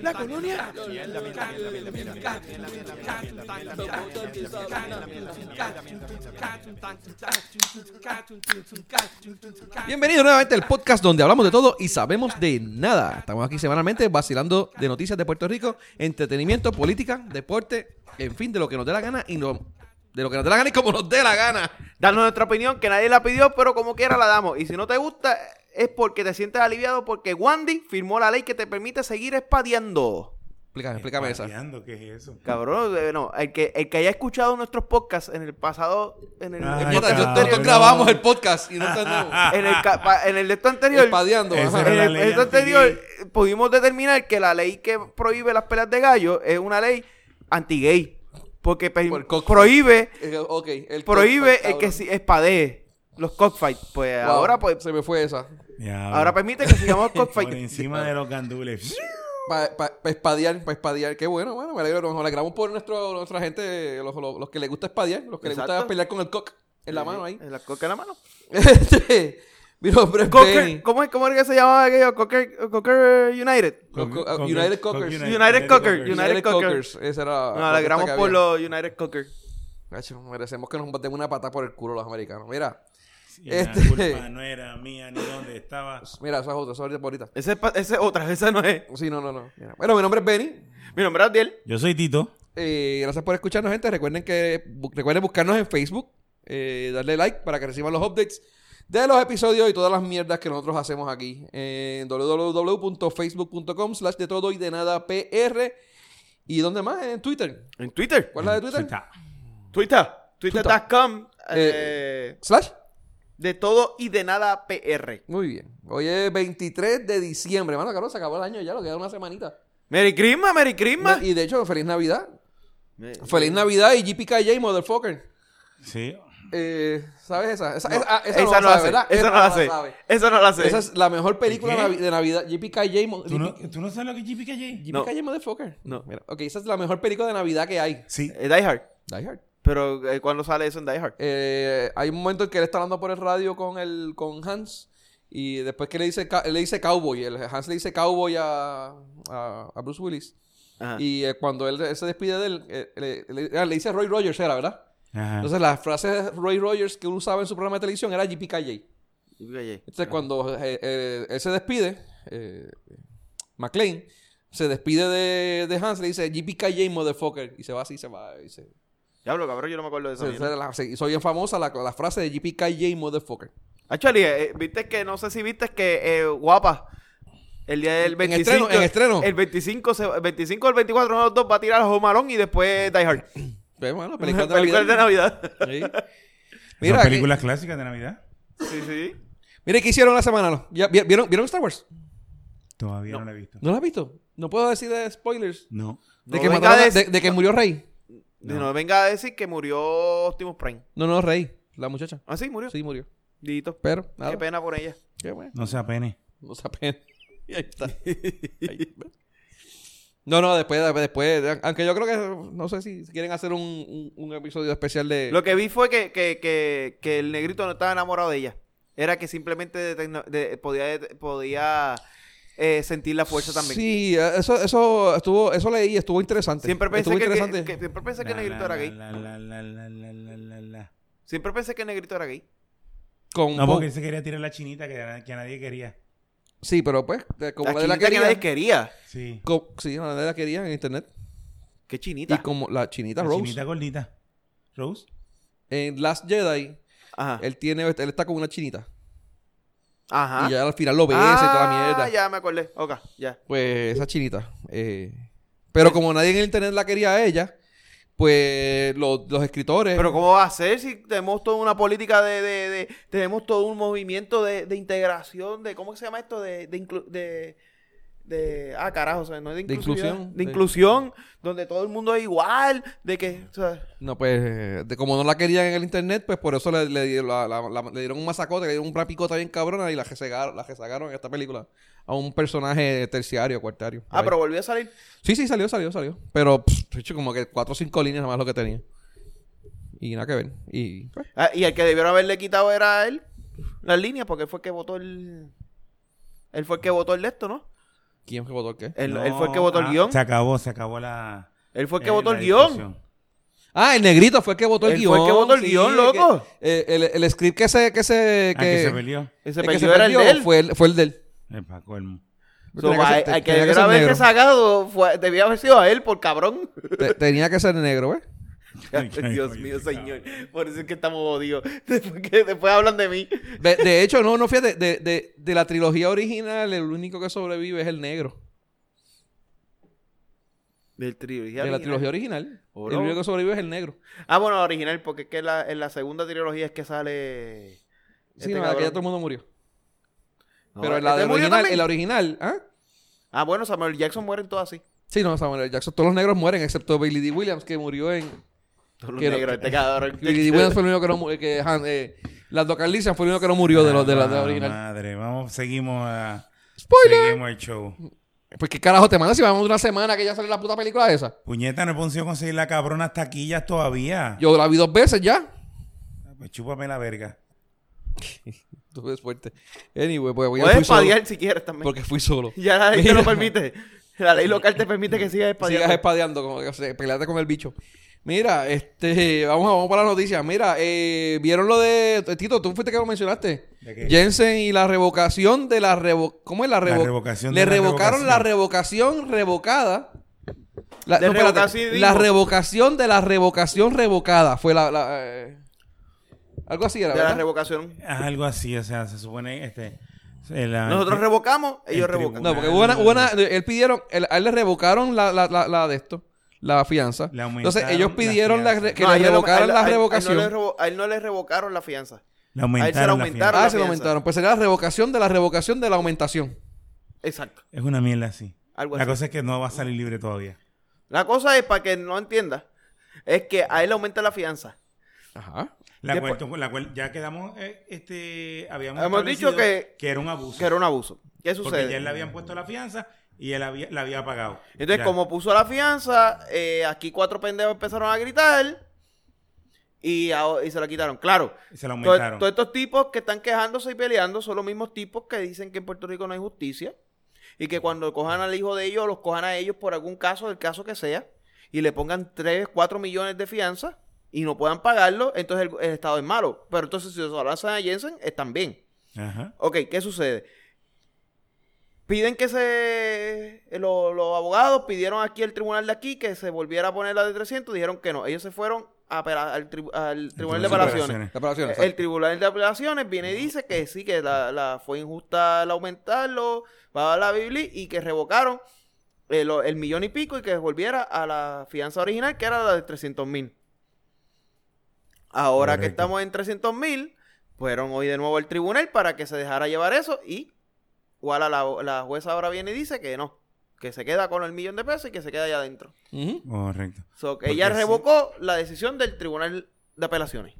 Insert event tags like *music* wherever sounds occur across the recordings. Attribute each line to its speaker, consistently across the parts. Speaker 1: La colonia.
Speaker 2: Bienvenido nuevamente al podcast donde hablamos de todo y sabemos de nada. Estamos aquí semanalmente vacilando de noticias de Puerto Rico, entretenimiento, política, deporte, en fin, de lo que nos dé la gana y no- de lo que nos dé la gana y como nos dé la gana.
Speaker 3: Danos nuestra opinión, que nadie la pidió, pero como quiera la damos. Y si no te gusta, es porque te sientes aliviado porque Wandy firmó la ley que te permite seguir espadeando.
Speaker 2: Explícame, explícame esa.
Speaker 4: Pateando, ¿Qué es eso?
Speaker 3: Cabrón, eh, no, el que, el que haya escuchado nuestros podcasts en el pasado, en el,
Speaker 4: Ay,
Speaker 3: en el
Speaker 2: Mierda,
Speaker 3: podcast
Speaker 2: yo-
Speaker 4: cabrón.
Speaker 2: nosotros
Speaker 3: anterior,
Speaker 2: grabamos el podcast y no
Speaker 4: *laughs*
Speaker 2: entendemos.
Speaker 3: en el, ca- pa- en el de esto anterior,
Speaker 2: Espadeando.
Speaker 4: Ese
Speaker 2: ajá.
Speaker 4: era
Speaker 3: en
Speaker 4: la
Speaker 3: el,
Speaker 4: ley
Speaker 3: esto anterior
Speaker 4: anti-gay.
Speaker 3: eh, pudimos determinar que la ley que prohíbe las peleas de gallo es una ley anti-gay. Porque pe-
Speaker 2: Por el cockfight.
Speaker 3: prohíbe,
Speaker 2: Eh, ok, el
Speaker 3: prohíbe
Speaker 2: podcast,
Speaker 3: el que
Speaker 2: cabrón.
Speaker 3: si espadee los cockfights. Pues
Speaker 2: Wow,
Speaker 3: ahora pues
Speaker 2: se me fue esa.
Speaker 4: Diablo.
Speaker 3: Ahora pues, permite que sigamos
Speaker 4: *laughs* Por
Speaker 3: cockfight.
Speaker 4: encima de los gandules.
Speaker 2: Para pa, pa espadear, para espadear. Qué bueno, bueno, me alegro. Nos alegramos por nuestro, nuestra gente, los, los, los que les gusta espadear, los que les gusta
Speaker 3: Exacto.
Speaker 2: pelear con el cock en la mano ahí. *laughs*
Speaker 3: En la coca en la mano.
Speaker 2: Este, mi nombre es
Speaker 3: Cocker-
Speaker 2: Benny.
Speaker 3: ¿cómo, es, ¿Cómo es que se llamaba aquello? Cocker, Cocker United.
Speaker 4: *laughs*
Speaker 2: Los co- ah, United Cockers.
Speaker 3: United Cocker,
Speaker 2: United,
Speaker 3: United
Speaker 2: Cockers. Esa era la
Speaker 3: Nos
Speaker 2: protesta
Speaker 3: alegramos
Speaker 2: Ah, que
Speaker 3: por
Speaker 2: había.
Speaker 3: los United Cocker.
Speaker 2: Gacho, merecemos que nos den una pata por el culo los americanos. Mira,
Speaker 4: Y la
Speaker 2: Este-
Speaker 4: culpa no era mía ni dónde estaba.
Speaker 2: mira, esa es otra, esa ahorita por ahorita.
Speaker 3: Esa es pa- esa es otra, *laughs* esa no es.
Speaker 2: Sí, no, no, no. Mira. Bueno, mi nombre es Benny.
Speaker 3: Mi nombre es Adiel.
Speaker 4: Yo soy Tito.
Speaker 2: Eh, gracias por escucharnos, gente. Recuerden que bu- recuerden buscarnos en Facebook, eh, darle like para que reciban los updates de los episodios y todas las mierdas que nosotros hacemos aquí en www.facebook.com slash de todo y de nada PR y dónde más en Twitter.
Speaker 3: En Twitter.
Speaker 2: ¿Cuál es la de Twitter?
Speaker 3: Twitter. Twitter.com. eh,
Speaker 2: Slash.
Speaker 3: de todo y de nada PR.
Speaker 2: Muy bien. Hoy es 23 de diciembre. Mano, cabrón, se acabó el año ya, lo queda una semanita.
Speaker 3: Merry Christmas, Merry Christmas.
Speaker 2: Y de hecho, feliz Navidad.
Speaker 3: Me-
Speaker 2: Feliz Navidad y GPKJ, motherfucker.
Speaker 4: Sí.
Speaker 2: Eh, ¿Sabes esa? Esa,
Speaker 3: No,
Speaker 2: esa, esa no,
Speaker 3: esa
Speaker 2: la
Speaker 3: no la
Speaker 2: sabe,
Speaker 3: sé.
Speaker 2: ¿verdad?
Speaker 3: Esa no la sé.
Speaker 2: sabe.
Speaker 3: Esa no la sé.
Speaker 2: Esa es la mejor película
Speaker 4: ¿Qué?
Speaker 2: navi- de Navidad. JPKJ. mo-
Speaker 4: ¿Tú no,
Speaker 2: JP-
Speaker 4: ¿Tú no sabes lo que es JPKJ?
Speaker 3: no.
Speaker 2: JPKJ Motherfucker.
Speaker 3: No.
Speaker 2: Mira, ok, esa es la mejor película de Navidad que hay.
Speaker 4: Sí.
Speaker 3: Eh, Die Hard.
Speaker 2: Die Hard.
Speaker 3: Pero eh, ¿cuándo sale eso en Die Hard?
Speaker 2: Eh, hay un momento en que él está hablando por el radio con el con Hans. Y después que le dice, ca- él le dice cowboy. El Hans le dice cowboy a, a, a Bruce Willis.
Speaker 3: Ajá.
Speaker 2: Y eh, cuando él, él se despide de él, eh, le, le- ah, le dice Roy Rogers, era, ¿verdad?
Speaker 4: Ajá.
Speaker 2: Entonces la frase de Roy Rogers que uno usaba en su programa de televisión era JPKJ.
Speaker 3: Oye,
Speaker 2: Entonces, cuando eh, eh, él se despide, eh, McLean se despide de, de Hans, le dice JPKJ motherfucker, y se va así, se va. Y se,
Speaker 3: Diablo, cabrón, yo no me acuerdo de eso.
Speaker 2: se- se la- se hizo bien famosa la, la frase de JPKJ motherfucker.
Speaker 3: Actually, eh, viste que, no sé si viste que eh, Guapa, el día del
Speaker 2: En
Speaker 3: 25.
Speaker 2: estreno, en estreno.
Speaker 3: El 25, se- el 25 o el 24, uno de los dos va a tirar a Jomarón y después Die Hard.
Speaker 2: Pero bueno, *laughs* película
Speaker 3: *laughs* Películas
Speaker 2: de Navidad.
Speaker 3: de Navidad. *laughs*
Speaker 2: Sí. Mira,
Speaker 4: Son
Speaker 2: ¿qué-
Speaker 4: películas clásicas de Navidad.
Speaker 3: sí, sí.
Speaker 2: mira qué hicieron la semana. ¿no? ¿Ya, vi- vieron, ¿Vieron Star Wars?
Speaker 4: Todavía no, la he visto.
Speaker 2: ¿No la has visto? No puedo decir de spoilers.
Speaker 4: No.
Speaker 2: De,
Speaker 3: No
Speaker 2: que,
Speaker 3: venga
Speaker 2: mataron a-
Speaker 3: a decir-
Speaker 2: de- de que murió Rey.
Speaker 3: No. venga a decir que murió Optimus Prime.
Speaker 2: No, no, Rey. La muchacha.
Speaker 3: Ah, sí, murió.
Speaker 2: Sí, murió.
Speaker 3: Dito.
Speaker 2: Pero, nada.
Speaker 3: Qué pena por ella.
Speaker 2: Qué bueno.
Speaker 4: No se apene.
Speaker 2: No se apena. *laughs* Y ahí está. Ahí. No, no, después, después, aunque yo creo que, no sé si quieren hacer un, un- un episodio especial de...
Speaker 3: Lo que vi fue que, que, que, que el negrito no estaba enamorado de ella. Era que simplemente de tecno- de- podía, podía eh, sentir la fuerza también.
Speaker 2: Sí, eh, eso, eso estuvo, eso leí, estuvo interesante.
Speaker 3: Siempre pensé,
Speaker 2: estuvo
Speaker 3: que, que-
Speaker 2: interesante.
Speaker 3: que- siempre pensé que el negrito era gay.
Speaker 4: La, la, la, la, la, la, la, la.
Speaker 3: Siempre pensé que el negrito era gay.
Speaker 2: Con
Speaker 4: No,
Speaker 2: Poe.
Speaker 4: porque él se quería tirar la chinita que, a- que a nadie quería.
Speaker 2: Sí, pero pues, de- como
Speaker 3: la
Speaker 2: nadie la
Speaker 3: chinita que
Speaker 2: quería...
Speaker 3: nadie quería.
Speaker 4: Sí.
Speaker 2: co- sí, nadie la quería en internet.
Speaker 3: Qué
Speaker 2: Y
Speaker 3: chinita.
Speaker 2: como la chinita
Speaker 4: La
Speaker 2: Rose,
Speaker 4: chinita gordita. Rose.
Speaker 2: en Last Jedi,
Speaker 3: Ajá.
Speaker 2: él tiene, él está con una chinita.
Speaker 3: Ajá.
Speaker 2: Y ya al final lo besa y toda la
Speaker 3: ah,
Speaker 2: mierda.
Speaker 3: ya me acordé. Ok, ya.
Speaker 2: Pues esa chinita. eh, pero como nadie en el internet la quería a ella, pues lo- los escritores.
Speaker 3: Pero ¿cómo va a ser si tenemos toda una política de... de, de- tenemos todo un movimiento de, de integración, de... ¿Cómo se llama esto? De... de, inclu- de de- ah, carajo, o sea, no es de
Speaker 2: De
Speaker 3: inclusividad,
Speaker 2: inclusión,
Speaker 3: De
Speaker 2: de-
Speaker 3: inclusión, donde todo el mundo es igual, de que... o sea,
Speaker 2: No, pues eh, de- como no la querían en el internet, pues por eso le, le di- la- la- la- le dieron un masacote, le dieron una picota bien cabrona y la rezagaron, la rezagaron en esta película a un personaje terciario, cuartario. por
Speaker 3: ah,
Speaker 2: ahí.
Speaker 3: pero volvió a salir.
Speaker 2: Sí, sí, salió, salió, salió. Pero, pff, de hecho, como que cuatro o cinco líneas nada más lo que tenía. Y nada que ver. Y pues,
Speaker 3: Ah, y el que debieron haberle quitado era él, las líneas, porque fue el que votó el... Él fue el que votó el de esto, ¿no?
Speaker 2: ¿Quién que votó el qué?
Speaker 3: Él,
Speaker 4: No,
Speaker 3: él fue el que votó
Speaker 4: ah,
Speaker 3: el guión.
Speaker 4: Se acabó, se acabó la.
Speaker 3: Él fue el que
Speaker 4: eh,
Speaker 3: votó
Speaker 4: la
Speaker 3: el guión.
Speaker 4: discusión.
Speaker 2: Ah, el negrito fue el que votó el
Speaker 3: Él
Speaker 2: guión.
Speaker 3: fue el que votó el guión,
Speaker 2: que-
Speaker 3: loco.
Speaker 2: eh, el, el script que se... Que se
Speaker 4: Ah,
Speaker 2: que,
Speaker 4: que se Eh, peleó.
Speaker 3: Ese
Speaker 2: el que se
Speaker 3: perdió era el de
Speaker 2: perdió
Speaker 3: él.
Speaker 2: Fue el, fue el de él.
Speaker 4: El Paco Elmo.
Speaker 3: So,
Speaker 2: Tenía
Speaker 3: a-
Speaker 2: ser-
Speaker 3: al que
Speaker 2: tenía
Speaker 3: debió
Speaker 2: ser
Speaker 3: haberse
Speaker 2: negro.
Speaker 3: sacado fue- debía haber sido a él por
Speaker 4: *laughs*
Speaker 3: cabrón. *laughs*
Speaker 2: Te- tenía que ser negro, ¿ves?
Speaker 4: Ay, qué
Speaker 3: Dios
Speaker 4: coño,
Speaker 3: mío,
Speaker 4: qué
Speaker 3: señor. Por eso es que estamos jodidos. *laughs* Después, que- después hablan de mí.
Speaker 2: De, de hecho, no, no fíjate, de, de, de la trilogía original, el único que sobrevive es el negro.
Speaker 3: Del trilogía.
Speaker 2: De la
Speaker 3: original.
Speaker 2: trilogía original.
Speaker 3: Oro.
Speaker 2: El único que sobrevive es el negro.
Speaker 3: Ah, bueno, la original, porque es que la- en la segunda trilogía es que sale.
Speaker 2: Sí,
Speaker 3: este
Speaker 2: no,
Speaker 3: cabrón.
Speaker 2: aquella todo el mundo murió.
Speaker 3: No,
Speaker 2: Pero en
Speaker 3: ¿él
Speaker 2: la
Speaker 3: se
Speaker 2: del
Speaker 3: murió
Speaker 2: original,
Speaker 3: también?
Speaker 2: en la original, ¿ah?
Speaker 3: Ah, bueno, Samuel Jackson muere en todo así.
Speaker 2: Sí, no, Samuel L. Jackson. Todos los negros mueren, excepto Bailey D. Williams, que murió en.
Speaker 3: Todos los
Speaker 2: Que no-
Speaker 3: negros,
Speaker 2: *laughs*
Speaker 3: este cabrón.
Speaker 2: Bailey D.
Speaker 3: *laughs*
Speaker 2: Williams fue el único que no murió. Que, Han- eh, las dos Carlisian fue el único que no murió de, los de la de la
Speaker 4: Ah,
Speaker 2: original.
Speaker 4: Madre, vamos, seguimos a.
Speaker 2: ¡Spoiler!
Speaker 4: Seguimos el show.
Speaker 2: Pues qué carajo te mandas si vamos una semana que ya sale la puta película esa.
Speaker 4: Puñeta, no he podido conseguir la cabrona taquillas todavía.
Speaker 2: Yo la vi dos veces ya.
Speaker 4: Pues chúpame la verga.
Speaker 2: Tuve suerte. Anyway, pues voy a
Speaker 3: Puedes
Speaker 2: fui solo.
Speaker 3: espadear si quieres también.
Speaker 2: Porque fui solo.
Speaker 3: *laughs* Ya la ley te
Speaker 2: Mira.
Speaker 3: lo permite. La ley local te permite que sigas espadeando.
Speaker 2: Sigas espadeando, como que se- peleate con el bicho. Mira, este, vamos, vamos para las noticias. Mira, eh, ¿vieron lo de Tito? Tú fuiste que lo mencionaste.
Speaker 4: ¿De qué?
Speaker 2: Jensen y la revocación de la revo- ¿Cómo es la, revo-
Speaker 4: La revocación
Speaker 2: Le
Speaker 4: de la
Speaker 2: revocaron
Speaker 4: revocación.
Speaker 2: la revocación revocada. La,
Speaker 3: De
Speaker 2: no, espérate.
Speaker 3: revocación.
Speaker 2: La revocación de la revocación revocada. Fue la. la, eh, algo así era.
Speaker 3: de la
Speaker 2: ¿verdad?
Speaker 3: revocación.
Speaker 4: Algo así, o sea, se supone este. eh, la-
Speaker 3: Nosotros revocamos, ellos
Speaker 4: el
Speaker 3: revocan.
Speaker 2: No, porque hubo una, hubo una- él pidieron, él, a él le revocaron la, la, la, la de esto, la fianza.
Speaker 4: Le aumentaron
Speaker 2: Entonces ellos
Speaker 4: la
Speaker 2: pidieron la
Speaker 4: fianza.
Speaker 2: re- que
Speaker 3: No, a
Speaker 2: le
Speaker 3: ellos
Speaker 2: revocaran
Speaker 3: a él-
Speaker 2: la
Speaker 3: a él-
Speaker 2: revocación.
Speaker 3: A él, no le revo- a él no le revocaron la fianza.
Speaker 4: Le
Speaker 3: A él se la
Speaker 4: aumentaron. la
Speaker 3: aumentaron.
Speaker 4: fianza.
Speaker 2: ah,
Speaker 3: la
Speaker 2: se lo
Speaker 3: fianza.
Speaker 2: aumentaron. Pues sería la revocación de la revocación de la aumentación.
Speaker 3: Exacto.
Speaker 4: Es una mierda así.
Speaker 3: Algo
Speaker 4: La
Speaker 3: así.
Speaker 4: cosa es que no va a salir libre todavía.
Speaker 3: La cosa es, para que no entienda, es que a él le aumenta la fianza.
Speaker 2: Ajá.
Speaker 4: La
Speaker 3: Después-
Speaker 4: cual, la cual ya quedamos, eh, este, habíamos
Speaker 3: Hemos dicho
Speaker 4: establecido
Speaker 3: que-
Speaker 4: era un abuso.
Speaker 3: Que era un abuso. ¿Qué
Speaker 4: porque
Speaker 3: sucede?
Speaker 4: ya le habían puesto la fianza y él había, la había pagado.
Speaker 3: Entonces,
Speaker 4: Ya.
Speaker 3: como puso la fianza, eh, aquí cuatro pendejos empezaron a gritar y, a- y se la quitaron. Claro.
Speaker 4: Se la
Speaker 3: to-
Speaker 4: aumentaron.
Speaker 3: Todos estos tipos que están quejándose y peleando son los mismos tipos que dicen que en Puerto Rico no hay justicia y que cuando cojan al hijo de ellos, los cojan a ellos por algún caso, del caso que sea, y le pongan 3, 4 millones de fianza y no puedan pagarlo, entonces el, el Estado es malo. Pero entonces, si se lo hacen a Jensen, están bien.
Speaker 4: Ajá.
Speaker 3: Ok, ¿qué sucede? Piden que se... eh, lo- los abogados pidieron aquí al tribunal de aquí que se volviera a poner la de 300, dijeron que no. Ellos se fueron a apela- al, tribu- al tribunal de
Speaker 4: tribunal de
Speaker 3: apelaciones.
Speaker 4: apelaciones.
Speaker 2: La aprobación,
Speaker 3: Eh, El
Speaker 2: exacto.
Speaker 3: tribunal de apelaciones viene y dice que sí, que la, la- fue injusta al aumentarlo, va a la Biblia y que revocaron el, el millón y pico y que volviera a la fianza original que era la de 300 mil. Ahora que
Speaker 4: Correcto.
Speaker 3: estamos en 300 mil, fueron hoy de nuevo al tribunal para que se dejara llevar eso y Wala, la, la jueza ahora viene y dice que no, que se queda con el millón de pesos y que se queda allá adentro.
Speaker 2: Ujú.
Speaker 4: Correcto.
Speaker 3: So, que
Speaker 4: Porque
Speaker 3: ella
Speaker 4: sí.
Speaker 3: revocó la decisión del tribunal de apelaciones.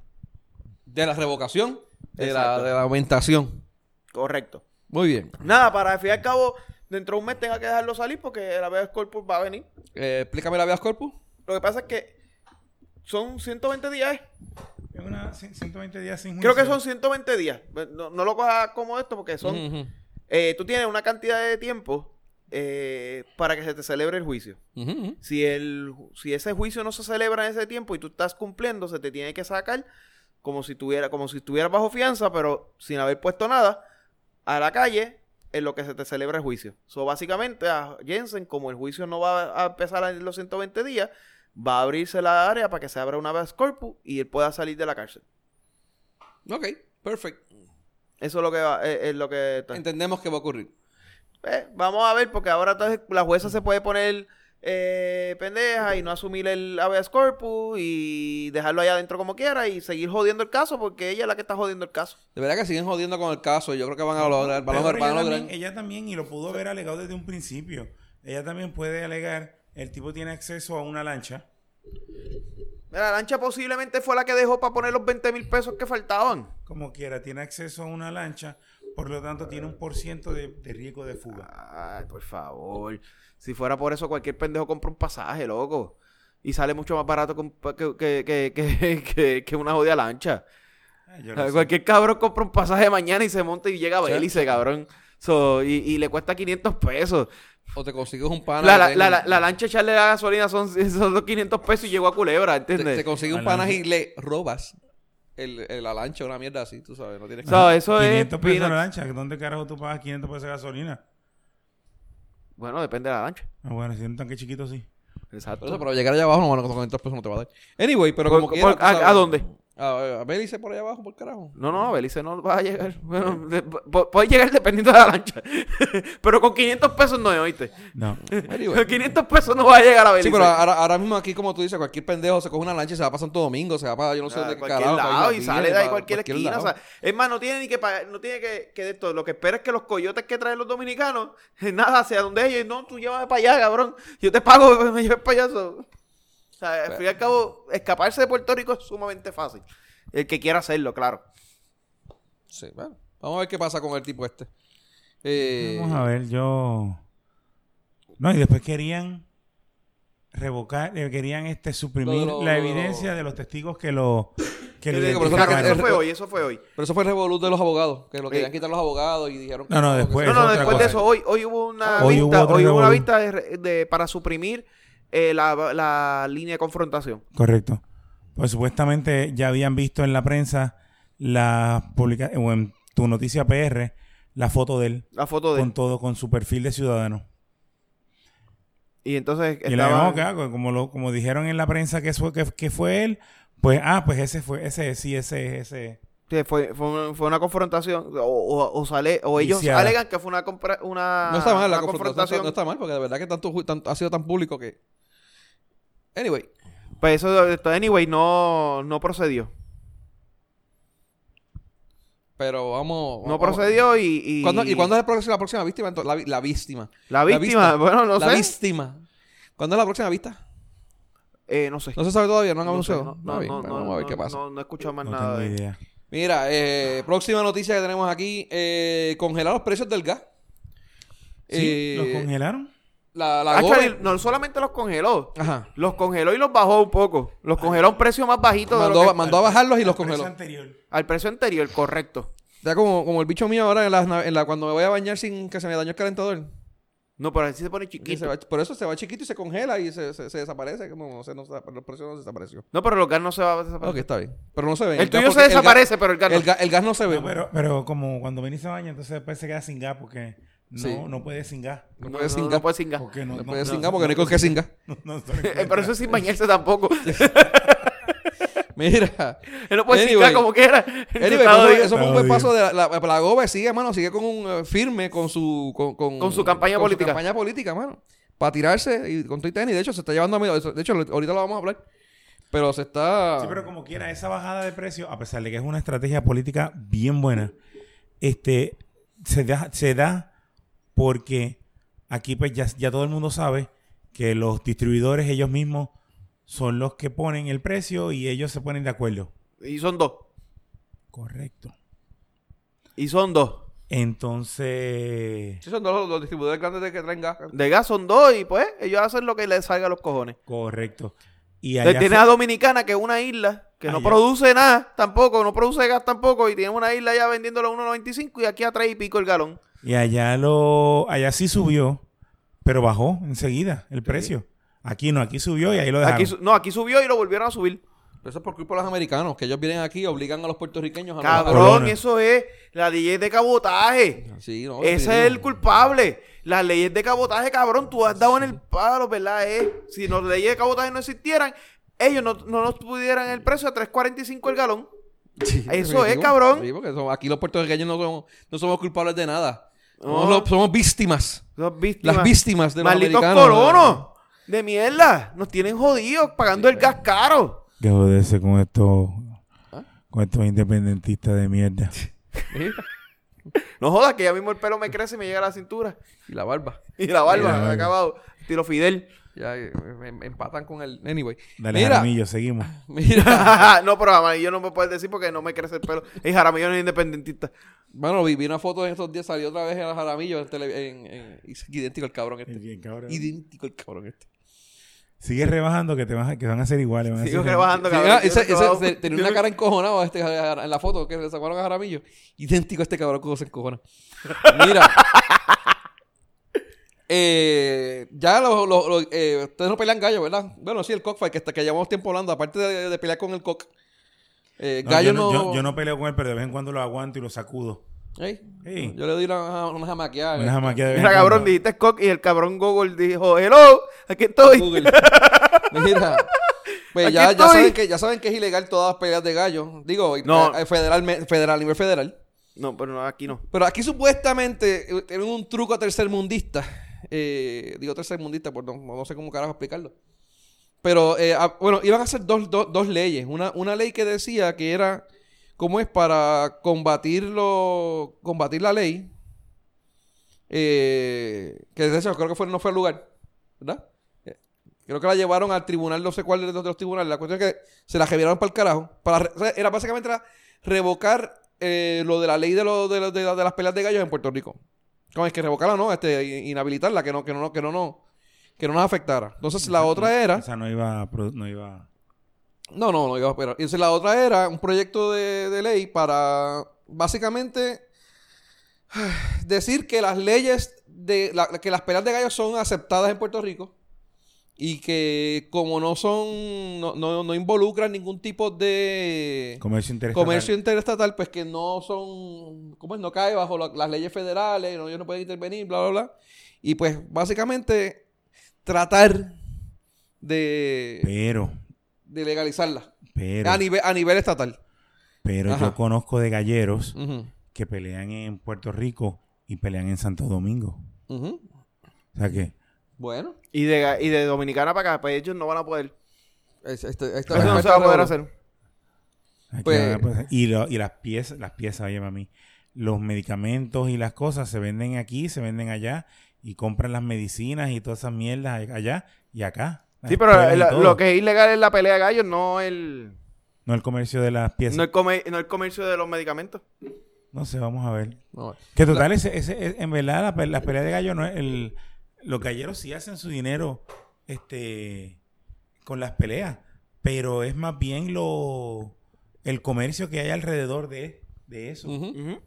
Speaker 2: De la revocación, de la,
Speaker 3: Exacto.
Speaker 2: de la aumentación.
Speaker 3: Correcto.
Speaker 2: Muy bien.
Speaker 3: Nada, para al fin y al cabo, dentro de un mes tenga que dejarlo salir porque la vez corpus va a venir.
Speaker 2: Eh, explícame la veas corpus.
Speaker 3: Lo que pasa es que son 120 días. ¿eh?
Speaker 4: Es una c- 120 días sin
Speaker 3: Creo que
Speaker 4: juicio.
Speaker 3: son 120 días. No, no lo cojas como esto porque son...
Speaker 2: Ujú,
Speaker 3: eh, tú tienes una cantidad de tiempo eh, para que se te celebre el juicio.
Speaker 2: ujú, ujú.
Speaker 3: Si, el, ju- si ese juicio no se celebra en ese tiempo y tú estás cumpliendo, se te tiene que sacar como si tuviera, como si estuvieras bajo fianza, pero sin haber puesto nada, a la calle en lo que se te celebra el juicio. So, básicamente, a Jensen, como el juicio no va a empezar en los 120 días, va a abrirse la área para que se abra una vez corpus y él pueda salir de la cárcel.
Speaker 2: Ok, perfecto.
Speaker 3: Eso es lo que va- eh, es, es lo que está.
Speaker 2: Entendemos que va a ocurrir.
Speaker 3: Eh, vamos a ver, porque ahora entonces la jueza se puede poner eh, pendeja y no asumir el habeas corpus y dejarlo allá adentro como quiera y seguir jodiendo el caso porque ella es la que está jodiendo el caso.
Speaker 2: De verdad que siguen jodiendo con el caso. Yo creo que van a lograr. Van a
Speaker 4: Pero
Speaker 2: lograr. van a
Speaker 4: ella,
Speaker 2: lograr.
Speaker 4: también, eh, ella también, y lo pudo haber alegado desde un principio. Ella también puede alegar, el tipo tiene acceso a una lancha.
Speaker 3: La lancha posiblemente fue la que dejó para poner los 20 mil pesos que faltaban.
Speaker 4: como quiera, tiene acceso a una lancha, por lo tanto tiene un por ciento de, de riesgo de fuga.
Speaker 3: Ay, por favor. Si fuera por eso, cualquier pendejo compra un pasaje, loco. Y sale mucho más barato que, un pa- que- que- que- que- *laughs* que- que una jodida lancha.
Speaker 4: Ah, yo no sé.
Speaker 3: Cualquier cabrón compra un pasaje mañana y se monta y llega a Belice, cabrón. So, y, y le cuesta 500 pesos.
Speaker 2: O te consigues un pana.
Speaker 3: La,
Speaker 2: que
Speaker 3: la,
Speaker 2: tenga-
Speaker 3: la, la- la lancha echarle la gasolina son, *laughs* son los 500 pesos y llegó a Culebra,
Speaker 2: te,
Speaker 3: ¿entiendes?
Speaker 2: te consigues un
Speaker 4: La
Speaker 2: pana
Speaker 4: lancha.
Speaker 2: y le robas el, el- la lancha, una mierda así, tú sabes. No tienes que.
Speaker 3: So, eso es
Speaker 4: 500 pesos la
Speaker 3: peanuts.
Speaker 4: lancha. ¿Dónde carajo tú pagas 500 pesos de gasolina?
Speaker 3: Bueno, depende de la lancha.
Speaker 4: Ah, bueno, si es un tanque chiquito, sí.
Speaker 2: Por
Speaker 3: Exacto.
Speaker 2: eso, pero llegar allá abajo, no, con 500 pesos no te va a dar. Anyway, pero
Speaker 3: Por-
Speaker 2: como
Speaker 3: por-
Speaker 2: quiera, tú
Speaker 3: ¿a-
Speaker 2: sabes.
Speaker 3: a dónde?
Speaker 2: A, a Belice por allá abajo, por carajo.
Speaker 3: No, no, Belice no va a llegar. *laughs* Bueno, de- po- puede llegar dependiendo de la lancha. *laughs* pero con 500 pesos no, ¿oíste? *laughs*
Speaker 4: No.
Speaker 2: Anyway.
Speaker 3: Con 500 pesos no va a llegar a Belice.
Speaker 2: Sí, pero ahora, ahora mismo aquí, como tú dices, cualquier pendejo se coge una lancha y se va para Santo Domingo, se va para yo no sé
Speaker 3: Ah,
Speaker 2: dónde
Speaker 3: cualquier
Speaker 2: carajo. para
Speaker 3: lado, y
Speaker 2: Islas
Speaker 3: sale de
Speaker 2: Vírgenes,
Speaker 3: ahí
Speaker 2: para
Speaker 3: cualquier, esquina.
Speaker 2: lado.
Speaker 3: o sea, es más, no tiene ni que pagar, no tiene que, que de esto. Lo que espera es que los coyotes que traen los dominicanos, *laughs* nada, hacia donde ellos, no, tú llévame para allá, cabrón. Yo te pago, *laughs* me lleves para allá. so. O sea, al
Speaker 2: Pues
Speaker 3: fin y al cabo, escaparse de Puerto Rico es sumamente fácil. El que quiera hacerlo, claro.
Speaker 2: Sí, bueno. Vamos a ver qué pasa con el tipo este. Eh,
Speaker 4: Vamos a ver, yo. No, y después querían revocar, eh, querían este suprimir
Speaker 2: Lo- lo-
Speaker 4: la
Speaker 2: lo-
Speaker 4: evidencia de los testigos que lo que lo
Speaker 3: Que-
Speaker 2: digo, pero eso no-
Speaker 4: identificaron.
Speaker 3: claro, eso
Speaker 2: es-
Speaker 3: fue hoy, eso fue hoy.
Speaker 2: Pero eso fue el revolut de los abogados, que lo
Speaker 3: Sí.
Speaker 2: querían quitar los abogados y dijeron que
Speaker 4: No, no,
Speaker 2: que
Speaker 4: después,
Speaker 2: se-
Speaker 3: No, no,
Speaker 4: Pues otra
Speaker 3: después de
Speaker 4: cosa.
Speaker 3: eso, hoy, hoy hubo una
Speaker 4: Hoy hubo
Speaker 3: vista,
Speaker 4: otro
Speaker 3: hoy hubo una
Speaker 4: revolú.
Speaker 3: vista de- de- para suprimir eh, la, la línea de confrontación.
Speaker 4: Correcto. Pues supuestamente ya habían visto en la prensa la publica o en tu noticia PR la foto de él
Speaker 3: La foto de
Speaker 4: con todo, con su perfil de ciudadano.
Speaker 3: Y entonces
Speaker 4: Y la
Speaker 3: estaba-
Speaker 4: misma que hago, ah, como lo, como dijeron en la prensa que fue, que, que fue él, pues ah, pues ese fue, ese, sí, ese, ese.
Speaker 3: Sí, fue, fue, una- fue una confrontación. O, o, o sale, o ellos
Speaker 4: Viciada.
Speaker 3: alegan que fue una, compra- una,
Speaker 2: No está mal, la
Speaker 3: una
Speaker 2: confrontación, no está mal, porque de verdad que tanto, ju- tanto- ha sido tan público que... Anyway,
Speaker 3: Pues eso, esto, anyway, no, no procedió.
Speaker 2: pero vamos...
Speaker 3: No
Speaker 2: vamos-
Speaker 3: procedió y. ¿Y
Speaker 2: ¿Cuándo- ¿Y cuándo es la próxima, la próxima víctima? Entonces, La, vi- la víctima.
Speaker 3: La víctima, *laughs*
Speaker 2: vista.
Speaker 3: bueno, no
Speaker 2: la
Speaker 3: sé.
Speaker 2: víctima. ¿Cuándo es la próxima vista?
Speaker 3: Eh, no sé.
Speaker 2: No se sabe todavía, no han
Speaker 3: No sé,
Speaker 2: anunciado.
Speaker 3: no-
Speaker 2: Ah,
Speaker 3: no-
Speaker 2: bien,
Speaker 3: no-
Speaker 2: bueno, vamos a ver
Speaker 3: no-
Speaker 2: qué pasa.
Speaker 3: No, no he escuchado más
Speaker 4: No
Speaker 3: nada
Speaker 4: tengo
Speaker 3: de
Speaker 4: idea.
Speaker 2: Mira, eh, próxima noticia que tenemos aquí. Eh, congelar los precios del gas. Eh,
Speaker 4: Sí, los congelaron.
Speaker 2: La, la
Speaker 3: Actually,
Speaker 2: gober-
Speaker 3: no solamente los congeló,
Speaker 2: Ajá.
Speaker 3: los congeló y los bajó un poco. Los congeló a un precio más bajito de lo
Speaker 2: Mandó,
Speaker 3: que-
Speaker 2: mandó a bajarlos y los
Speaker 4: Al precio
Speaker 2: congeló.
Speaker 4: anterior.
Speaker 3: al precio anterior, correcto.
Speaker 2: Ya como, como el bicho mío ahora en las nav- en la, cuando me voy a bañar sin que se me dañe el calentador.
Speaker 3: No, pero así se pone
Speaker 2: que se
Speaker 3: chiquito.
Speaker 2: va- por eso se va chiquito y se congela y se, se- se desaparece. Como no sé, no, se- los precios no se desapareció.
Speaker 3: No, pero el gas no se va a
Speaker 2: Ok,
Speaker 3: desaparecer.
Speaker 2: está bien. Pero no se ve.
Speaker 3: El
Speaker 2: gas
Speaker 3: tuyo se
Speaker 2: porque gas-
Speaker 3: desaparece, pero el gas no.
Speaker 2: el, ga- el gas no se ve.
Speaker 4: No, pero, pero como cuando venís a baña, entonces después se queda sin gas porque no,
Speaker 2: Sí.
Speaker 4: no puede sin gas.
Speaker 2: No,
Speaker 3: No,
Speaker 2: puede
Speaker 3: no,
Speaker 2: sin
Speaker 3: no
Speaker 2: gas.
Speaker 3: puede sin gas.
Speaker 4: Porque no,
Speaker 2: No
Speaker 4: no-
Speaker 2: puede
Speaker 4: no-
Speaker 2: sin gas porque no hay con qué sin gas.
Speaker 4: *laughs* no- no se
Speaker 3: *laughs*
Speaker 4: lo
Speaker 3: Eh,
Speaker 4: encuentra.
Speaker 3: Pero eso es sin
Speaker 2: *laughs*
Speaker 3: bañarse tampoco.
Speaker 2: Mira.
Speaker 3: Él no puede
Speaker 2: Anyway.
Speaker 3: sincar como quiera. *laughs*
Speaker 2: Anyway,
Speaker 3: Estado
Speaker 2: eso,
Speaker 3: de-
Speaker 2: eso fue un
Speaker 4: Estado
Speaker 2: buen
Speaker 4: de-
Speaker 2: paso de la, la, la GOBE sigue, mano, sigue con un eh, firme con su con,
Speaker 3: Con su campaña política.
Speaker 2: campaña política, mano. Para tirarse y con tu tenis, de hecho se está llevando a medio, de hecho lo- ahorita lo vamos a hablar. Pero se está
Speaker 4: Sí, pero como quiera, esa bajada de precio, a pesar de que es una estrategia política bien buena, este, se da, se da porque aquí pues ya, ya todo el mundo sabe que los distribuidores ellos mismos son los que ponen el precio y ellos se ponen de acuerdo.
Speaker 3: Y son dos.
Speaker 4: Correcto.
Speaker 3: Y son dos.
Speaker 4: Entonces...
Speaker 2: Sí, son dos los, los distribuidores grandes de que traen gas.
Speaker 3: De gas son dos y pues ellos hacen lo que les salga a los cojones.
Speaker 4: Correcto. Y allá
Speaker 3: Tiene
Speaker 4: fue-
Speaker 3: a Dominicana, que es una isla, que
Speaker 2: Ah,
Speaker 3: no
Speaker 4: Allá.
Speaker 3: produce nada tampoco, no produce gas tampoco, y tiene una isla ya vendiéndolo a 1.95 y aquí a 3 y pico el galón.
Speaker 4: Y allá lo, allá sí subió, pero bajó enseguida el precio. Aquí no, aquí subió y ahí lo dejaron.
Speaker 3: Aquí, su- no, aquí subió y lo volvieron a subir.
Speaker 2: Pero eso es por culpa de los americanos, que ellos vienen aquí y obligan a los puertorriqueños a no
Speaker 3: Cabrón,
Speaker 4: Corona.
Speaker 3: eso es la ley de cabotaje.
Speaker 2: bajar. Sí, no,
Speaker 3: Ese
Speaker 2: definitivo.
Speaker 3: es el culpable. Las leyes de cabotaje, cabrón, tú has dado en el palo, ¿verdad? Eh, si las leyes de cabotaje no existieran, ellos no, no nos pudieran el precio a 3.45 el galón.
Speaker 2: Sí,
Speaker 3: Eso es,
Speaker 2: definitivo.
Speaker 3: cabrón.
Speaker 2: Sí, porque somos- aquí los puertorriqueños no somos, no somos culpables de nada. Somos,
Speaker 3: No.
Speaker 2: los- somos víctimas.
Speaker 3: Las víctimas.
Speaker 2: Las víctimas de los
Speaker 3: Malditos
Speaker 2: americanos.
Speaker 3: colonos de mierda. Nos tienen jodidos pagando el gas caro.
Speaker 4: Que joderse con estos, con estos independentistas de mierda.
Speaker 2: ¿Ah? Sí,
Speaker 3: No jodas, que ya mismo el pelo me crece y me llega a la cintura.
Speaker 2: Y la barba.
Speaker 3: Y la barba,
Speaker 4: Y la barba.
Speaker 3: acabado.
Speaker 2: *laughs*
Speaker 3: Tiro Fidel. *laughs*
Speaker 2: Ya eh, em- empatan con el. Anyway.
Speaker 4: Dale,
Speaker 2: mira, *laughs*
Speaker 4: Jaramillo, seguimos.
Speaker 3: *laughs*
Speaker 2: mira.
Speaker 3: no, pero amarillo no me puedes decir porque no me crece el pelo. Y Jaramillo no es independentista.
Speaker 2: Bueno, vi, vi una foto en estos días, salió otra vez el Jaramillo en, tele- en- en- y es idéntico el cabrón este. Idéntico el cabrón este.
Speaker 4: Sigue rebajando que te vas a- que van a ser iguales. Van a
Speaker 3: Sigo
Speaker 4: ser-
Speaker 3: rebajando,
Speaker 2: Sí,
Speaker 3: cabrón.
Speaker 2: ah, ese-
Speaker 3: Yo
Speaker 2: ese-
Speaker 3: no-
Speaker 2: se-
Speaker 3: *laughs*
Speaker 2: tenía una cara encojonada este, en la foto que le sacaron a Jaramillo. Idéntico a este cabrón que se
Speaker 3: *laughs*
Speaker 2: encojona. Mira. Eh, ya los, los- los, eh, ustedes no pelean gallo, ¿verdad? Bueno, sí, el cockfight que, está, que llevamos tiempo hablando. Aparte de, de pelear con el cock. eh,
Speaker 4: No,
Speaker 2: gallo
Speaker 4: yo, no,
Speaker 2: no...
Speaker 4: yo- yo no peleo con él, pero de vez en cuando lo aguanto y lo sacudo.
Speaker 2: Ey,
Speaker 4: Ey.
Speaker 2: Yo le doy una, una jamaqueada.
Speaker 4: Una jamaqueada de vez
Speaker 3: Mira,
Speaker 4: en
Speaker 3: cabrón,
Speaker 4: cuando.
Speaker 3: dijiste cock y el cabrón Google dijo, hello, aquí estoy.
Speaker 2: Google.
Speaker 3: *laughs*
Speaker 2: Mira. Pues
Speaker 3: Aquí
Speaker 2: ya, ya
Speaker 3: estoy.
Speaker 2: saben que, ya saben que es ilegal todas las peleas de gallo. Digo,
Speaker 3: No.
Speaker 2: eh, federal, federal, a nivel federal.
Speaker 3: No, pero no, aquí no.
Speaker 2: Pero aquí supuestamente eh, tienen un truco tercermundista. Eh, digo tercermundista, por no, no sé cómo carajo explicarlo. Pero, eh, ah, bueno, iban a hacer dos, dos- dos leyes. Una, una ley que decía que era, ¿cómo es? Para combatirlo, combatir la ley. Eh, que de hecho creo que fue, no fue al lugar, ¿verdad? Eh, Creo que la llevaron al tribunal, no sé cuál de los, de los tribunales. La cuestión es que se la reviraron para el carajo. Para, re- o sea, era básicamente era revocar eh, lo de la ley de, lo- de, lo- de la- de las peleas de gallos en Puerto Rico. ¿Cómo es que revocarla no? Este, in- inhabilitarla, que no, que no, que no, no, que no nos afectara. Entonces la otra era.
Speaker 4: O sea, no iba, a pro- no iba.
Speaker 2: No, no, no iba a esperar. Entonces la otra era un proyecto de, de ley para básicamente *sighs* decir que las leyes de la- que las peleas de gallos son aceptadas en Puerto Rico y que como no son no, no, no involucran ningún tipo de
Speaker 4: Comercio interestatal.
Speaker 2: comercio interestatal pues que no son cómo es no cae bajo la- las leyes federales no, ellos no pueden intervenir bla bla bla y pues básicamente tratar de,
Speaker 4: Pero,
Speaker 2: de legalizarlas
Speaker 4: pero,
Speaker 2: a, nivel, a nivel estatal.
Speaker 4: pero
Speaker 2: Ajá.
Speaker 4: yo conozco de
Speaker 3: Mm.
Speaker 4: galleros que pelean en Puerto Rico y pelean en Santo Domingo.
Speaker 2: Ujú.
Speaker 4: O sea que
Speaker 2: Bueno,
Speaker 3: Y de, y de Dominicana para acá, pues ellos no van a poder.
Speaker 2: es- este- esta-
Speaker 3: Eso no se
Speaker 2: esta
Speaker 3: va a poder
Speaker 2: revolución.
Speaker 3: hacer.
Speaker 4: Aquí
Speaker 2: Pues-
Speaker 4: va a pasar. y, lo- y las piezas, las piezas, oye, mami. Los medicamentos y las cosas se venden aquí, se venden allá. Y compran las medicinas y todas esas mierdas a- allá y acá. Las
Speaker 3: Sí, pero
Speaker 4: escuelas y
Speaker 3: la-
Speaker 4: todo.
Speaker 3: lo que es ilegal es la pelea de gallos, no el,
Speaker 4: No el comercio de las piezas.
Speaker 3: no
Speaker 4: No,
Speaker 3: el, come- no el comercio de los medicamentos.
Speaker 4: sé, vamos a ver.
Speaker 2: No, eh.
Speaker 4: Que total, ese, ese- es- en verdad, la, pe- la pelea de gallo no es... El, los galleros sí hacen su dinero este, con las peleas. Pero es más bien lo el comercio que hay alrededor de, de eso.
Speaker 2: ujú.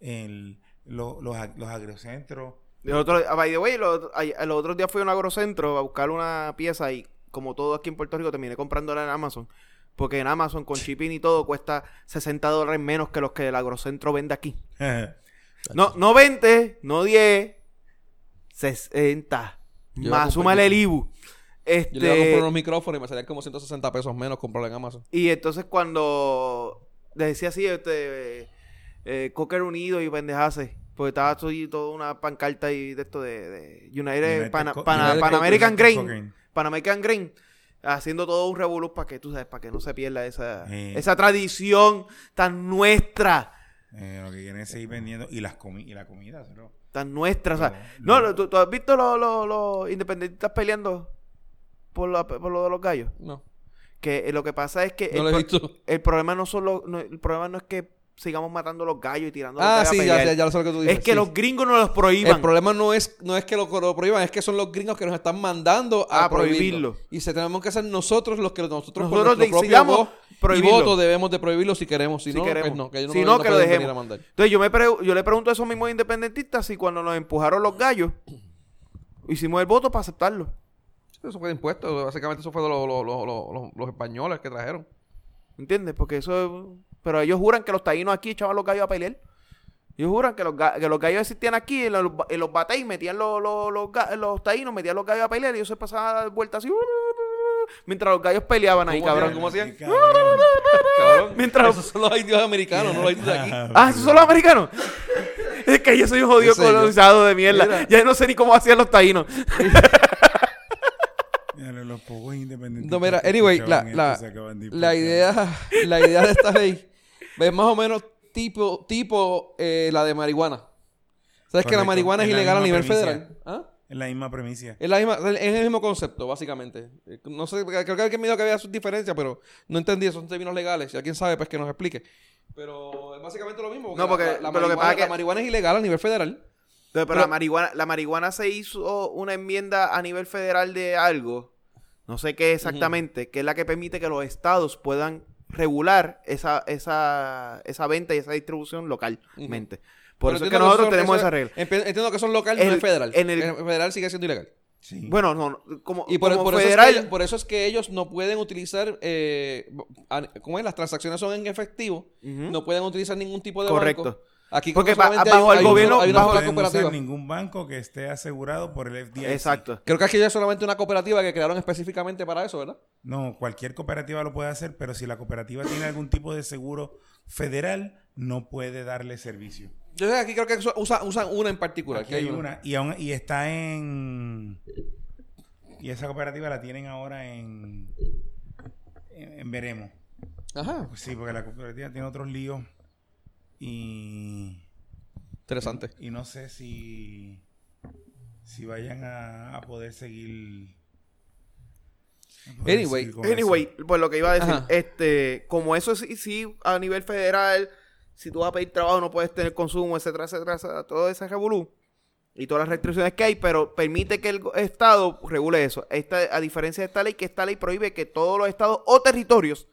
Speaker 4: El- lo- los, ag- los
Speaker 3: *laughs*
Speaker 4: agrocentros...
Speaker 3: El otro, ah, by the way, los otro- ay- los otros días fui a un agrocentro a buscar una pieza y como todo aquí en Puerto Rico terminé comprándola en Amazon. Porque en Amazon con shipping y todo cuesta 60 dólares menos que los que el agrocentro vende aquí. No, no 20, no 10, 60.
Speaker 2: Yo voy a
Speaker 3: más súmale
Speaker 2: comprar-
Speaker 3: el IBU.
Speaker 2: Yo le iba a comprar
Speaker 3: Este,
Speaker 2: unos micrófonos y me salían como 160 pesos menos comprarlo en Amazon.
Speaker 3: y entonces cuando le decía así, este, eh, eh, Cocker Unido y pendejase, porque estaba así toda una pancarta y de esto de, de United,
Speaker 4: *laughs* United
Speaker 3: Pana-
Speaker 4: Co-
Speaker 3: Pana-
Speaker 2: United
Speaker 3: Pan American
Speaker 4: Cocker,
Speaker 3: Grain,
Speaker 4: Cocker.
Speaker 3: Pan American Grain, haciendo todo un revolú para que tú sabes, para que no se pierda esa,
Speaker 4: Eh.
Speaker 3: esa tradición tan nuestra.
Speaker 4: Eh, lo que quieren es seguir vendiendo y las comi y la comida, pero
Speaker 3: tan nuestra. o sea,
Speaker 4: No,
Speaker 3: no,
Speaker 4: no.
Speaker 3: lo- ¿tú, tú has visto los los- los independentistas peleando por, la- por lo de los gallos.
Speaker 2: No,
Speaker 3: Que eh, lo que pasa es que
Speaker 2: no
Speaker 3: el,
Speaker 2: lo he
Speaker 3: pro- *laughs*
Speaker 2: visto.
Speaker 3: el problema no son los, no- el problema no es que sigamos matando los gallos y tirando
Speaker 2: Ah,
Speaker 3: los gallos a
Speaker 2: sí, ya,
Speaker 3: pelear.
Speaker 2: ya, ya lo sé lo que tú dices.
Speaker 3: Es que
Speaker 2: sí.
Speaker 3: los gringos no los prohíban.
Speaker 2: El problema no es, no es que lo, lo prohíban, es que son los gringos que nos están mandando a,
Speaker 3: A Ah, prohibirlo.
Speaker 2: prohibirlo. Y se tenemos que hacer nosotros los que nosotros por nuestro
Speaker 3: Nosotros
Speaker 2: propio
Speaker 3: decidamos
Speaker 2: voz
Speaker 3: prohibirlo.
Speaker 2: y voto debemos de prohibirlo si queremos. Si,
Speaker 3: Si
Speaker 2: no,
Speaker 3: queremos.
Speaker 2: pues no, que ellos
Speaker 3: Si
Speaker 2: no,
Speaker 3: no,
Speaker 2: no
Speaker 3: que lo
Speaker 2: pueden venir
Speaker 3: dejemos.
Speaker 2: a mandar.
Speaker 3: Entonces yo, me pre- yo le pregunto a esos mismos independentistas si cuando nos empujaron los gallos hicimos el voto para aceptarlo.
Speaker 2: Eso fue de impuestos, básicamente eso fue de lo- lo- lo- lo- lo- los españoles que trajeron.
Speaker 3: ¿Entiendes? Porque eso. es- Pero ellos juran que los taínos aquí echaban los gallos a pelear. Ellos juran que los, ga- que los gallos existían aquí, en los, en los batéis metían los, los, los, ga- los taínos, metían los gallos a pelear y ellos se pasaban a dar vueltas así. Mientras los gallos peleaban ahí,
Speaker 2: ¿Cómo
Speaker 3: cabrón.
Speaker 2: hacían? ¿Cómo hacían?
Speaker 4: Cabrón.
Speaker 2: Cabrón,
Speaker 3: *laughs* Mientras-
Speaker 2: esos son *laughs* los indios americanos, no los indios de
Speaker 4: *laughs*
Speaker 2: aquí.
Speaker 3: Ah, ¿esos son los americanos? *laughs* es que yo soy un jodido
Speaker 2: Qué sé yo.
Speaker 3: colonizado de mierda.
Speaker 2: Mira.
Speaker 3: Ya no sé ni cómo hacían los taínos.
Speaker 4: Mira, Los pocos independientes.
Speaker 2: No, mira, anyway, la, la, la idea, la idea de esta ley es más o menos tipo, tipo eh, la de marihuana. ¿Sabes que la
Speaker 4: Correcto,
Speaker 2: marihuana es
Speaker 4: es la
Speaker 2: ilegal a
Speaker 4: misma
Speaker 2: nivel
Speaker 4: premisa.
Speaker 2: federal? ¿Ah?
Speaker 4: Es la misma premisa.
Speaker 2: Es, la misma- es el mismo concepto, básicamente. Eh, No sé, creo que alguien me dijo que había sus diferencias, pero no entendí, son términos legales. Si alguien sabe, pues que nos explique. Pero es básicamente lo mismo.
Speaker 3: No, porque-
Speaker 2: la, la- la
Speaker 3: pero lo que
Speaker 2: marihuana,
Speaker 3: pasa es que-
Speaker 2: la marihuana es ilegal a nivel federal.
Speaker 3: Pero,
Speaker 2: Pero-
Speaker 3: la marihuana, la marihuana se hizo una enmienda a nivel federal de algo no sé qué exactamente, que es la que permite que los estados puedan regular esa, esa, esa venta y esa distribución localmente. Por
Speaker 2: Pero
Speaker 3: eso es que
Speaker 2: entiendo
Speaker 3: nosotros
Speaker 2: son-
Speaker 3: tenemos
Speaker 2: eso-
Speaker 3: esa regla.
Speaker 2: empe- Entiendo que son local, no
Speaker 3: El-
Speaker 2: es federal.
Speaker 3: en el-
Speaker 2: El federal sigue siendo ilegal.
Speaker 4: Sí.
Speaker 3: Bueno, no, no, como,
Speaker 2: Y por,
Speaker 3: como
Speaker 2: por eso es que,
Speaker 3: federal,
Speaker 2: ellos- por eso es que ellos no pueden utilizar, eh, an- ¿cómo es? Las transacciones son en efectivo,
Speaker 3: Ujú.
Speaker 2: no pueden utilizar ningún tipo de
Speaker 3: Correcto.
Speaker 2: banco. Aquí
Speaker 3: Porque
Speaker 2: creo que
Speaker 3: ba-
Speaker 2: solamente
Speaker 3: bajo el
Speaker 2: un-
Speaker 3: gobierno-
Speaker 2: hay una
Speaker 4: no
Speaker 3: bajo
Speaker 2: sola
Speaker 4: pueden
Speaker 2: cooperativa.
Speaker 4: usar ningún banco que esté asegurado por el FDIC.
Speaker 3: exacto.
Speaker 2: Creo que aquí hay solamente una cooperativa que crearon específicamente para eso, ¿verdad?
Speaker 4: No, cualquier cooperativa lo puede hacer, pero si la cooperativa tiene algún tipo de seguro federal, no puede darle servicio.
Speaker 2: Yo sé que aquí creo que eso- usa- usan una en particular.
Speaker 4: Aquí hay una y, aún- y está en y esa cooperativa la tienen ahora en, en, en veremos.
Speaker 2: Ajá,
Speaker 4: Pues sí, porque la cooperativa tiene otros líos y
Speaker 2: interesante.
Speaker 4: y no sé si si vayan a, a poder seguir. a poder
Speaker 2: Anyway,
Speaker 4: seguir con eso.
Speaker 3: Anyway, pues lo que iba a decir,
Speaker 2: Ajá.
Speaker 3: este, como eso sí, sí, a nivel federal, si tú vas a pedir trabajo no puedes tener consumo, etcétera, etcétera, etcétera, todo ese revolú y todas las restricciones que hay, pero permite que el go- Estado regule eso. Esta, a diferencia de esta ley, que esta ley prohíbe que todos los estados o territorios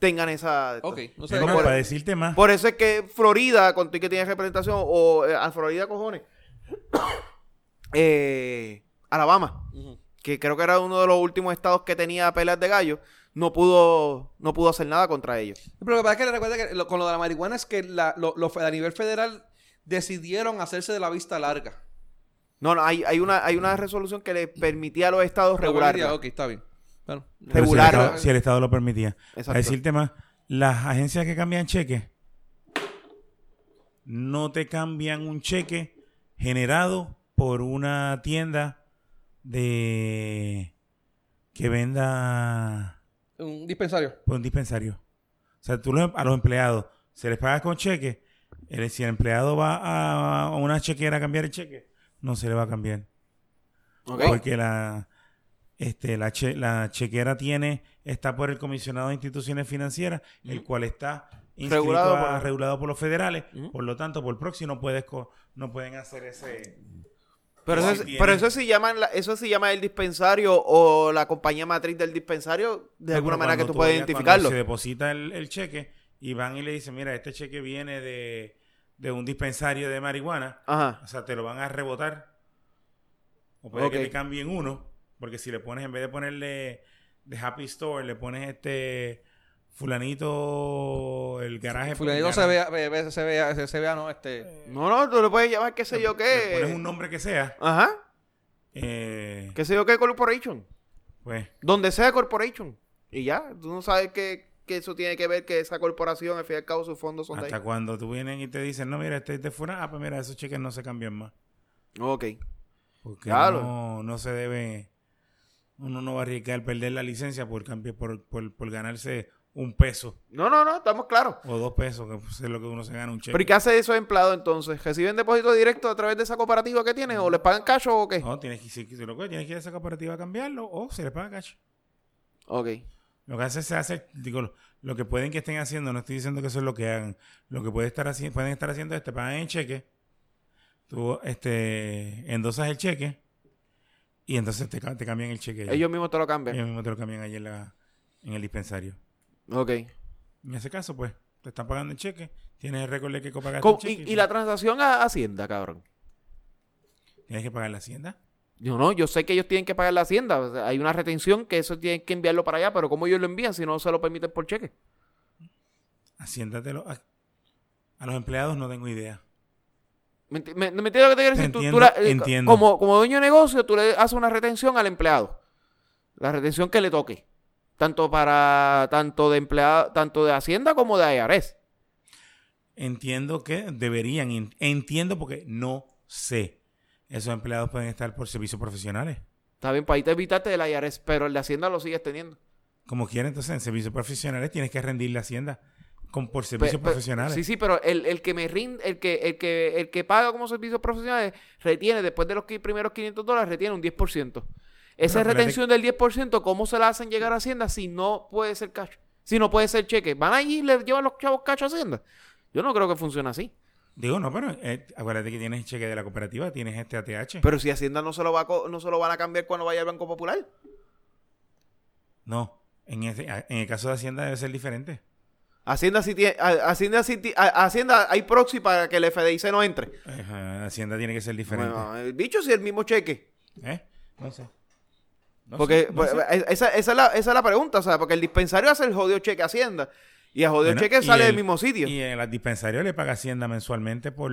Speaker 3: tengan esa...
Speaker 2: Ok, no
Speaker 4: Es
Speaker 2: sé.
Speaker 4: más,
Speaker 3: por-
Speaker 4: para decirte más,
Speaker 3: Por eso es que Florida, con tú que tienes representación, o eh, a Florida, cojones, *coughs* eh, Alabama
Speaker 2: Ujú.
Speaker 3: que creo que era uno de los últimos estados que tenía peleas de gallo, no pudo, no pudo hacer nada contra ellos.
Speaker 2: Pero lo que pasa es que recuerda que lo- con lo de la marihuana es que la- lo- lo- a nivel federal decidieron hacerse de la vista larga.
Speaker 3: No, no, hay, hay una, hay una resolución que le permitía a los estados
Speaker 2: Diría,
Speaker 3: regularla.
Speaker 2: Ok, está bien. Bueno,
Speaker 4: pero si el
Speaker 3: regular.
Speaker 4: Estado- si el Estado lo permitía.
Speaker 3: Exacto.
Speaker 4: A decirte más, las agencias que cambian cheques no te cambian un cheque generado por una tienda de que venda
Speaker 2: un dispensario.
Speaker 4: por un dispensario. O sea, tú los- a los empleados se les paga con cheque. El- si el empleado va a, a una chequera a cambiar el cheque, no se le va a cambiar.
Speaker 3: Ok.
Speaker 4: Porque la, este, la, che- la chequera tiene, está por el comisionado de instituciones financieras, el cual está inscrito
Speaker 3: Regulado
Speaker 4: a-
Speaker 3: por-
Speaker 4: regulado por los federales. Por lo tanto, por proxy no puedes co- no pueden hacer ese.
Speaker 3: Pero, eso,
Speaker 4: Sí,
Speaker 3: es-
Speaker 4: tiene.
Speaker 3: pero eso sí llaman la- eso sí llama el dispensario o la compañía matriz del dispensario, de alguna
Speaker 4: Bueno,
Speaker 3: manera que
Speaker 4: cuando
Speaker 3: tú puedes
Speaker 4: vayas- cuando
Speaker 3: identificarlo.
Speaker 4: Se deposita el, el cheque y van y le dicen, mira, este cheque viene de, de un dispensario de marihuana.
Speaker 3: Ajá.
Speaker 4: O sea, te lo van a rebotar. O puede
Speaker 3: Ok.
Speaker 4: que te cambien uno. Porque si le pones, en vez de ponerle de Happy Store, le pones este fulanito, el garaje. pues,
Speaker 2: Fulanito
Speaker 4: el
Speaker 2: se
Speaker 4: garaje,
Speaker 2: vea, ve- ve- se vea, se, se vea, no, este.
Speaker 3: No, no, tú le puedes llamar qué sé yo
Speaker 4: Eh, Le pones
Speaker 3: qué.
Speaker 4: un nombre que sea.
Speaker 3: Ajá.
Speaker 4: eh,
Speaker 3: Qué sé yo qué corporation.
Speaker 4: pues,
Speaker 3: Donde sea corporation. Y ya, tú no sabes que, que eso tiene que ver que esa corporación, al fin y al cabo, sus fondos son de
Speaker 4: hasta
Speaker 3: ahí.
Speaker 4: cuando tú vienen y te dicen, no, mira, este es de fuera. Ah, pues mira, esos cheques no se cambian más.
Speaker 3: Ok.
Speaker 4: Porque
Speaker 3: Claro.
Speaker 4: no, no se debe. Uno no va a arriesgar perder la licencia por, cambiar- por, por, por ganarse un peso
Speaker 3: No, no, no, estamos claros.
Speaker 4: o dos pesos, que pues, es lo que uno se gana un cheque.
Speaker 3: Pero ¿y qué hace esos empleados entonces? ¿Reciben depósito directo a través de esa cooperativa que tienen? ¿O les pagan cash o qué?
Speaker 4: No, tienes que, si, si lo coges, tienes que ir a esa cooperativa a cambiarlo o se le paga cash.
Speaker 3: Ok.
Speaker 4: Lo que hace se hace, digo, lo, lo que pueden que estén haciendo, no estoy diciendo que eso es lo que hagan. Lo que puede estar haci- pueden estar haciendo es te pagan en cheque, tú este, endosas el cheque y entonces te, ca- te cambian el cheque. allí.
Speaker 3: Ellos mismos te lo cambian.
Speaker 4: Ellos mismos te lo cambian allí en, la- en el dispensario.
Speaker 3: Ok.
Speaker 4: En ese caso, pues, te están pagando el cheque, tienes el récord de que pagaste el
Speaker 3: ¿Cómo-
Speaker 4: cheque
Speaker 3: ¿Y, y la transacción a Hacienda, cabrón?
Speaker 4: tienes que pagar la hacienda.
Speaker 3: Yo no, yo sé que ellos tienen que pagar la Hacienda. O sea, hay una retención que eso tienen que enviarlo para allá, pero ¿cómo ellos lo envían si no se lo permiten por cheque?
Speaker 4: Hacienda te lo- a- a los empleados no tengo idea.
Speaker 3: ¿Me, enti- me- me entiendes lo que te quiero
Speaker 4: Te
Speaker 3: decir? Tú- tú
Speaker 4: entiendo,
Speaker 3: la- eh,
Speaker 4: entiendo.
Speaker 3: Como, como dueño de negocio, tú le haces una retención al empleado. La retención que le toque. Tanto para, tanto de empleado, tanto de Hacienda como de IRS.
Speaker 4: Entiendo que deberían, en- entiendo porque no sé. Esos empleados pueden estar por servicios profesionales.
Speaker 3: Está bien, para ahí te evitaste del IRS, pero el de Hacienda lo sigues teniendo.
Speaker 4: Como quiera, entonces en servicios profesionales tienes que rendir la hacienda con, por
Speaker 3: Pe-
Speaker 4: servicios
Speaker 3: pe-
Speaker 4: profesionales.
Speaker 3: Sí, sí, pero el, el que me rinde, el que, el que, el que paga como servicios profesionales, retiene, después de los qui- primeros 500 dólares, retiene un 10%. Esa
Speaker 4: Pero
Speaker 3: retención del 10%, ¿cómo se la hacen llegar a Hacienda si no puede ser cash? Si no puede ser cheque. ¿Van allí y le llevan los chavos cash a Hacienda? Yo no creo que funcione así.
Speaker 4: Digo, no, pero eh, acuérdate que tienes el cheque de la cooperativa, tienes este ATH.
Speaker 3: Pero si Hacienda no se lo va a, co- no se lo van a cambiar cuando vaya al Banco Popular.
Speaker 4: No, en, ese- en el caso de Hacienda debe ser diferente.
Speaker 3: Hacienda, sí tiene- a- Hacienda, sí ti- a- Hacienda hay proxy para que el FDIC no entre.
Speaker 4: Ajá, Hacienda tiene que ser diferente.
Speaker 3: Bueno, ah. el bicho sí el mismo cheque.
Speaker 4: ¿Eh? No sé. No
Speaker 3: porque
Speaker 4: sé, no
Speaker 3: pues,
Speaker 4: sé.
Speaker 3: es- esa, esa es la, esa es la pregunta, o sea, porque el dispensario hace el jodido cheque a Hacienda. Y el jodido
Speaker 4: Bueno,
Speaker 3: cheque
Speaker 4: y
Speaker 3: sale
Speaker 4: el-
Speaker 3: del mismo sitio.
Speaker 4: Y en las dispensarios le paga Hacienda mensualmente por.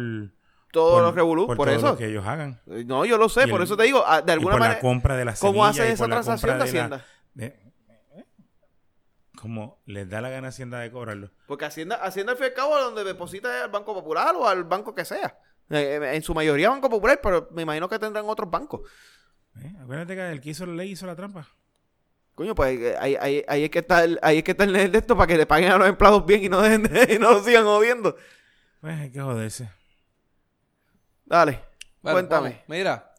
Speaker 3: todos
Speaker 4: por-
Speaker 3: los revolú, por,
Speaker 4: todo
Speaker 3: eso. Eh,
Speaker 4: lo que ellos hagan.
Speaker 3: No, yo lo sé,
Speaker 4: Y
Speaker 3: por
Speaker 4: el-
Speaker 3: eso te digo, ah, de
Speaker 4: Y
Speaker 3: alguna
Speaker 4: por
Speaker 3: manera.
Speaker 4: la compra de las
Speaker 3: ¿Cómo
Speaker 4: semillas
Speaker 3: hace
Speaker 4: y
Speaker 3: esa
Speaker 4: por la compra
Speaker 3: transacción de
Speaker 4: la-
Speaker 3: Hacienda?
Speaker 4: de- eh, como les da la gana a Hacienda de cobrarlo.
Speaker 3: Porque Hacienda, Hacienda al fin y al cabo donde deposita al Banco Popular o al banco que sea. Eh, eh, en su mayoría Banco Popular, pero me imagino que tendrán otros bancos.
Speaker 4: ¿Eh? Acuérdate que el que hizo la ley hizo la trampa.
Speaker 3: Coño, pues eh, ahí, ahí, ahí es que está el, ahí es que está el nerd de esto para que le paguen a los empleados bien y no, dejen de- *laughs* y no los sigan jodiendo.
Speaker 4: Pues hay que joderse.
Speaker 3: Dale,
Speaker 2: Bueno,
Speaker 3: cuéntame.
Speaker 2: vamos, mira.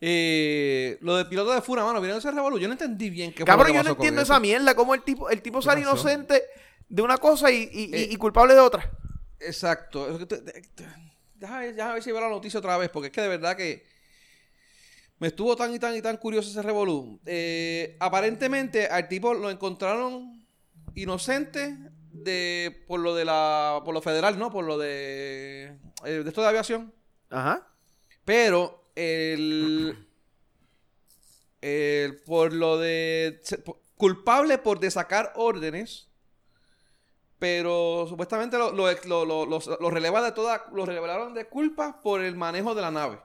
Speaker 2: Eh, lo de piloto de fura, mano, ¿vieron ese revolú? Yo no entendí bien qué fue lo
Speaker 3: Cabrón,
Speaker 2: que
Speaker 3: yo no
Speaker 2: pasó con
Speaker 3: entiendo
Speaker 2: eso.
Speaker 3: esa mierda, cómo el tipo, el tipo sale
Speaker 4: pasó?
Speaker 3: inocente de una cosa y, y- y-
Speaker 2: Eh.
Speaker 3: y culpable de otra.
Speaker 2: Exacto. Es que te- te- te- Déjame, ver- déjame ver si veo la noticia otra vez, porque es que de verdad que me estuvo tan y tan y tan curioso ese revolú. Eh, aparentemente al tipo lo encontraron inocente de por lo de la por lo federal, ¿no? Por lo de eh, de esto de aviación.
Speaker 3: Ajá.
Speaker 2: Pero el, el- por lo de se- po- culpable por desacar órdenes, pero supuestamente lo, lo, lo- lo- lo- lo releva de toda, lo revelaron de culpa por el manejo de la nave.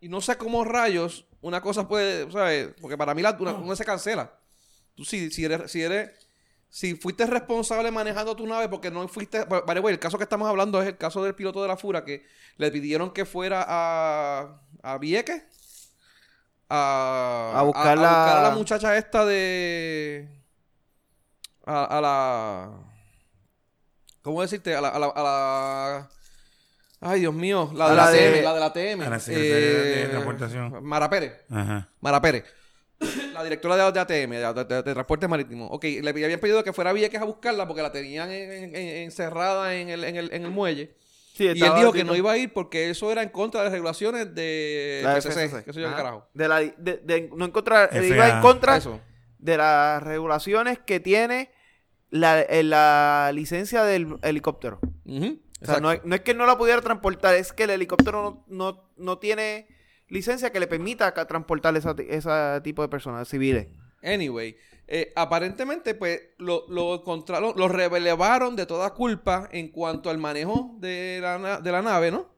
Speaker 2: Y no sé cómo rayos una cosa puede, ¿sabes? Porque para mí la, una, una se cancela. Tú si, si eres, si eres, si fuiste responsable manejando tu nave porque no fuiste, by the way, el caso que estamos hablando es el caso del piloto de la Fura que le pidieron que fuera a, a Vieques a,
Speaker 3: A buscar la-
Speaker 2: buscar a la muchacha esta de a, a la ¿cómo decirte? A la, a la, a la- ay Dios mío, la
Speaker 3: A
Speaker 2: de
Speaker 3: la
Speaker 2: la,
Speaker 3: de-
Speaker 2: TM, la de la TM.
Speaker 4: a la Secretaría de Transportación.
Speaker 2: Eh, Mara Pérez.
Speaker 4: Ajá.
Speaker 2: Mara Pérez, la directora de, de ATM, de, de- de- de Transporte Marítimo. Ok, le pi- habían pedido que fuera a Vieques a buscarla porque la tenían en- en- en- encerrada en el, en el- en el muelle.
Speaker 3: Sí,
Speaker 2: Y él dijo que no iba a ir porque eso era en contra de las regulaciones de
Speaker 3: La
Speaker 2: FCC,
Speaker 3: FCC.
Speaker 2: qué sé yo qué
Speaker 3: Ajá.
Speaker 2: carajo.
Speaker 3: De la, de, de no encontrar,
Speaker 4: FA.
Speaker 3: iba en contra
Speaker 2: Eso.
Speaker 3: de las regulaciones que tiene la, eh, la licencia del helicóptero.
Speaker 2: Ujú,
Speaker 3: O sea, no
Speaker 2: exacto.
Speaker 3: es, no es que no la pudiera transportar, es que el helicóptero no, no, no tiene licencia que le permita ca- transportar esa, ti- esa tipo de personas civiles.
Speaker 2: Anyway, eh, aparentemente, pues, lo, lo encontraron, lo relevaron de toda culpa en cuanto al manejo de la, na- de la nave, ¿no?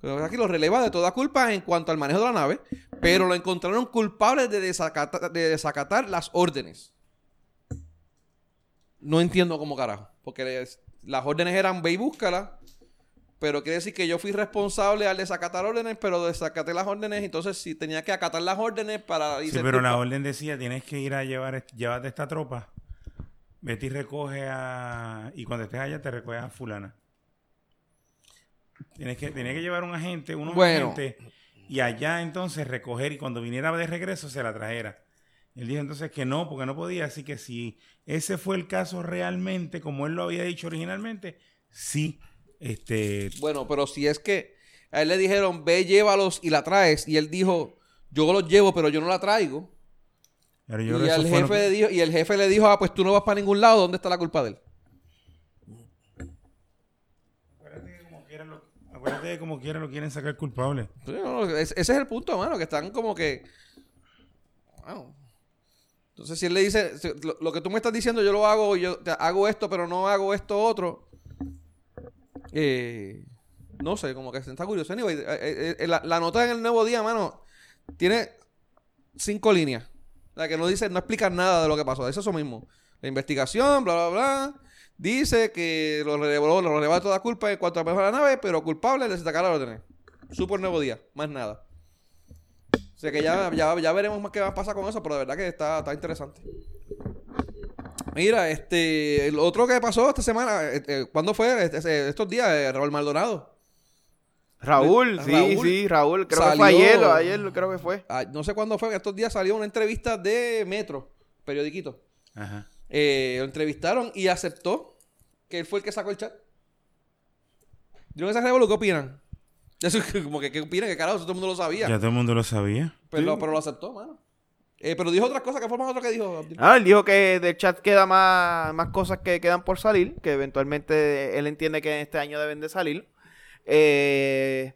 Speaker 2: Pero Aquí lo releva de toda culpa en cuanto al manejo de la nave, pero lo encontraron culpable de, desacata- de desacatar las órdenes. No entiendo cómo carajo, porque les- las órdenes eran ve y búscala, pero quiere decir que yo fui responsable al desacatar órdenes, pero desacaté las órdenes, entonces si tenía que acatar las órdenes para... y
Speaker 4: Sí,
Speaker 2: ser
Speaker 4: pero la
Speaker 2: culpa-
Speaker 4: orden decía, tienes que ir a llevar, est- llévate esta tropa. Vete y recoge a... Y cuando estés allá te recoges a fulana. Tienes que, tienes que llevar un agente, unos
Speaker 2: Bueno.
Speaker 4: agentes. Y allá entonces recoger y cuando viniera de regreso se la trajera. Él dijo entonces que no, porque no podía. Así que si ese fue el caso realmente, como él lo había dicho originalmente, sí, este...
Speaker 2: Bueno, pero si es que a él le dijeron, ve, llévalos y la traes. Y él dijo, yo los llevo, pero yo no la traigo.
Speaker 4: Pero yo creo
Speaker 2: Y,
Speaker 4: que eso
Speaker 2: al
Speaker 4: fue lo
Speaker 2: jefe
Speaker 4: que-
Speaker 2: le dijo, y el jefe le dijo, ah, pues tú no vas para ningún lado, ¿dónde está la culpa de él?
Speaker 4: Acuérdate que como quiera lo- acuérdate que como quiera lo quieren sacar culpable.
Speaker 2: Sí, no, no, es- ese es el punto, mano, que están como que... wow. Entonces, si él le dice, si- lo, lo que tú me estás diciendo, yo lo hago, yo te- hago esto, pero no hago esto otro. Eh, no sé, como que se está curioso. Anyway, eh, eh, eh, la, la nota en el nuevo día, mano, tiene cinco líneas. La que no dice, no explica nada de lo que pasó. Es eso mismo. La investigación, bla, bla, bla. Dice que lo relevó, lo relevó de toda culpa en cuanto a la nave, pero culpable de sacar la orden. Super nuevo día, más nada. O sea que ya, ya, ya veremos más qué va a pasar con eso, pero de verdad que está, está interesante. Mira, este, el otro que pasó esta semana, eh, eh, ¿cuándo fue? Este- este- estos días, eh, Raúl Maldonado.
Speaker 3: Raúl,
Speaker 2: Ra-
Speaker 3: sí,
Speaker 2: Raúl
Speaker 3: sí, Raúl, creo que
Speaker 2: salió-
Speaker 3: fue ayer, o ayer creo que fue.
Speaker 2: Ah, no sé cuándo fue, estos días salió una entrevista de Metro, periodiquito.
Speaker 4: Ajá.
Speaker 2: Eh, lo entrevistaron y aceptó que él fue el que sacó el chat. Yo no sé, Revolu, ¿qué opinan? *laughs* Eso es que- como que, ¿qué opinan? Que carajo, eso todo el mundo Pues lo sabía.
Speaker 4: Ya todo el mundo lo sabía.
Speaker 2: Pero, pero lo aceptó, mano. Eh, pero dijo otras cosas. ¿Qué fue más otro que dijo, Pues, Abdel?
Speaker 3: Ah, él dijo que del chat queda más, más cosas que quedan por salir, que eventualmente él entiende que en este año deben de salir. Eh,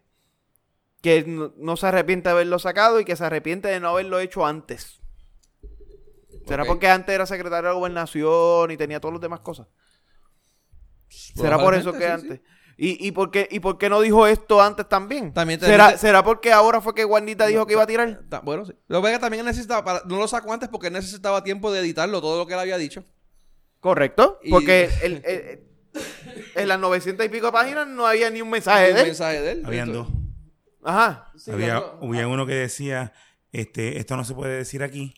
Speaker 3: que no, no se arrepiente de haberlo sacado y que se arrepiente de no haberlo hecho antes. ¿Será
Speaker 2: Ok.
Speaker 3: porque antes era secretario de gobernación y tenía todas las demás cosas? ¿Será por eso que
Speaker 2: Probablemente,
Speaker 3: antes?
Speaker 2: sí,
Speaker 3: ¿Y, y, por qué, ¿Y por qué no dijo esto antes también?
Speaker 2: También te-
Speaker 3: ¿Será, ¿Será porque ahora fue que Juanita dijo que iba a tirar?
Speaker 2: sí. Ta- Bueno, sí. Lo que pasa es que también él necesitaba. para- no lo sacó antes porque él necesitaba tiempo de editarlo, todo lo que él había dicho.
Speaker 3: Correcto.
Speaker 2: Y- *laughs*
Speaker 3: Porque el- el- el- en las 900 y pico páginas no había ni un mensaje
Speaker 2: un
Speaker 3: Ah, de él.
Speaker 2: mensaje Ah. de él.
Speaker 4: Habían
Speaker 2: Esto-
Speaker 4: dos.
Speaker 3: Ajá.
Speaker 2: Sí,
Speaker 4: había
Speaker 2: había-
Speaker 4: había uno que decía, este, esto no se puede decir aquí.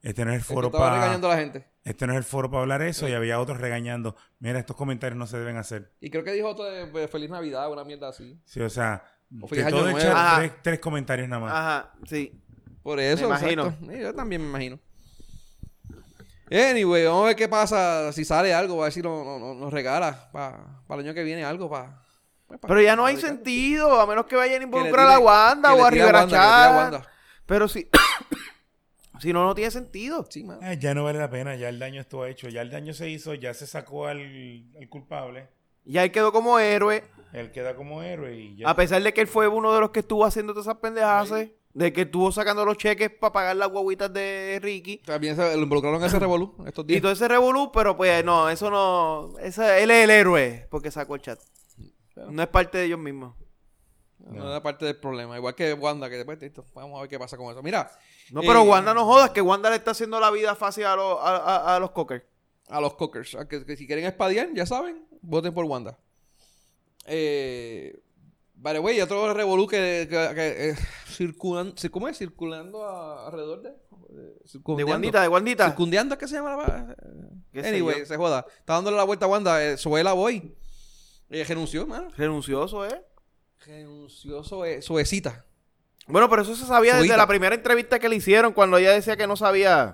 Speaker 4: Este no es el
Speaker 2: esto
Speaker 4: foro
Speaker 2: estaba
Speaker 4: para
Speaker 2: regañando a la gente.
Speaker 4: este no es el foro para hablar eso. Y había otros regañando. Mira, estos comentarios no se deben hacer.
Speaker 2: Y creo que dijo otro de de Feliz Navidad, una mierda así.
Speaker 4: Sí, o sea,
Speaker 2: O
Speaker 4: de
Speaker 2: feliz año
Speaker 4: todo el
Speaker 2: nuevo.
Speaker 4: chat,
Speaker 3: Ajá.
Speaker 4: tres, tres comentarios nada
Speaker 2: Ah.
Speaker 4: más.
Speaker 3: Ajá. Sí.
Speaker 2: Por eso,
Speaker 3: Me
Speaker 2: exacto.
Speaker 3: imagino.
Speaker 2: Sí, Yo también me imagino. Anyway, vamos a ver qué pasa. Si sale algo, va a ver si no- no- no- nos regala para el año que viene algo. Pa, pues, pa-
Speaker 3: Pero ya no hay
Speaker 2: pa-
Speaker 3: sentido, a menos que vayan a
Speaker 2: que le
Speaker 3: involucrar a
Speaker 2: tire-
Speaker 3: Wanda
Speaker 2: que
Speaker 3: o
Speaker 2: le
Speaker 3: a
Speaker 2: tire
Speaker 3: Rivera
Speaker 2: Wanda, que le tire a
Speaker 3: Chat.
Speaker 2: Wanda.
Speaker 3: Pero si. *coughs* si no, no tiene sentido.
Speaker 2: Sí, mano.
Speaker 4: Ah, ya no vale la pena, ya el daño estuvo hecho, ya el daño se hizo, ya se sacó al, al culpable,
Speaker 3: Ya él quedó como héroe.
Speaker 4: él queda como héroe y ya.
Speaker 2: Ah,
Speaker 3: A pesar de que él fue uno de los que estuvo haciendo todas esas pendejadas, de que estuvo sacando los cheques para pagar las guaguitas de Ricky.
Speaker 2: También se lo involucraron en ese revolú estos
Speaker 3: Y
Speaker 2: días.
Speaker 3: todo ese revolú, pero pues no, eso no. ese- él es el héroe porque sacó el chat. No es parte de ellos mismos.
Speaker 2: No era parte del problema. Igual que Wanda, que después esto, vamos a ver qué pasa con eso. Mira,
Speaker 3: No, pero
Speaker 2: Eh.
Speaker 3: Wanda no jodas, que Wanda le está haciendo la vida fácil a, los- a, a- a los cockers.
Speaker 2: a los Cockers. a que, que si quieren espadear, ya saben, voten por Wanda. Eh, vale, güey, otro revolú que, que- que, eh, circulan- cir- ¿cómo es? Circulando a- alrededor de... eh,
Speaker 3: De
Speaker 2: circundeando.
Speaker 3: Wandita, de Wandita.
Speaker 2: Circundeando es que se llama la... pa-
Speaker 3: ¿Qué sé
Speaker 2: Anyway,
Speaker 3: yo?
Speaker 2: se joda. Está dándole la vuelta a Wanda. Eh, Zoela Boy. Eh, renunció, mano.
Speaker 3: Renuncioso, ¿eh?
Speaker 2: Renunció Zoe, Zoecita.
Speaker 3: Bueno, pero eso se sabía
Speaker 2: Suita.
Speaker 3: desde la primera entrevista que le hicieron cuando ella decía que no sabía.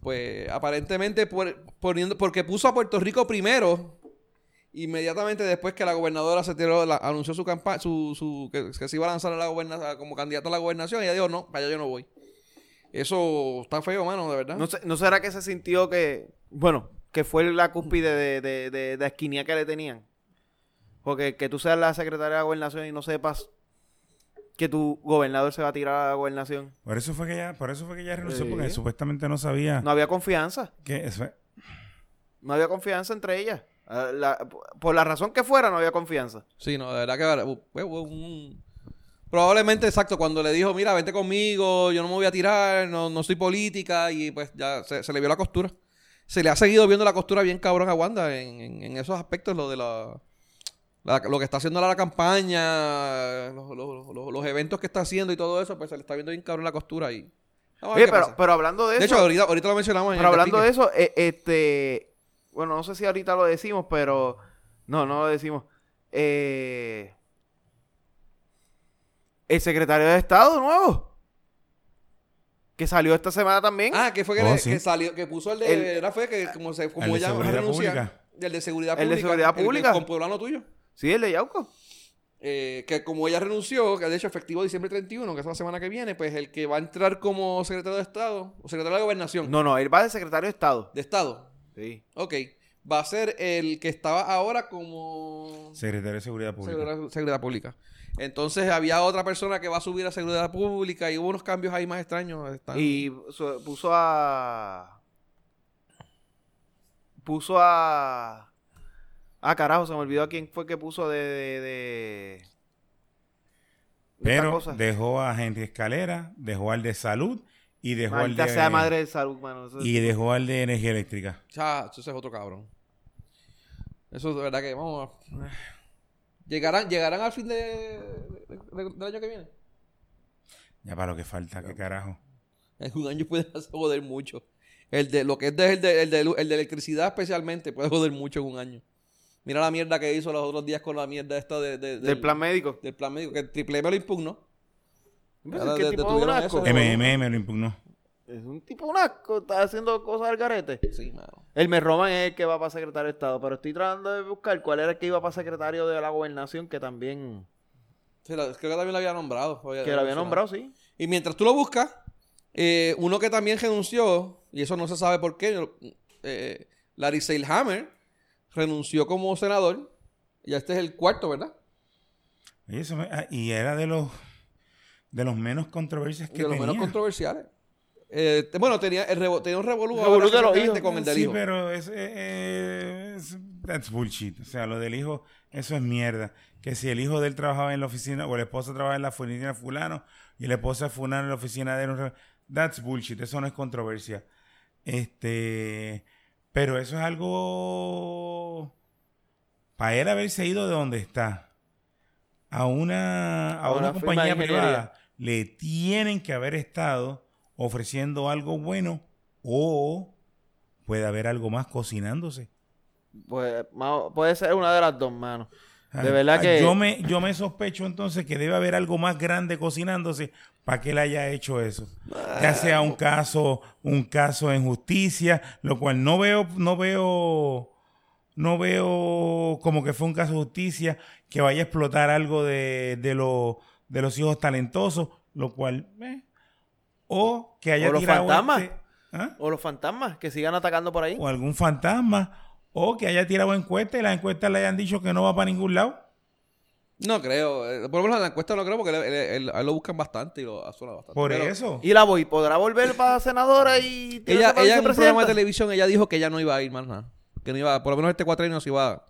Speaker 2: Pues aparentemente por- poniendo, porque puso a Puerto Rico primero, inmediatamente después que la gobernadora se tiró, la- anunció su campaña, su, su- que, que se iba a lanzar a la goberna- como candidata a la gobernación, y ella dijo, no, para allá yo no voy. Eso está feo, mano, de verdad.
Speaker 3: No, sé- ¿no será que se sintió que, bueno, que fue la cúspide de, de, de, de esquinía que le tenían? Porque que tú seas la secretaria de gobernación y no sepas que tu gobernador se va a tirar a la gobernación.
Speaker 4: Por eso fue que ya, por eso fue que ya renunció,
Speaker 3: Sí.
Speaker 4: porque supuestamente no sabía
Speaker 3: No había confianza.
Speaker 4: que eso-
Speaker 3: No había confianza entre ellas. Ah, la- por la razón que fuera, no había confianza.
Speaker 2: Sí, no, de verdad que uh, fue un- probablemente exacto, cuando le dijo, mira, vente conmigo, yo no me voy a tirar, no, no soy política, y pues ya se, se le vio la costura. Se le ha seguido viendo la costura bien cabrón a Wanda en, en- en esos aspectos, lo de la, la- lo que está haciendo ahora la campaña, los, los- los- los eventos que está haciendo y todo eso, pues se le está viendo bien cabrón la costura y... Vamos a ver
Speaker 3: Oye,
Speaker 2: qué
Speaker 3: pero,
Speaker 2: pasa.
Speaker 3: pero hablando de,
Speaker 2: de
Speaker 3: eso,
Speaker 2: hecho, ahorita, ahorita lo mencionamos en
Speaker 3: pero
Speaker 2: el
Speaker 3: hablando de
Speaker 2: cacique.
Speaker 3: eso, eh, este, bueno, no sé si ahorita lo decimos, pero no, no lo decimos. Eh, el secretario de Estado nuevo, que salió esta semana también.
Speaker 2: Ah, que fue que,
Speaker 4: Oh,
Speaker 2: le-
Speaker 4: sí.
Speaker 2: que salió, que puso el de...
Speaker 3: El-
Speaker 2: era fue que como, se, como
Speaker 4: el de
Speaker 2: ella
Speaker 4: seguridad
Speaker 2: renuncia,
Speaker 4: pública.
Speaker 2: El de seguridad
Speaker 3: El
Speaker 2: pública.
Speaker 3: de seguridad
Speaker 2: que-
Speaker 3: pública.
Speaker 2: Con poblano tuyo.
Speaker 3: Sí, el de Yauco.
Speaker 2: eh, que como ella renunció, que de hecho efectivo diciembre 31, que es la semana que viene, pues el que va a entrar como secretario de Estado, o secretario de Gobernación,
Speaker 3: No, no, él va de secretario de Estado.
Speaker 2: de Estado,
Speaker 3: Sí.
Speaker 2: ok, va a ser el que estaba ahora como
Speaker 4: secretario de seguridad pública.
Speaker 2: Seguridad, Seguridad Pública. Entonces había otra persona que va a subir a Seguridad Pública y hubo unos cambios ahí más extraños. están-
Speaker 3: Y su- puso a. Puso a. Ah, carajo, se me olvidó a quién fue que puso de. de, de- de esta
Speaker 4: Pero
Speaker 3: cosa.
Speaker 4: dejó a Henry Escalera, dejó al de salud y dejó
Speaker 3: Maldita
Speaker 4: al de
Speaker 3: sea madre de salud, mano. Eso-
Speaker 4: y dejó al de energía eléctrica.
Speaker 2: Ah, ese es otro cabrón. Eso es de verdad que vamos a... ¿Llegarán, ¿Llegarán al fin de, de- de- del año que viene?
Speaker 4: Ya para lo que falta, qué carajo.
Speaker 2: En un año puede *laughs* hacer joder mucho. El de lo que es de- el, de, el, de, lu- el de electricidad especialmente puede joder mucho en un año. Mira la mierda que hizo los otros días con la mierda esta de, de-
Speaker 3: Del plan médico.
Speaker 2: del plan médico, que el triple M lo impugnó.
Speaker 3: Pues,
Speaker 2: Ahora
Speaker 3: es que el
Speaker 2: de-
Speaker 3: tipo es un
Speaker 2: detuvieron
Speaker 3: asco.
Speaker 2: eso.
Speaker 4: MMM lo impugnó.
Speaker 3: Es un tipo un asco. Está haciendo cosas al garete.
Speaker 2: Sí, mano.
Speaker 3: El me roban es el que va para secretario de Estado. Pero estoy tratando de buscar cuál era el que iba para secretario de la gobernación que también.
Speaker 2: Sí, la- creo que también lo había nombrado.
Speaker 3: Que lo había nombrado, sí.
Speaker 2: Y mientras tú lo buscas, Eh, uno que también renunció, y eso no se sabe por qué, eh, Larry Seilhammer renunció como senador. Ya este es el cuarto, ¿verdad?
Speaker 4: Oye, eso me- ah, y era de los de los menos controversias que
Speaker 2: de los
Speaker 4: tenía.
Speaker 2: menos controversiales. Eh, te- bueno, tenía, el revo- tenía un revolú ahora
Speaker 3: Revolú de los
Speaker 2: recientemente
Speaker 3: hijos.
Speaker 2: con el del
Speaker 4: sí,
Speaker 2: hijo.
Speaker 4: pero es, eh, es- that's bullshit. O sea, lo del hijo, eso es mierda. Que si el hijo de él trabajaba en la oficina, o el esposo trabajaba en la oficina de fulano, y la esposa de fulano en la oficina de él, that's bullshit. Eso no es controversia. Este, pero eso es algo para él haberse ido de donde está a una, a
Speaker 3: A
Speaker 4: una
Speaker 3: una firma
Speaker 4: compañía
Speaker 3: de ingeniería.
Speaker 4: privada, le tienen que haber estado ofreciendo algo bueno o puede haber algo más cocinándose.
Speaker 3: Pues, ma- puede ser una de las dos, mano.
Speaker 4: Ah,
Speaker 3: De verdad
Speaker 4: ah,
Speaker 3: que-
Speaker 4: Yo me, yo me sospecho entonces que debe haber algo más grande cocinándose para que él haya hecho eso. Ya sea un caso, un caso en justicia, lo cual no veo, no veo, no veo como que fue un caso de justicia que vaya a explotar algo de, de, lo- de los hijos talentosos, lo cual, eh. o que haya
Speaker 3: O los
Speaker 4: tirado
Speaker 3: fantasmas.
Speaker 4: este- ¿Ah?
Speaker 3: O los fantasmas que sigan atacando por ahí.
Speaker 4: o algún fantasma, o que haya tirado encuesta y las encuestas le hayan dicho que no va para ningún lado.
Speaker 2: No creo. eh, Por lo menos en la encuesta no creo porque él, él- él- a él lo buscan bastante y lo asuena bastante.
Speaker 4: Por
Speaker 2: Pero
Speaker 4: eso.
Speaker 3: Y la voy, ¿podrá volver para senadora y tirarse
Speaker 2: Ella,
Speaker 3: para
Speaker 2: ella en un programa de
Speaker 3: vicepresidenta?
Speaker 2: televisión ella dijo que ella no iba a ir más nada. Que no iba, por lo menos este cuatrenio no se iba,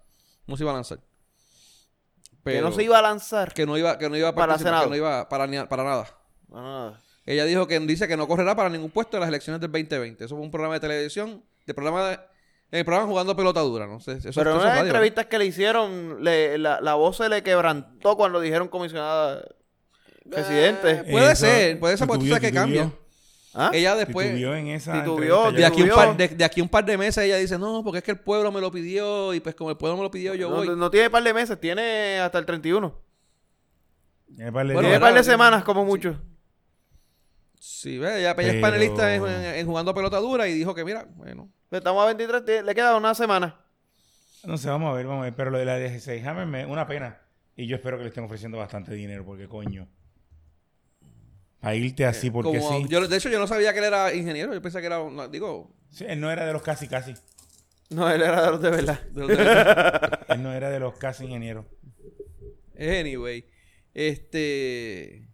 Speaker 2: no se iba a lanzar.
Speaker 3: Que
Speaker 2: Pero-
Speaker 3: no se iba a lanzar.
Speaker 2: que no iba, que no iba a
Speaker 3: Para
Speaker 2: participar,
Speaker 3: Senado.
Speaker 2: que no iba para, ni- para nada.
Speaker 3: Ah,
Speaker 2: Ella dijo que dice que no correrá para ningún puesto en las elecciones del 2020. Eso fue un programa de televisión, de programa de, en el programa jugando pelota dura, no sé. Eso,
Speaker 3: pero en
Speaker 2: eso es
Speaker 3: unas
Speaker 2: radio, ¿no?
Speaker 3: entrevistas que le hicieron, le- la, la voz se le quebrantó cuando dijeron comisionada presidente.
Speaker 2: Eh, Puede
Speaker 4: Eso
Speaker 2: ser, puede ser, porque tú
Speaker 4: titubió,
Speaker 2: sabes que
Speaker 4: titubió,
Speaker 2: cambia.
Speaker 3: ¿Ah?
Speaker 2: Ella
Speaker 4: titubió
Speaker 2: después,
Speaker 4: en esa
Speaker 3: Titubió,
Speaker 4: entrevista,
Speaker 2: de
Speaker 4: yo
Speaker 2: aquí, un
Speaker 4: creo.
Speaker 2: par,
Speaker 3: titubió.
Speaker 2: de, de aquí un par de meses, ella dice, no, porque es que el pueblo me lo pidió y pues como el pueblo me lo pidió yo
Speaker 3: no,
Speaker 2: voy.
Speaker 3: no tiene par de meses, tiene hasta el 31.
Speaker 4: Eh,
Speaker 2: Bueno,
Speaker 4: vale, ya.
Speaker 3: tiene
Speaker 2: ahora-
Speaker 3: par de semanas como mucho.
Speaker 2: Sí, ve, ella, ella es
Speaker 4: Pero-
Speaker 2: panelista en, en- en jugando pelota dura y dijo que mira, bueno.
Speaker 3: Estamos a 23, te- le queda una semana.
Speaker 4: No sé, vamos a ver, vamos a ver. Pero lo de la 16 Hammer me una pena. Y yo espero que le estén ofreciendo bastante dinero, porque coño. Para irte así, porque
Speaker 2: Eh, como-
Speaker 4: sí.
Speaker 2: yo, de hecho, yo no sabía que él era ingeniero, yo pensé que era, un- digo,
Speaker 4: Sí, Él no era de los casi casi.
Speaker 3: No, él era de los de verdad.
Speaker 2: de-
Speaker 4: *laughs*
Speaker 2: de-
Speaker 4: Él no era de los casi ingenieros.
Speaker 2: Anyway, este.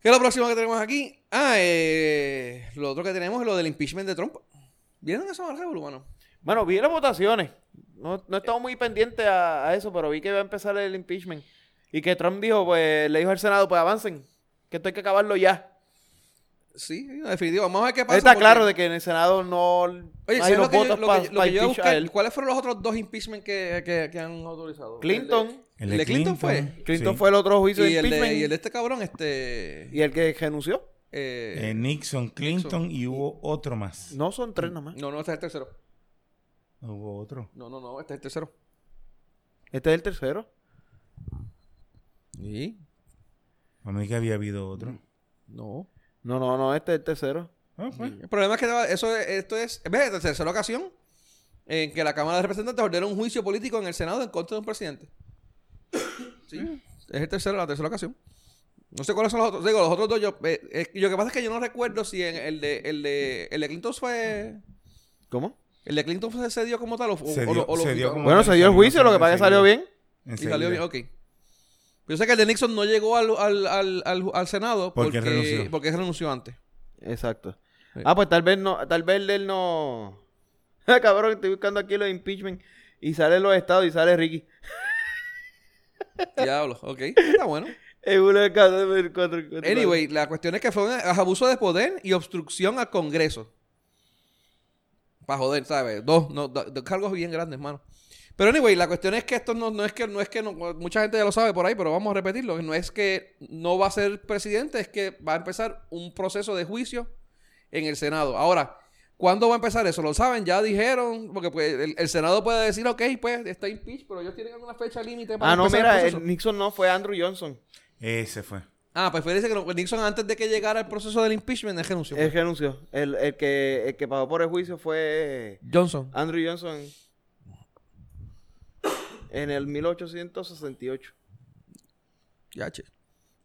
Speaker 2: ¿Qué es lo próximo que tenemos aquí? Ah, eh, lo otro que tenemos es lo del impeachment de Trump. ¿Vieron eso al revolú, mano?
Speaker 3: Bueno, vi las votaciones. No, no he estado muy pendiente a, a eso, pero vi que iba a empezar el impeachment. Y que Trump dijo, pues, le dijo al Senado, pues avancen, que esto hay que acabarlo ya.
Speaker 2: Sí, no, definitivo. Vamos a ver qué pasa.
Speaker 3: Él está
Speaker 2: porque-
Speaker 3: claro de que en el Senado no
Speaker 2: Oye,
Speaker 3: no
Speaker 2: ¿sabes
Speaker 3: hay
Speaker 2: lo
Speaker 3: los
Speaker 2: que yo,
Speaker 3: votos
Speaker 2: lo
Speaker 3: para
Speaker 2: que- lo que yo iba a buscar?
Speaker 3: a él.
Speaker 2: ¿Cuáles fueron los otros dos impeachment que, que- que han autorizado?
Speaker 3: Clinton.
Speaker 2: ¿El de, el de Clinton, fue?
Speaker 3: Clinton
Speaker 4: Sí.
Speaker 3: fue el otro juicio
Speaker 2: Y
Speaker 3: de
Speaker 2: el
Speaker 3: impeachment.
Speaker 2: de, y el de este cabrón, este.
Speaker 3: que renunció.
Speaker 2: eh,
Speaker 4: Eh, Nixon, Clinton y hubo otro más.
Speaker 3: No son tres nomás.
Speaker 2: no, no, este es el tercero.
Speaker 4: Hubo otro.
Speaker 2: No, no, no, este es el tercero.
Speaker 3: Este es el tercero.
Speaker 2: ¿Y?
Speaker 4: A mí que había habido otro.
Speaker 2: No.
Speaker 3: No, no, no, este es el tercero.
Speaker 4: Ah, pues.
Speaker 2: El problema es que estaba- eso es- esto es, ¿ves? La tercera ocasión en que la Cámara de Representantes ordena un juicio político en el Senado en contra de un presidente. Sí, es el tercero, la tercera ocasión. No sé cuáles son los otros. Digo, los otros dos yo. eh, eh, lo que pasa es que yo no recuerdo si en el de, el de, el de Clinton fue.
Speaker 3: ¿Cómo?
Speaker 2: El de Clinton fue- se dio como tal o, o-
Speaker 4: Se
Speaker 2: o
Speaker 4: dio-
Speaker 2: lo- o lo
Speaker 4: se dio
Speaker 2: quitaron.
Speaker 4: como-
Speaker 3: Bueno, se dio el juicio, lo que pasa es que salió bien.
Speaker 2: Y salió bien, ok. Yo sé que el de Nixon no llegó al, al, al, al- al Senado
Speaker 4: Porque
Speaker 2: porque,
Speaker 4: renunció.
Speaker 2: porque renunció antes.
Speaker 3: Exacto.
Speaker 2: Sí.
Speaker 3: Ah, pues tal vez no, tal vez él no. *laughs* Ah, Cabrón, estoy buscando aquí los impeachment y sale los estados y sale Ricky.
Speaker 2: Diablo, ok. Está bueno.
Speaker 3: Es uno de cada- de cuatro- cuatro-
Speaker 2: Anyway, la cuestión es que fue un abuso de poder y obstrucción al Congreso. Para joder, ¿sabes? Dos, no, do- dos cargos bien grandes, mano. Pero anyway, la cuestión es que esto no, no es que no es que no- mucha gente ya lo sabe por ahí, pero vamos a repetirlo. No es que no va a ser presidente, es que va a empezar un proceso de juicio en el Senado. Ahora, ¿cuándo va a empezar eso? Lo saben, ya dijeron, porque pues, el, el Senado puede decir, ok, pues está impeach, pero ellos tienen una fecha límite para
Speaker 3: Ah, no,
Speaker 2: empezar el
Speaker 3: mira,
Speaker 2: proceso.
Speaker 3: el Nixon no fue Andrew Johnson.
Speaker 4: Ese fue.
Speaker 2: Ah, pues fíjense que no- Nixon antes de que llegara el proceso del impeachment él renunció.
Speaker 4: Eh,
Speaker 3: Él renunció. El, el que, el que pagó por el juicio fue
Speaker 2: Johnson.
Speaker 3: Andrew Johnson en el 1868.
Speaker 2: Ya, che.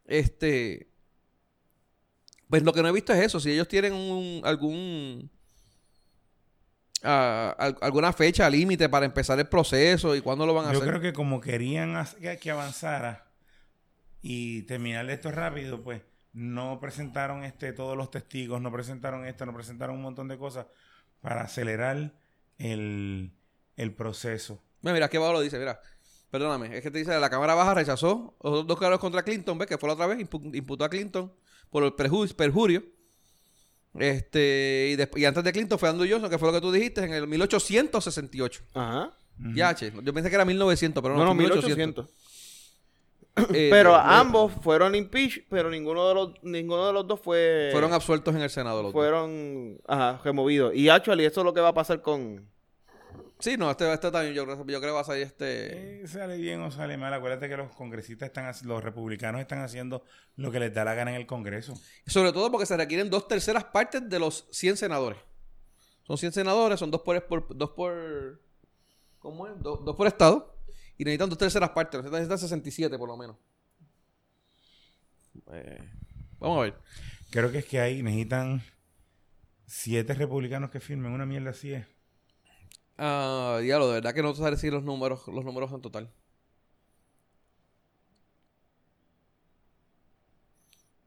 Speaker 2: Este. Pues lo que no he visto es eso. Si ellos tienen un, algún. ah, al- alguna fecha límite para empezar el proceso y cuándo lo van a
Speaker 4: Yo
Speaker 2: hacer.
Speaker 4: creo que como querían hac- que- que avanzara y terminar esto rápido, pues no presentaron este todos los testigos, no presentaron esto, no presentaron un montón de cosas para acelerar el, el proceso.
Speaker 2: Mira, mira, aquí abajo lo dice, mira. Perdóname, es que te dice, la Cámara Baja rechazó los dos- dos cargos contra Clinton, ¿ves? Que fue la otra vez, impu- imputó a Clinton por el preju- perjurio. Este, y, desp- y antes de Clinton fue Andrew Johnson, que fue lo que tú dijiste, en el 1868.
Speaker 3: Ajá.
Speaker 4: Ujú.
Speaker 2: Ya, che, yo pensé que era 1900, pero no,
Speaker 3: No, no,
Speaker 2: fue
Speaker 3: 1800.
Speaker 2: Eh,
Speaker 3: *laughs* Pero
Speaker 2: eh,
Speaker 3: ambos fueron impeached, pero ninguno de los, ninguno de los dos fue...
Speaker 2: Fueron absueltos en el Senado los dos.
Speaker 3: eh, fueron ajá, removidos. Y actually, esto es lo que va a pasar con...
Speaker 2: Sí, no, este, este también yo, creo- yo creo que va a salir este...
Speaker 4: Eh, sale bien o sale mal. Acuérdate que los congresistas están, hac- los republicanos están haciendo lo que les da la gana en el Congreso.
Speaker 2: Sobre todo porque se requieren dos terceras partes de los 100 senadores. Son 100 senadores, son dos por... por- dos por ¿Cómo es? Do- dos por estado. Y necesitan dos terceras partes. Necesitan, necesitan 67 por lo menos. Eh, vamos a ver.
Speaker 4: Creo que es que ahí necesitan siete republicanos que firmen una mierda así es.
Speaker 2: Ah, diablo, de verdad que no sé decir los números, los números en total.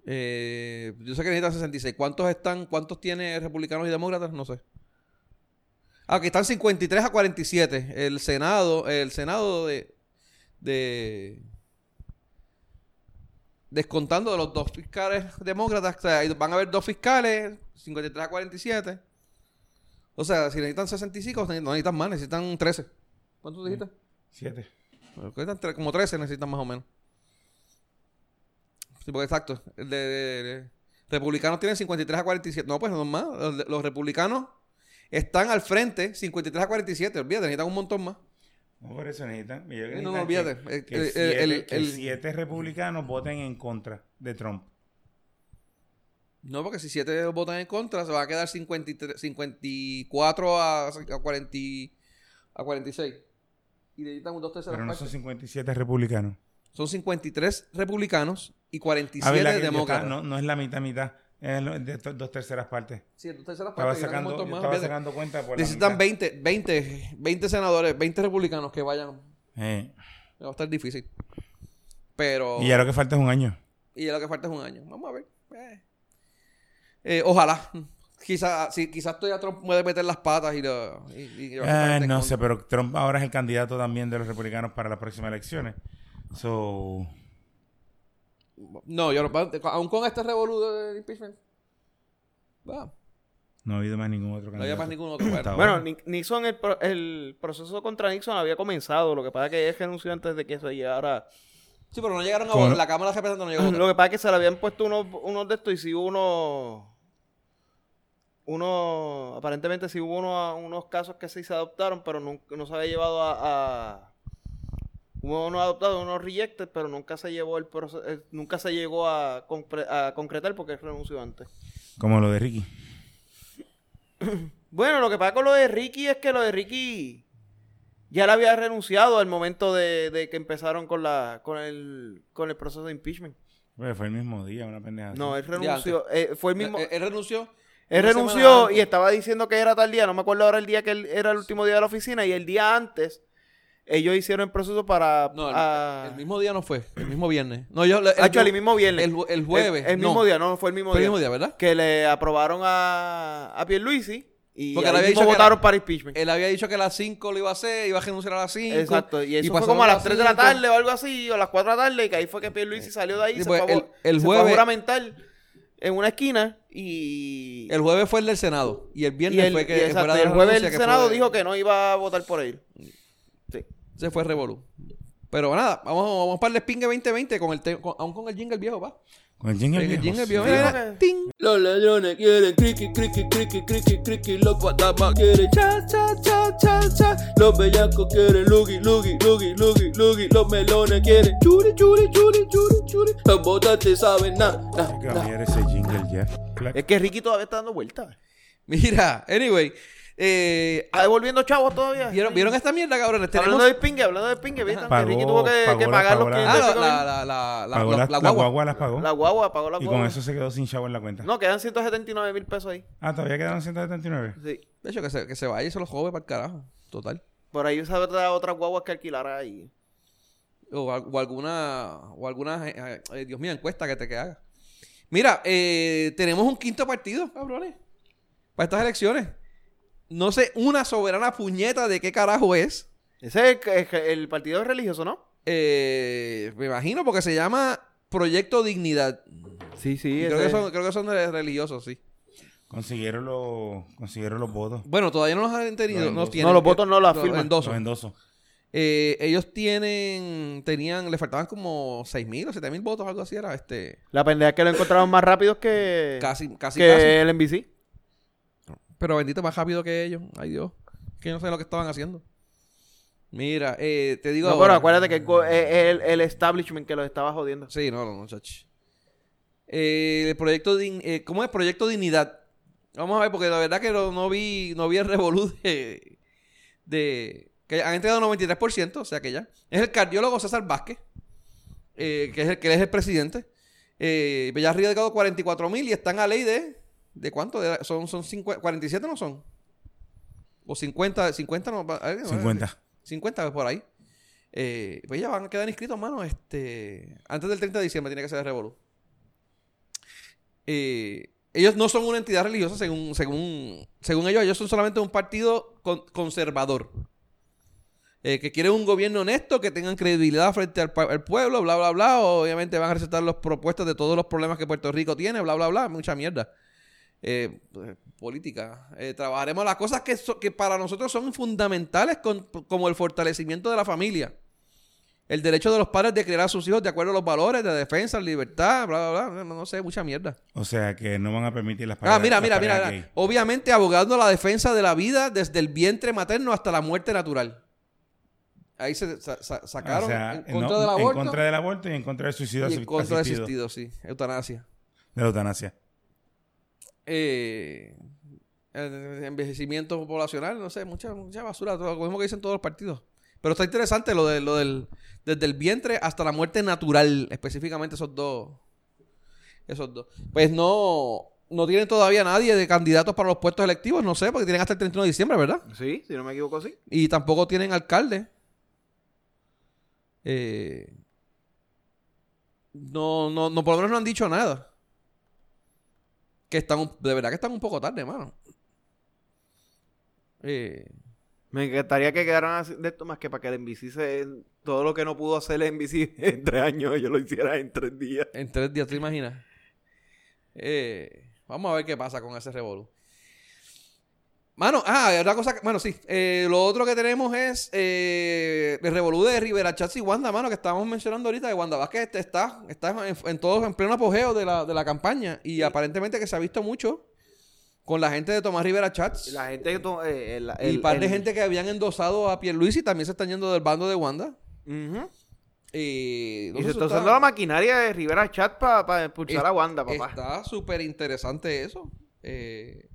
Speaker 2: Eh, yo sé que necesitan 66. ¿Cuántos están? ¿Cuántos tiene republicanos y demócratas? No sé. Ah, que están 53 a 47. El Senado, el Senado de, de descontando de los dos fiscales demócratas, o sea, hay- van a haber dos fiscales, 53 a 47. O sea, si necesitan 65, ne- no necesitan más, necesitan 13.
Speaker 4: Mm.
Speaker 2: ¿Cuánto dijiste?
Speaker 4: Siete.
Speaker 2: Necesitan tre- como 13 necesitan más o menos. Sí, porque exacto. El de, de- de- republicanos tienen 53 a 47. No, pues no más. Los, de- los republicanos están al frente 53 a 47. Olvídate, necesitan un montón más.
Speaker 4: No, por eso necesitan. yo creo que
Speaker 2: No, no,
Speaker 4: necesitan
Speaker 2: olvídate. El-
Speaker 4: Que, que
Speaker 2: el-
Speaker 4: siete,
Speaker 2: Eh, el-
Speaker 4: que
Speaker 2: el-
Speaker 4: siete republicanos voten en contra de Trump.
Speaker 2: No, porque si 7 votan en contra, se va a quedar 53, 54 a, a, 40, a 46. Y necesitan un dos terceras
Speaker 4: Pero no son
Speaker 2: partes.
Speaker 4: 57 republicanos.
Speaker 2: Son 53 republicanos y
Speaker 4: A
Speaker 2: 47
Speaker 4: ver, la Ah, que-
Speaker 2: demócratas.
Speaker 4: está- no, no es la mitad, mitad. Es lo- de to- dos terceras partes.
Speaker 2: Sí, dos terceras
Speaker 4: Estaba
Speaker 2: partes, que
Speaker 4: sacando,
Speaker 2: eran un
Speaker 4: yo
Speaker 2: montón
Speaker 4: estaba
Speaker 2: más, olvídate.
Speaker 4: sacando cuenta por la
Speaker 2: Necesitan
Speaker 4: mitad.
Speaker 2: 20, 20, 20 senadores, 20 republicanos que vayan.
Speaker 4: Eh,
Speaker 2: Va a estar difícil. Pero.
Speaker 4: Y ya lo que falta es un año.
Speaker 2: y ya lo que falta es un año. Vamos a ver. Eh. Eh, ojalá. Quizás si, quizás todavía Trump puede meter las patas y lo. y- y- y-
Speaker 4: Ah,
Speaker 2: en
Speaker 4: no
Speaker 2: contra.
Speaker 4: sé, pero Trump ahora es el candidato también de los republicanos para las próximas elecciones. So,
Speaker 2: No, yo no. Aún con este revolú del impeachment. Va.
Speaker 4: no ha habido más ningún otro
Speaker 2: No
Speaker 4: candidato.
Speaker 2: había más ningún otro. Ah, Bueno.
Speaker 4: Hasta
Speaker 3: Bueno,
Speaker 4: ahora.
Speaker 3: Ni- Nixon, el, pro- el proceso contra Nixon había comenzado. Lo que pasa es que él renunció antes de que se llegara.
Speaker 2: Sí, pero no llegaron a
Speaker 4: Con-
Speaker 2: votar. La Cámara de Representantes no
Speaker 3: *clears throat*
Speaker 2: llegó a
Speaker 3: Lo
Speaker 2: votar.
Speaker 3: que pasa es que se le habían puesto unos, unos de estos y sí hubo unos. Uno, aparentemente sí hubo uno- unos casos que sí se adoptaron, pero nunca, no se había llevado a, a- Hubo unos adoptados, unos rejected, pero nunca se llevó el proceso, nunca se llegó a, concre- a concretar porque él renunció antes.
Speaker 4: Como lo de Ricky.
Speaker 3: Bueno, lo que pasa con lo de Ricky es que lo de Ricky ya le había renunciado al momento de, de que empezaron con la con el, con el proceso de impeachment.
Speaker 4: Bueno, Pues, fue el mismo día, una
Speaker 2: Ah,
Speaker 4: pendeja.
Speaker 3: No,
Speaker 4: así.
Speaker 3: él renunció. eh, fue el mismo.
Speaker 2: Él, él renunció.
Speaker 3: él
Speaker 2: una semana
Speaker 3: renunció
Speaker 2: antes.
Speaker 3: y estaba diciendo que era tal día. No me acuerdo ahora el día que él, era el último día de la oficina y el día antes ellos hicieron el proceso para.
Speaker 2: No, el,
Speaker 3: a-
Speaker 2: el mismo día no fue. El mismo viernes. No, yo.
Speaker 3: Ah, chale, el mismo viernes.
Speaker 2: El, el jueves.
Speaker 3: El, el
Speaker 2: no.
Speaker 3: mismo día, no, fue el mismo
Speaker 2: Fue el
Speaker 3: día.
Speaker 2: mismo día, ¿verdad?
Speaker 3: Que le aprobaron a, a Pierluisi y
Speaker 2: Porque
Speaker 3: ahí
Speaker 2: le había
Speaker 3: mismo
Speaker 2: dicho que era-
Speaker 3: votaron para impeachment.
Speaker 2: Él había dicho que a las 5 lo iba a hacer, iba a renunciar a las 5.
Speaker 3: Exacto, y eso fue como a las 3 de la tarde o algo así, o a las 4 de la tarde, que ahí fue que Pierluisi salió de ahí,
Speaker 2: Sí,
Speaker 3: se,
Speaker 2: pues,
Speaker 3: fue a,
Speaker 2: el- el
Speaker 3: se fue a
Speaker 2: jueves-
Speaker 3: juramentar en una esquina y...
Speaker 2: El jueves fue el del Senado. Y el
Speaker 3: y
Speaker 2: viernes
Speaker 3: el,
Speaker 2: fue
Speaker 3: y
Speaker 2: que. que
Speaker 3: exacto,
Speaker 2: fuera de
Speaker 3: y el
Speaker 2: la
Speaker 3: jueves
Speaker 2: renuncia,
Speaker 3: el
Speaker 2: fue-
Speaker 3: Senado dijo que no iba a votar por él. Sí.
Speaker 2: Se fue Revolú. Pero nada, vamos, vamos para el Spingue 2020, con el te- con- aún con el jingle viejo, va.
Speaker 4: Con el jingle
Speaker 2: El
Speaker 4: viejo,
Speaker 2: jingle
Speaker 4: sí.
Speaker 2: viejo.
Speaker 3: Sí,
Speaker 2: mira,
Speaker 3: porque-
Speaker 2: ting.
Speaker 1: Los ladrones quieren criqui, criqui, criqui, criqui, criqui, los guatamas quieren cha, cha, cha, cha, cha, los bellacos quieren lugi, lugi, lugi, lugi, lugi, los melones quieren churi, churi, churi, churi, churi, las botas te saben nada,
Speaker 4: Hay que cambiar ese jingle ya. Clac.
Speaker 3: Es que Ricky todavía está dando vueltas.
Speaker 2: Mira, anyway. Eh,
Speaker 3: ¿Está devolviendo chavos todavía?
Speaker 2: ¿vieron, ¿Vieron esta mierda, cabrones? Tenemos...
Speaker 3: Hablando del pingue, hablando del pingue, ¿viste? Que
Speaker 4: Pagó,
Speaker 3: Ricky tuvo que,
Speaker 4: pagó
Speaker 3: que
Speaker 4: la-
Speaker 3: pagar los
Speaker 4: pagó la-
Speaker 2: Ah,
Speaker 3: 500 y
Speaker 2: la,
Speaker 3: pico
Speaker 2: la,
Speaker 3: mil.
Speaker 2: la, la, la,
Speaker 4: Pagó
Speaker 2: la-
Speaker 4: las-
Speaker 2: la
Speaker 4: la
Speaker 2: guagua.
Speaker 4: guagua las pagó.
Speaker 3: La guagua, pagó la
Speaker 4: y
Speaker 3: guagua.
Speaker 4: con eso se quedó sin chavo en la cuenta.
Speaker 3: No, quedan 179 mil pesos ahí.
Speaker 4: Ah, todavía quedaron 179.
Speaker 3: Sí.
Speaker 2: De hecho, que se, que se vaya y se lo jode para el carajo. Total.
Speaker 3: Por ahí esa otra otras guaguas que alquilará ahí.
Speaker 2: O, al- o alguna, o alguna eh, eh, Dios mío, encuesta que te que haga. Mira, eh, tenemos un quinto partido, cabrones, para estas elecciones. No sé una soberana puñeta de qué carajo es.
Speaker 3: Ese es el, es el partido religioso, ¿no?
Speaker 2: Eh, me imagino porque se llama Proyecto Dignidad.
Speaker 3: Sí, sí.
Speaker 2: creo, que son, creo que son de- religiosos, sí.
Speaker 4: Consiguieron los, consiguieron los votos.
Speaker 2: Bueno, todavía no los han tenido.
Speaker 4: Los
Speaker 2: No,
Speaker 4: endosos.
Speaker 2: tienen.
Speaker 3: No, los votos no, las firmas.
Speaker 2: endosos.
Speaker 4: Los endosos.
Speaker 2: Eh, ellos tienen, tenían, le faltaban como 6.000 o 7.000 votos, algo así era, este,
Speaker 3: La pendeja es que lo encontraron más rápido que,
Speaker 2: casi, casi,
Speaker 3: que
Speaker 2: casi.
Speaker 3: el NBC.
Speaker 2: Pero bendito más rápido que ellos, ay Dios, que yo no sé lo que estaban haciendo. Mgra, eh, te digo
Speaker 3: No, pero
Speaker 2: ahora.
Speaker 3: acuérdate que el go- es es el, el establishment que los estaba jodiendo.
Speaker 2: Sí, no, no, no, chachi. Eh, el proyecto, Dign- eh, ¿cómo es? Proyecto Dignidad. Vamos a ver, porque la verdad que no, no vi, no vi el revolú de, de- que han entregado 93%, o sea que ya. Es el cardiólogo César Vázquez, eh, que, es el, que él es el presidente. Eh, ya ha recaudado 44 mil y están a ley de... ¿De cuánto? De- son son cincu- 47 no son. O 50, 50 no. pa- eh, no, eh,
Speaker 4: 50.
Speaker 2: 50 pues, por ahí. Eh, pues ya van a quedar inscritos, mano. Este, antes del 30 de diciembre tiene que ser el Revolú. Eh, ellos no son una entidad religiosa, según, según, según ellos, ellos son solamente un partido con- conservador. Eh, que quieren un gobierno honesto, que tengan credibilidad frente al, pa- al pueblo, bla, bla, bla. Obviamente van a recetar las propuestas de todos los problemas que Puerto Rico tiene, bla, bla, bla. Mucha mierda. Eh, eh, política. Eh, trabajaremos las cosas que, so- que para nosotros son fundamentales, con- como el fortalecimiento de la familia. El derecho de los padres de criar a sus hijos de acuerdo a los valores de defensa, libertad, bla, bla, bla. No, no sé, mucha mierda.
Speaker 4: O sea que no van a permitir las
Speaker 2: Ah,
Speaker 4: parejas-
Speaker 2: mira,
Speaker 4: las
Speaker 2: mira,
Speaker 4: parejas
Speaker 2: mira.
Speaker 4: gay.
Speaker 2: mira. Obviamente abogando la defensa de la vida desde el vientre materno hasta la muerte natural. Ahí se sa- sa- sacaron
Speaker 4: O sea,
Speaker 2: en
Speaker 4: no,
Speaker 2: contra del aborto
Speaker 4: En contra del aborto y en contra del suicidio
Speaker 2: y en contra del
Speaker 4: asistido,
Speaker 2: asistido, sí. Eutanasia.
Speaker 4: De la eutanasia.
Speaker 2: Eh, el envejecimiento poblacional, no sé, mucha, mucha basura, todo, lo mismo que dicen todos los partidos. Pero está interesante lo de lo del desde el vientre hasta la muerte natural, específicamente esos dos. Esos dos. Pues no no tienen todavía nadie de candidatos para los puestos electivos, no sé, porque tienen hasta el 31 de diciembre, ¿verdad?
Speaker 3: Sí, si no me equivoco, sí.
Speaker 2: Y tampoco tienen alcalde. Eh, no, no, no, por lo menos no han dicho nada. Que están, un- de verdad que están un poco tarde, hermano. Eh,
Speaker 3: Me encantaría que quedaran así de esto más que para que el NBC se... Todo lo que no pudo hacer el NBC *laughs* en tres años, yo lo hiciera en tres días.
Speaker 2: en tres días, ¿te imaginas? Eh, vamos a ver qué pasa con ese revolú. Mano, ah, otra cosa, que- bueno, sí. Eh, lo otro que tenemos es eh, el revolú de Rivera Chats y Wanda, mano, que estábamos mencionando ahorita, que Wanda Vázquez este, está, está en, en todo, en pleno apogeo de la, de la campaña y aparentemente que se ha visto mucho con la gente de Tomás Rivera Chats.
Speaker 3: La gente... que to- eh, el-
Speaker 2: y
Speaker 3: el-
Speaker 2: par de
Speaker 3: el-
Speaker 2: gente que habían endosado a Pierluisi también se están yendo del bando de Wanda.
Speaker 3: Ujú.
Speaker 2: Y, no sé,
Speaker 3: Y
Speaker 2: eso
Speaker 3: se está usando la maquinaria de Rivera Chat para impulsar
Speaker 2: Es-
Speaker 3: a Wanda, papá.
Speaker 2: Está súper interesante eso. Eh,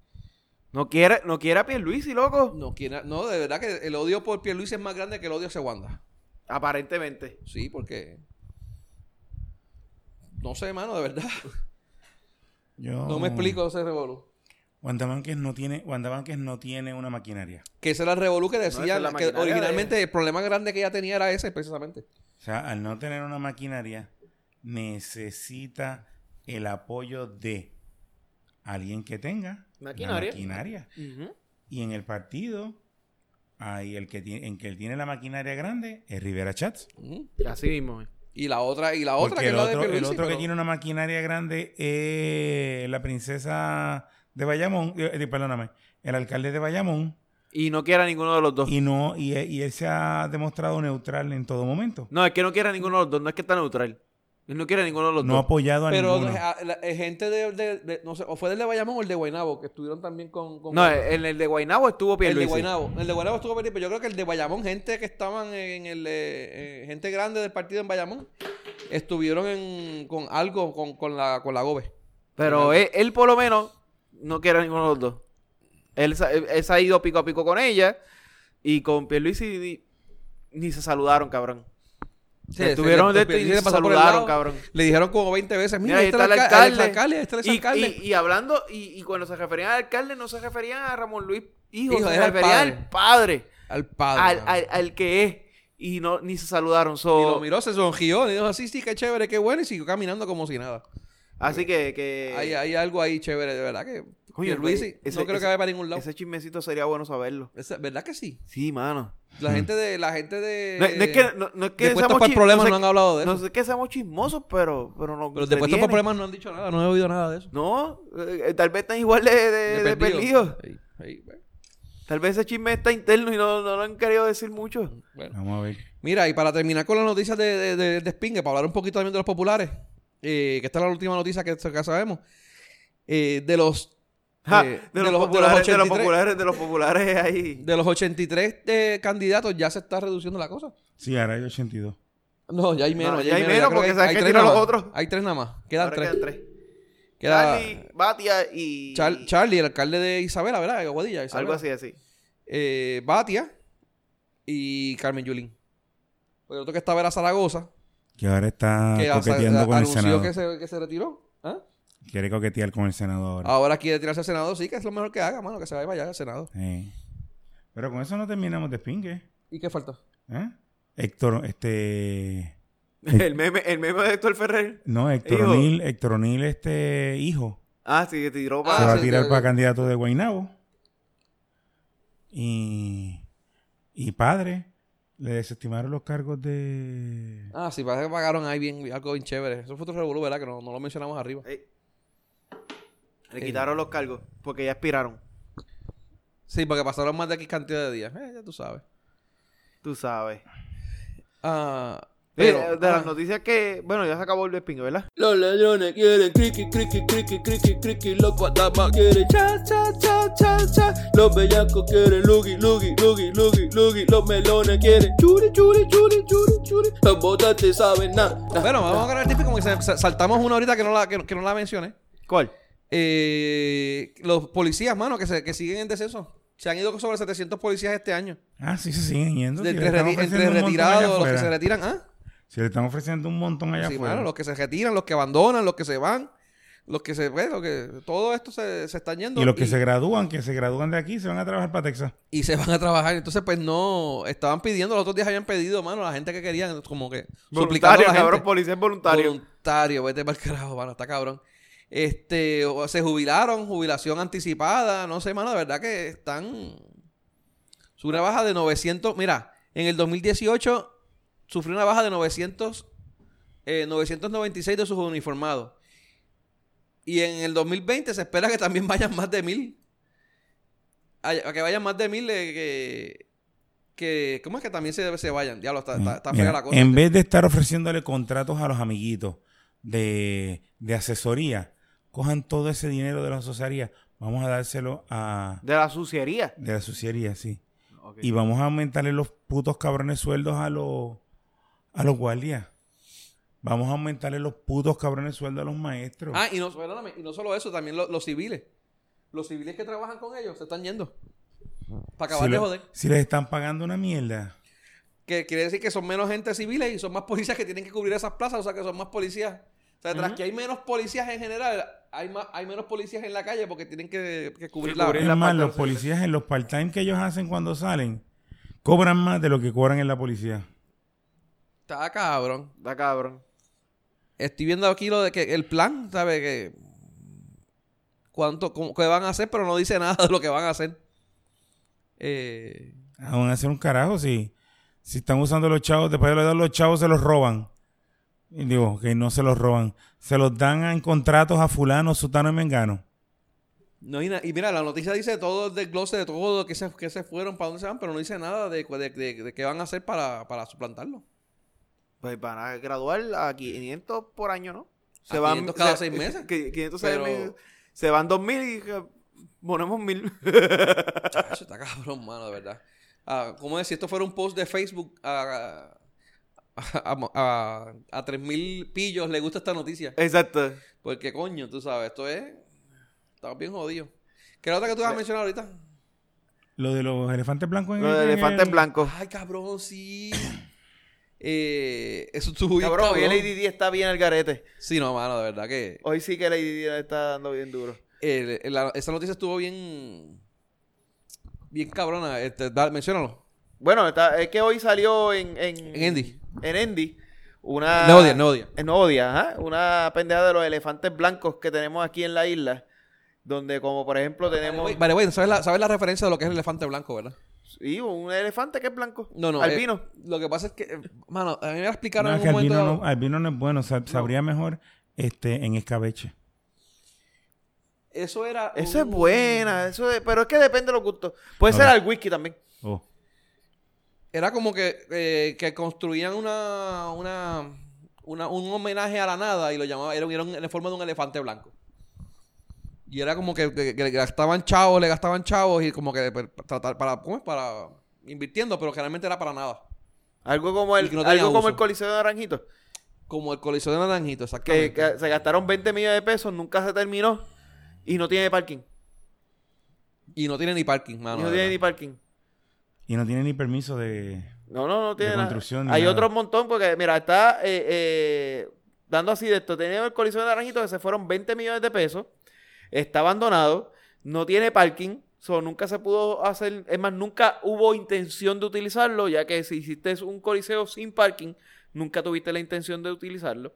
Speaker 3: No quiere, no quiere a Pierluisi, loco.
Speaker 2: no, quiera- no, de verdad que el odio por Pierluisi es más grande que el odio hacia Wanda.
Speaker 3: Aparentemente.
Speaker 2: Sí, porque... No sé, mano, de verdad.
Speaker 4: Yo-
Speaker 2: No me explico ese revolú.
Speaker 4: Wanda Vázquez no tiene, Wanda Vázquez no tiene una maquinaria.
Speaker 2: Que ese era el revolú que
Speaker 3: esa
Speaker 2: decía
Speaker 3: es la
Speaker 2: que
Speaker 3: maquinaria
Speaker 2: originalmente el problema grande que ella tenía era ese, precisamente.
Speaker 4: O sea, al no tener una maquinaria, necesita el apoyo de alguien que tenga la
Speaker 3: Maquinaria.
Speaker 4: maquinaria.
Speaker 3: Ujú.
Speaker 4: Y en el partido, ahí el que tiene, en que él tiene la maquinaria grande es Rivera Chats.
Speaker 2: Ujú.
Speaker 3: Así mismo. eh.
Speaker 2: Y la otra, y la otra
Speaker 4: Porque
Speaker 2: que es
Speaker 4: el
Speaker 2: la de
Speaker 4: otro, el
Speaker 2: Pierluisi.
Speaker 4: otro que
Speaker 2: pero-
Speaker 4: tiene una maquinaria grande es la princesa de Bayamón, eh, eh, perdóname, el alcalde de Bayamón.
Speaker 3: Y no quiere a ninguno de los dos.
Speaker 4: Y no, y, e- y él se ha demostrado neutral en todo momento.
Speaker 3: No, es que no quiere a ninguno de los dos. No es que está neutral. Él no quiere a ninguno de los
Speaker 4: No ha
Speaker 3: dos.
Speaker 4: apoyado a
Speaker 2: Pero
Speaker 4: ninguno.
Speaker 2: a- la- eh, gente de, de- de- no sé, o fue del de Bayamón o el de Guaynabo, que estuvieron también con... con
Speaker 3: No, en el de Guaynabo estuvo
Speaker 2: El de
Speaker 3: Pierluisi.
Speaker 2: Guaynabo. El de Guaynabo estuvo perdido, pero yo creo que el de Bayamón, gente que estaban en el... eh, eh, gente grande del partido en Bayamón, estuvieron en- con algo, con, con la, con la GOBE.
Speaker 3: Pero él, él por lo menos no quiere a ninguno de los dos. Él, se- él se ha ido pico a pico con ella y con Pierluisi ni, ni se saludaron, cabrón.
Speaker 2: Sí,
Speaker 3: Se
Speaker 2: sí,
Speaker 3: estuvieron
Speaker 2: le- este
Speaker 3: de esto y
Speaker 2: le
Speaker 3: se
Speaker 2: pasó por el
Speaker 3: saludaron,
Speaker 2: lado.
Speaker 3: cabrón.
Speaker 2: Le dijeron como 20 veces, mira,
Speaker 3: Mira, ahí
Speaker 2: ahí está, el alca- el alcalde, ahí está el
Speaker 3: Y-
Speaker 2: alcalde.
Speaker 3: Y, y hablando, y, y cuando se referían al alcalde, no se referían a Ramón Luis hijo,
Speaker 2: Hijo,
Speaker 3: se
Speaker 2: era el
Speaker 3: referían
Speaker 2: padre.
Speaker 3: al padre,
Speaker 2: al padre.
Speaker 3: al,
Speaker 2: mano.
Speaker 3: al, al que es. Y no, ni se saludaron.
Speaker 2: Y
Speaker 3: So,
Speaker 2: lo miró, se sonrió, y dijo así, sí, qué chévere, qué bueno, y siguió caminando como si nada.
Speaker 3: Así que, que
Speaker 2: Hay, hay algo ahí chévere, de verdad que...
Speaker 3: Eh. Coño,
Speaker 2: Luis,
Speaker 3: güey,
Speaker 2: no
Speaker 3: ese-
Speaker 2: creo
Speaker 3: ese-
Speaker 2: que vaya para ningún lado.
Speaker 3: ese chismecito sería bueno saberlo.
Speaker 2: Esa- ¿Verdad que sí?
Speaker 3: Sí, mano.
Speaker 2: La gente de... La gente de...
Speaker 3: No, no es que, no, no es que
Speaker 2: de Puestos
Speaker 3: seamos
Speaker 2: para el
Speaker 3: chi-
Speaker 2: Problema
Speaker 3: sé-
Speaker 2: no han hablado de
Speaker 3: no
Speaker 2: eso.
Speaker 3: sé que seamos chismosos, pero, pero no.
Speaker 2: Pero después de estos problemas no han dicho nada, no he oído nada de eso.
Speaker 3: No, eh, tal vez están igual de, de, de perdidos.
Speaker 2: Ahí, ahí, bueno,
Speaker 3: Tal vez ese chisme está interno y no, no lo han querido decir mucho.
Speaker 2: bueno.
Speaker 4: Vamos a ver.
Speaker 2: Mira, y para terminar con las noticias de, de, de- de Spingue, para hablar un poquito también de los populares, eh, que esta es la última noticia que, que sabemos, eh, de los...
Speaker 3: Ja,
Speaker 2: eh,
Speaker 3: de, los populares, de los
Speaker 2: 83
Speaker 3: populares, de los populares ahí.
Speaker 2: de los 83 eh, candidatos ya se está reduciendo la cosa.
Speaker 4: Sí, ahora hay 82.
Speaker 2: No, ya hay menos.
Speaker 3: No,
Speaker 2: ya hay menos, ya creo
Speaker 3: porque
Speaker 2: que
Speaker 3: sabes que
Speaker 2: tres
Speaker 3: tiene
Speaker 2: nada
Speaker 3: los
Speaker 2: más.
Speaker 3: otros.
Speaker 2: Hay tres nada más. Quedan
Speaker 3: Ahora
Speaker 2: tres.
Speaker 3: quedan tres.
Speaker 2: Queda
Speaker 3: Charlie, Batia y...
Speaker 2: Char- Charlie, el alcalde de Isabela, ¿verdad? De Aguadilla. Isabela.
Speaker 3: algo así, así.
Speaker 2: Eh, Batia y Carmen Yulín. Porque el otro que estaba era Zaragoza,
Speaker 4: Que ahora está
Speaker 2: que a-
Speaker 4: Ah, coqueteando
Speaker 2: a-
Speaker 4: con el
Speaker 2: anunció
Speaker 4: Senado.
Speaker 2: que se, que se retiró. ¿Ah?
Speaker 4: Quiere coquetear con el Senado ahora.
Speaker 2: Ahora quiere tirarse al Senado, sí, que es lo mejor que haga, mano, que se vaya para allá al Senado.
Speaker 4: Sí. Pero con eso no terminamos de pingue.
Speaker 2: ¿Y qué falta?
Speaker 4: ¿eh? Héctor, este...
Speaker 3: *laughs* El meme, el meme de Héctor Ferrer.
Speaker 4: No, Héctor
Speaker 3: Hijo.
Speaker 4: O'Neill, Héctor O'Neill, este hijo,
Speaker 3: Ah, sí, que tiró
Speaker 2: Ah,
Speaker 4: se va
Speaker 3: para...
Speaker 4: a
Speaker 2: sí,
Speaker 4: tirar
Speaker 2: sí,
Speaker 4: para
Speaker 2: sí.
Speaker 4: candidato de Guaynabo. Y, y padre, le desestimaron los cargos de...
Speaker 2: Ah, sí, parece que pagaron ahí bien, algo bien chévere. Eso fue otro revolú, ¿verdad? Que no, no lo mencionamos arriba.
Speaker 3: Eh, Le quitaron los cargos porque ya aspiraron.
Speaker 2: Sí, porque pasaron más de X cantidad de días. Eh, ya tú sabes.
Speaker 3: Tú sabes.
Speaker 2: Ah,
Speaker 3: Pero,
Speaker 2: pero-
Speaker 3: Eh, de
Speaker 2: ah,
Speaker 3: las noticias que... Bueno, ya se acabó el despingo, ¿verdad?
Speaker 1: Los ladrones quieren criqui, criqui, criqui, criqui, criqui, los guatamas quieren cha, cha, cha, cha, cha, los bellacos quieren lugi, lugi, lugi, lugi, lugi, los melones quieren churi, churi, churi, churi, churi, las botas te saben nada.
Speaker 2: Bueno, vamos a ganar el típico, como que se- sa- saltamos una ahorita que no la, que, no- que no la mencioné.
Speaker 3: ¿Cuál?
Speaker 2: Eh, los policías, mano, que, se, que siguen en deceso. Se han ido sobre 700 policías este año.
Speaker 4: Ah, sí, se siguen yendo.
Speaker 2: De-
Speaker 4: sí, le
Speaker 2: entre
Speaker 4: están
Speaker 2: reti-
Speaker 4: ofreciendo
Speaker 2: entre
Speaker 4: un montón allá
Speaker 2: retirados, los que
Speaker 4: afuera.
Speaker 2: se retiran. ¿Ah?
Speaker 4: Si le están ofreciendo un montón allá
Speaker 2: Sí,
Speaker 4: afuera.
Speaker 2: mano, los que se retiran, los que abandonan, los que se van, los que se... pues, los que, todo esto se, se están yendo.
Speaker 4: Y los que se gradúan, que se gradúan de aquí, se van a trabajar para Texas.
Speaker 2: y se van a trabajar. Entonces, pues no... Estaban pidiendo, los otros días habían pedido, mano, a la gente que querían, como que... suplicando
Speaker 3: Voluntario,
Speaker 2: a la
Speaker 3: cabrón.
Speaker 2: gente.
Speaker 3: Policía es voluntario.
Speaker 2: Voluntario, vete para el carajo, mano, está cabrón. Este, o- se jubilaron, jubilación anticipada, no sé, mano, de verdad que están... Sufrió una baja de 900, mira, en el 2018 sufrió una baja de 900, eh, 996 de sus uniformados. Y en el 2020 se espera que también vayan más de mil. A, a que vayan más de mil eh, que... que ¿Cómo es que también se, se vayan? Diablo, está, está, está
Speaker 4: Mira,
Speaker 2: fea la cosa.
Speaker 4: En vez de estar ofreciéndole contratos a los amiguitos de, de asesoría, cojan todo ese dinero de la asesoría, vamos a dárselo a
Speaker 3: De la suciería.
Speaker 4: de la suciería, sí.
Speaker 3: Ok.
Speaker 4: Y vamos a aumentarle los putos cabrones sueldos a los a los guardias. Vamos a aumentarle los putos cabrones sueldos a los maestros.
Speaker 2: Ah, y no, perdóname, y no solo eso, también lo- los civiles. Los civiles que trabajan con ellos se están yendo. Para acabar
Speaker 4: si,
Speaker 2: de
Speaker 4: lo-
Speaker 2: joder.
Speaker 4: si les están pagando una mierda.
Speaker 2: Que quiere decir que son menos gente civiles y son más policías que tienen que cubrir esas plazas, o sea que son más policías. O sea, tras que hay menos policías en general, hay, más, hay menos policías en la calle porque tienen que, que cubrir
Speaker 3: Que
Speaker 2: la...
Speaker 3: cubrir
Speaker 4: Es
Speaker 3: la
Speaker 4: más,
Speaker 3: parte
Speaker 4: los
Speaker 3: de los
Speaker 4: policías en los part-time que ellos hacen cuando salen, cobran más de lo que cobran en la policía.
Speaker 2: Está cabrón.
Speaker 3: Da cabrón.
Speaker 2: Estoy viendo aquí lo de que el plan, ¿sabes? Que... ¿Cuánto? Cómo, ¿Qué van a hacer? Pero no dice nada de lo que van a hacer. Eh...
Speaker 4: Ah, van a hacer un carajo si, si están usando los chavos, después de la edad los chavos se los roban. Y digo, que no se los roban. Se los dan en contratos a fulano, sutano y mengano.
Speaker 2: No hay na- y mira, la noticia dice todo el desglose de todo, que se, que se fueron, para dónde se van, pero no dice nada de, cu- de, de- de qué van a hacer para, para suplantarlo.
Speaker 3: Pues van a graduar a 500 por año, ¿no?
Speaker 2: A 500 cada seis
Speaker 3: *laughs*
Speaker 2: meses.
Speaker 3: que- 500 cada
Speaker 2: Pero-
Speaker 3: seis meses. Se van 2.000 y eh, ponemos 1.000.
Speaker 2: Chacho, está cabrón, mano, de verdad. Ah, ¿Cómo es? Si esto fuera un post de Facebook a, a, a, a- a 3.000 pillos le gusta esta noticia.
Speaker 3: *laughs* Exacto.
Speaker 2: Porque coño, tú sabes, esto es... Estamos bien jodidos. ¿Qué era la otra que tú vas a mencionar ahorita?
Speaker 4: Lo de los elefantes blancos en
Speaker 3: Lo de
Speaker 4: en
Speaker 3: elefante
Speaker 4: el-
Speaker 3: en blanco.
Speaker 2: Ay, cabrón, sí. eh, eso estuvo bien,
Speaker 3: Cabrón,
Speaker 2: cabrón.
Speaker 3: hoy el ADD está bien el garete.
Speaker 2: Sí, no, mano, de verdad que
Speaker 3: Hoy sí que el ADD le está dando bien duro.
Speaker 2: el- el- la- esa noticia estuvo bien bien cabrona. Este, da- menciónalo.
Speaker 3: Bueno, está- es que hoy salió en... En,
Speaker 2: En Endy.
Speaker 3: En Endy. Una...
Speaker 2: No odia, no odia.
Speaker 3: En Nuevo Día, ajá. Una pendeja de los elefantes blancos que tenemos aquí en la isla. Donde como por ejemplo tenemos...
Speaker 2: Vale, Vale, bueno, ¿sabes la, sabes la referencia de lo que es el elefante blanco, ¿verdad?
Speaker 3: Sí, un elefante que es blanco.
Speaker 2: No, no. eh,
Speaker 3: Albino.
Speaker 2: lo que pasa es que, eh, mano, a mí me la
Speaker 4: No,
Speaker 2: explicaron
Speaker 4: es
Speaker 2: en
Speaker 4: que
Speaker 2: un momento.
Speaker 4: albino
Speaker 2: dado.
Speaker 4: no, albino no es bueno. sa- Sabría mejor este, en escabeche.
Speaker 2: Eso era.
Speaker 3: Eso es
Speaker 2: un-
Speaker 3: buena, eso es- pero es que depende de los gustos. Puede
Speaker 4: Ok.
Speaker 3: ser al whisky también.
Speaker 4: Oh.
Speaker 2: Era como que, eh, que construían una, una, una- un homenaje a la nada y lo llamaban, era, era un- en forma de un elefante blanco. Y era como que, que- que le gastaban chavos, le gastaban chavos y como que per- tratar para, ¿cómo es? Para invirtiendo, pero generalmente era para nada.
Speaker 3: Algo como
Speaker 2: Y
Speaker 3: el,
Speaker 2: que no tenía
Speaker 3: algo como
Speaker 2: uso.
Speaker 3: el Coliseo de Naranjito.
Speaker 2: Como el coliseo de Naranjito,
Speaker 3: Que,
Speaker 2: exactamente.
Speaker 3: que se gastaron 20 millones de pesos, nunca se terminó y no tiene parking.
Speaker 2: Y Ah, no tiene ni parking, mano.
Speaker 3: y no
Speaker 2: de
Speaker 3: tiene
Speaker 2: verdad.
Speaker 3: ni parking.
Speaker 4: Y no tiene ni permiso de...
Speaker 3: No, no, no tiene nada.
Speaker 4: construcción ni
Speaker 3: Hay
Speaker 4: nada.
Speaker 3: otro montón porque, mira, está eh, eh, dando así de esto. Tenía el Coliseo de Naranjito que se fueron 20 millones de pesos. Está abandonado. No tiene parking. So, nunca se pudo hacer. Es más, nunca hubo intención de utilizarlo, ya que si hiciste un coliseo sin parking, nunca tuviste la intención de utilizarlo.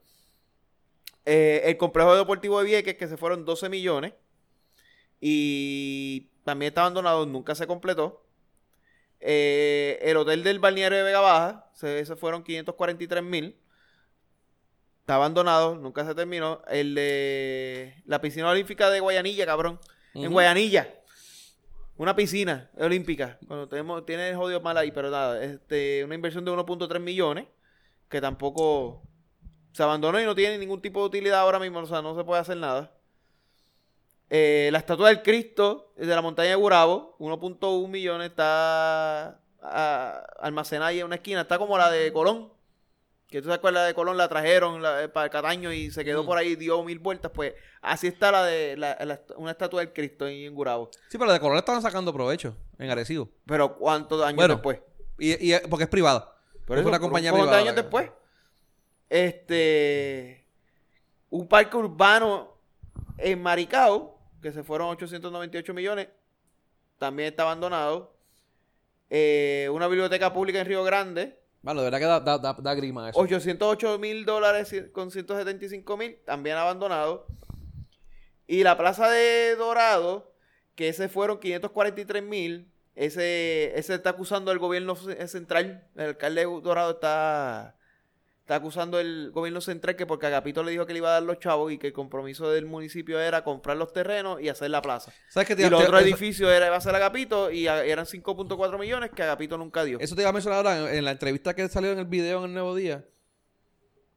Speaker 3: Eh, el complejo deportivo de Vieques, que se fueron 12 millones. Y también está abandonado, nunca se completó. Eh, el hotel del balneario de Vega Baja, se, se fueron 543 mil. Está abandonado, nunca se terminó. El de la piscina olímpica de Guayanilla, cabrón. En
Speaker 2: Ujú.
Speaker 3: Guayanilla. Una piscina olímpica. Bueno, tenemos, tiene el jodido mal ahí, pero nada. Este, una inversión de 1.3 millones que tampoco se abandonó y no tiene ningún tipo de utilidad ahora mismo. O sea, no se puede hacer nada. Eh, la estatua del Cristo de la montaña de Gurabo, 1.1 millones, está ah, almacenada ahí en una esquina. Está como la de Colón. Que tú te acuerdas de Colón, la trajeron la- eh, para Cataño y se quedó
Speaker 2: Mm.
Speaker 3: por ahí, dio mil vueltas. Pues así está la de la- la est- una estatua del Cristo ahí en Gurabo.
Speaker 2: Sí, pero de color estaban sacando provecho en Arecibo.
Speaker 3: Pero ¿cuántos años
Speaker 2: Bueno,
Speaker 3: después?
Speaker 2: Y, y- porque es privada.
Speaker 3: Por
Speaker 2: Es
Speaker 3: eso,
Speaker 2: una
Speaker 3: por
Speaker 2: compañía
Speaker 3: un montón de
Speaker 2: privada,
Speaker 3: años después.
Speaker 2: cabrón.
Speaker 3: Este. Un parque urbano en Maricao, que se fueron 898 millones, también está abandonado. Eh, una biblioteca pública en Río Grande,
Speaker 2: Bueno, de verdad que da, da, da- da grima eso.
Speaker 3: 808 mil dólares con 175 mil, también abandonado. Y la Plaza de Dorado, que ese fueron 543 mil, ese, ese está acusando el gobierno ce- eh, central, el alcalde de Dorado está, está acusando el gobierno central que porque Agapito le dijo que le iba a dar los chavos y que el compromiso del municipio era comprar los terrenos y hacer la plaza.
Speaker 2: ¿Sabes qué
Speaker 3: Y
Speaker 2: te,
Speaker 3: el
Speaker 2: te-
Speaker 3: otro
Speaker 2: eso-
Speaker 3: edificio era, iba a ser Agapito y a- eran 5.4 millones que Agapito nunca dio.
Speaker 2: Eso te iba a mencionar ahora en, en la entrevista que salió en el video en el Nuevo Día.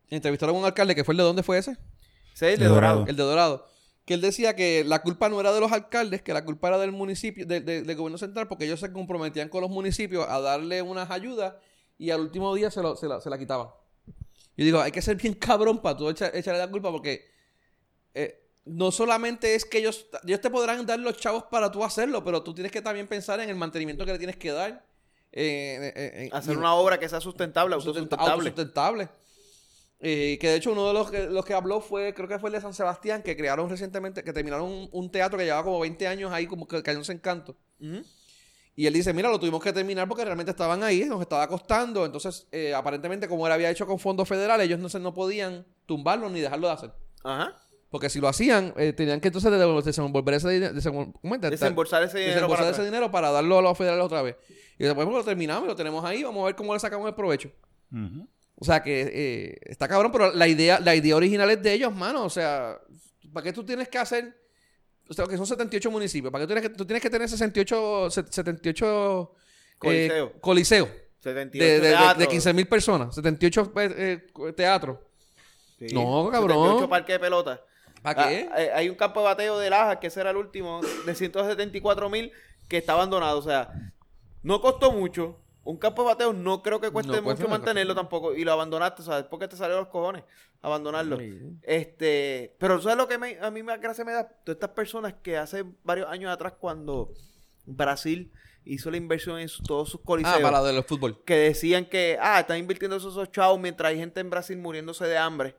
Speaker 2: Entrevistaron a un alcalde que fue el de dónde fue ese?
Speaker 3: Ese es el
Speaker 4: De Dorado.
Speaker 2: El de Dorado. Que él decía que la culpa no era de los alcaldes, que la culpa era del municipio, del- del- del gobierno central, porque ellos se comprometían con los municipios a darle unas ayudas y al último día se, lo- se la, se la quitaban. Yo digo, hay que ser bien cabrón para tú echa- echarle la culpa porque eh, no solamente es que ellos, ellos te podrán dar los chavos para tú hacerlo, pero tú tienes que también pensar en el mantenimiento que le tienes que dar. eh, eh, eh,
Speaker 3: Hacer
Speaker 2: y-
Speaker 3: una obra que sea sustentable, autosustentable.
Speaker 2: autosustentable. Eh, que de hecho uno de los que, los que habló fue, creo que fue el de San Sebastián, que crearon recientemente, que terminaron un, un teatro que llevaba como 20 años ahí, como que cayó en encanto.
Speaker 3: Ujú.
Speaker 2: Y él dice, mira, lo tuvimos que terminar porque realmente estaban ahí, nos estaba costando. Entonces, eh, aparentemente, como él había hecho con fondos federales, ellos no, se, no podían tumbarlo ni dejarlo de hacer.
Speaker 3: Ajá.
Speaker 2: Porque si lo hacían, eh, tenían que entonces desenvol- desenvolver ese dinero. desenvol- ¿cómo es?
Speaker 3: Desembolsar ese dinero.
Speaker 2: desembolsar
Speaker 3: para
Speaker 2: ese
Speaker 3: atrás.
Speaker 2: dinero para darlo a los federales otra vez. Y después pues, lo terminamos, lo tenemos ahí, vamos a ver cómo le sacamos el provecho.
Speaker 4: Ujú.
Speaker 2: O sea que eh, está cabrón, pero la idea, la idea original es de ellos, mano. O sea, ¿para qué tú tienes que hacer? O sea, que son 78 municipios. ¿Para qué tú tienes que, tú tienes que tener 68, se- 78 eh,
Speaker 3: Coliseo.
Speaker 2: coliseo de,
Speaker 3: 78
Speaker 2: de, de,
Speaker 3: teatros.
Speaker 2: de 15 mil personas? 78 eh, eh, teatros.
Speaker 3: Sí.
Speaker 2: No, cabrón.
Speaker 3: 78 parques de pelota.
Speaker 2: ¿Para qué?
Speaker 3: Ah, eh, hay un campo de bateo de Lajas, que ese era el último, de 174 mil, que está abandonado. O sea, no costó mucho. Un campo de bateo no creo que cueste
Speaker 2: No cuesta
Speaker 3: mucho
Speaker 2: nada.
Speaker 3: mantenerlo tampoco. Y lo abandonaste, o sea, es porque te salió los cojones abandonarlo.
Speaker 2: Ah,
Speaker 3: Este, pero ¿sabes lo que me- a mí más gracia me da? Todas estas personas que hace varios años atrás cuando Brasil hizo la inversión en su- todos sus
Speaker 2: Ah,
Speaker 3: coliseos.
Speaker 2: para lo del fútbol.
Speaker 3: que decían que, ah, están invirtiendo esos, esos chavos mientras hay gente en Brasil muriéndose de hambre.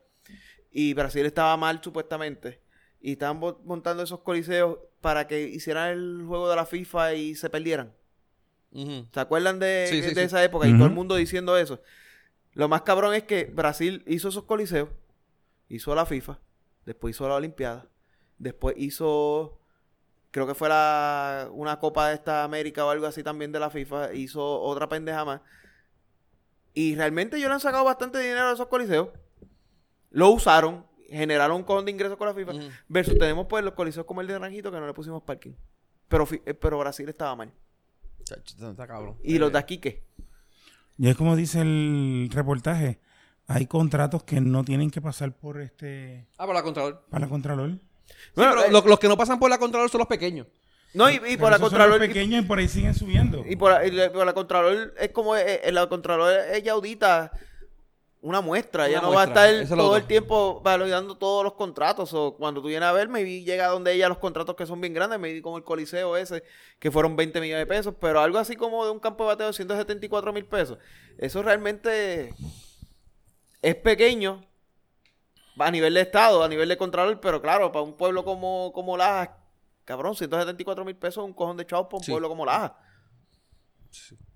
Speaker 3: Y Brasil estaba mal, supuestamente. Y estaban bo- montando esos coliseos para que hicieran el juego de la FIFA y se perdieran.
Speaker 2: Ujú.
Speaker 3: ¿Se acuerdan de,
Speaker 2: Sí, sí,
Speaker 3: de
Speaker 2: sí.
Speaker 3: esa época? Y
Speaker 4: Ujú.
Speaker 3: todo el mundo diciendo eso. Lo más cabrón es que Brasil hizo esos coliseos, hizo la FIFA, después hizo la Olimpiada, después hizo, creo que fue la, una Copa de esta América o algo así también de la FIFA, hizo otra pendeja más. Y realmente ellos le han sacado bastante dinero a esos coliseos. Lo usaron, generaron un cojón de ingresos con la FIFA.
Speaker 2: Ujú.
Speaker 3: Versus tenemos pues los coliseos como el de Naranjito que no le pusimos parking. Pero, fi- eh, pero Brasil estaba mal.
Speaker 2: Chacho, está- está cabrón.
Speaker 3: Y los de aquí, ¿qué?
Speaker 4: Y es como dice el reportaje, hay contratos que no tienen que pasar por este
Speaker 2: Ah, para la Contralor.
Speaker 4: para la Contralor.
Speaker 3: Bueno,
Speaker 2: Pero
Speaker 3: eh,
Speaker 2: lo- los que no pasan por la Contralor son los pequeños.
Speaker 3: no, y, y
Speaker 4: Pero
Speaker 3: por la
Speaker 4: esos son
Speaker 3: Contralor.
Speaker 4: los pequeños y por ahí siguen subiendo.
Speaker 3: Y, y por, la- y la- por la Contralor es como. eh, eh, la Contralor, ella audita una muestra.
Speaker 2: Una
Speaker 3: ella no
Speaker 2: muestra,
Speaker 3: va a
Speaker 2: eso
Speaker 3: estar
Speaker 2: es lo
Speaker 3: todo
Speaker 2: otro.
Speaker 3: el tiempo validando todos los contratos. O cuando tú vienes a ver, me llega donde ella los contratos que son bien grandes. Me di como el Coliseo ese, que fueron 20 millones de pesos. Pero algo así como de un campo de bateo de 174 mil pesos. Eso realmente es pequeño. A nivel de Estado, a nivel de Contralor, pero claro, para un pueblo como, como Lajas, cabrón, 174 mil pesos es un cojón de chavos para un
Speaker 2: Sí.
Speaker 3: pueblo como Lajas.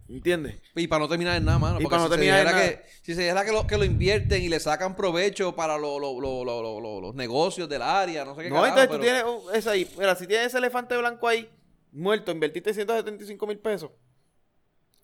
Speaker 3: ¿Entiendes?
Speaker 2: Y para no terminar en nada, mano.
Speaker 3: Y
Speaker 2: Porque
Speaker 3: para
Speaker 2: si,
Speaker 3: no
Speaker 2: se
Speaker 3: terminar en
Speaker 2: dijera
Speaker 3: nada.
Speaker 2: que, si se dijera que lo, que lo invierten y le sacan provecho para lo- lo- lo- lo- lo- lo- los negocios del área, no sé qué.
Speaker 3: No,
Speaker 2: carajo,
Speaker 3: entonces
Speaker 2: pero-
Speaker 3: tú tienes uh, esa ahí. Mira, si tienes ese elefante blanco ahí, muerto, invertiste 175 mil pesos.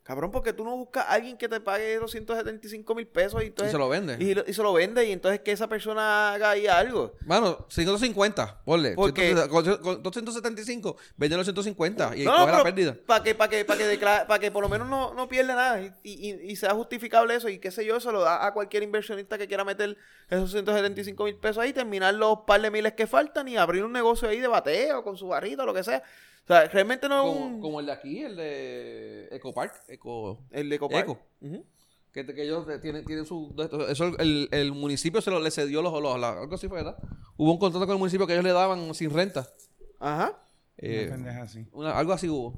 Speaker 3: Cabrón, porque tú no buscas a alguien que te pague esos 175 mil pesos y,
Speaker 2: Y
Speaker 3: entonces-
Speaker 2: se lo venden.
Speaker 3: y, lo- y se lo vende y entonces que esa persona haga ahí algo.
Speaker 2: Mano, 550, ponle.
Speaker 3: Porque-
Speaker 2: 170, con, con 275, venden los 150 y
Speaker 3: No,
Speaker 2: coge
Speaker 3: no,
Speaker 2: la pérdida.
Speaker 3: Para que, para que, para que, decla- pa' que por lo menos no, no pierda nada y, y- y sea justificable eso y qué sé yo, se lo da a cualquier inversionista que quiera meter esos 175 mil pesos ahí, terminar los par de miles que faltan y abrir un negocio ahí de bateo con su barrita, lo que sea. O sea, realmente no es
Speaker 2: Como,
Speaker 3: un-
Speaker 2: como el de aquí, el de Ecopark. Eco,
Speaker 3: El de Copar.
Speaker 2: Eco.
Speaker 3: Ujú.
Speaker 2: que, que ellos tienen, tienen su... Eso el, el municipio se lo, le cedió los, los, la- Algo así fue, ¿verdad? Hubo un contrato con el municipio que ellos le daban sin renta.
Speaker 3: Ajá.
Speaker 2: Eh,
Speaker 4: Una pendeja así.
Speaker 2: Una- algo así hubo.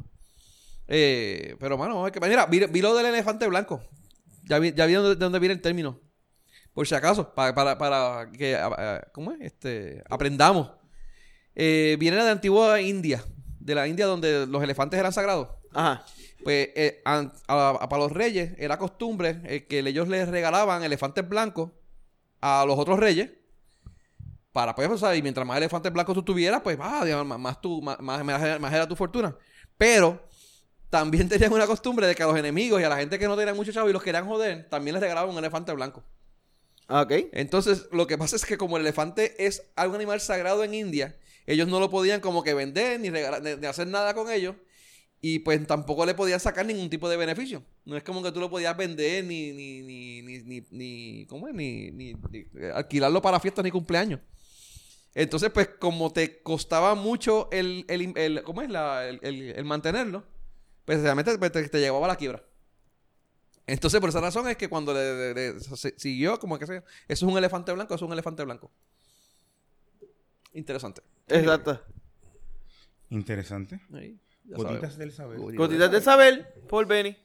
Speaker 2: Eh, pero, mano, vamos a ver qué- mira, vi, vi lo del elefante blanco. Ya vi, ya vi dónde- de dónde viene el término. Por si acaso, pa- para, para que ah, ah, ¿cómo es? Este, aprendamos. Eh, viene de la antigua India, de la India donde los elefantes eran sagrados.
Speaker 3: Ajá.
Speaker 2: Pues eh, an- a- a- para los reyes era costumbre eh, que ellos les regalaban elefantes blancos a los otros reyes. Para pues, o sea, y mientras más elefantes blancos tú tuvieras, pues ah, digamos, más, más, tú- más, más- más era- más era tu fortuna. Pero también *laughs* tenían una costumbre de que a los enemigos y a la gente que no tenían mucho chavo y los querían joder, también les regalaban un elefante blanco.
Speaker 3: Ah, Ok.
Speaker 2: Entonces, lo que pasa es que como el elefante es algún animal sagrado en India, ellos no lo podían como que vender ni, regalar, ni- ni hacer nada con ellos. Y pues tampoco le podían sacar ningún tipo de beneficio. No es como que tú lo podías vender ni, ni, ni, ni, ni, ni- ¿cómo es? Ni, ni- ni- eh, alquilarlo para fiestas ni cumpleaños. Entonces, pues, como te costaba mucho el, el- el- ¿cómo es? La- el, el- el mantenerlo, pues realmente pues, te, te llevaba a la quiebra. Entonces, por esa razón es que cuando le, le- le- se- siguió, como que se, eso es un elefante blanco, eso es un elefante blanco. Interesante.
Speaker 3: Exacto.
Speaker 4: Interesante.
Speaker 2: Ahí, ya
Speaker 4: Gotitas
Speaker 2: sabemos.
Speaker 4: del saber.
Speaker 2: Gotitas
Speaker 3: Cotitas de saber, Paul Benny.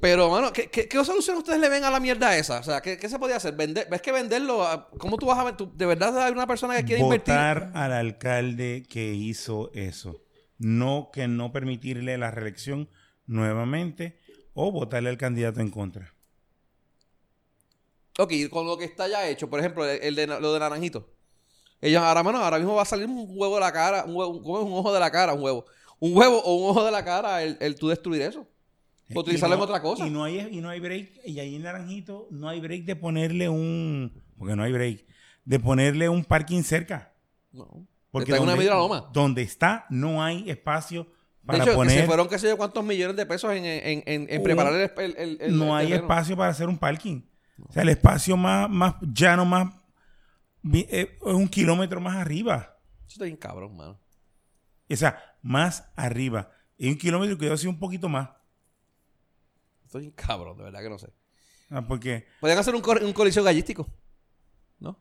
Speaker 2: Pero, mano, ¿qué, qué, qué solución ustedes le ven a la mierda esa? O sea, ¿qué, qué se podía hacer? ¿Vender? ¿Ves que venderlo? a- ¿Cómo tú vas a ver? tú- ¿De verdad hay una persona que quiere invertir?
Speaker 4: Votar al alcalde que hizo eso. No que no permitirle la reelección nuevamente o votarle al candidato en contra.
Speaker 2: Ok, con lo que está ya hecho, por ejemplo, el, el de, na- lo de Naranjito. Ellos ahora, mano, ahora mismo va a salir un huevo de la cara, un huevo, ¿cómo es? un ojo de la cara, un huevo. Un huevo o un ojo de la cara, el, el tú destruir eso. O Pues utilizarlo
Speaker 4: Eh, Y no-
Speaker 2: en otra cosa.
Speaker 4: Y no, hay, y no hay break, y ahí en Naranjito no hay break de ponerle un, porque no hay break, de ponerle un parking cerca.
Speaker 2: No.
Speaker 4: Porque
Speaker 2: Está en una
Speaker 4: donde-
Speaker 2: media loma.
Speaker 4: Donde está no hay espacio
Speaker 2: De
Speaker 4: para
Speaker 2: hecho, que
Speaker 4: poner,
Speaker 2: se fueron qué sé yo cuántos millones de pesos en, en, en, en
Speaker 4: Un-
Speaker 2: preparar el, el, el- el-
Speaker 4: no
Speaker 2: el
Speaker 4: hay
Speaker 2: terreno.
Speaker 4: espacio para hacer un parking. O sea, el espacio más, más llano, más, vi- eh, es un kilómetro más arriba.
Speaker 2: Eso está bien cabrón, mano.
Speaker 4: O sea, más arriba. Y un kilómetro que yo hacía un poquito más.
Speaker 2: Esto es bien cabrón, de verdad que no sé.
Speaker 4: Ah, Porque
Speaker 2: Podrían hacer un, cor- un coliseo gallístico. ¿No?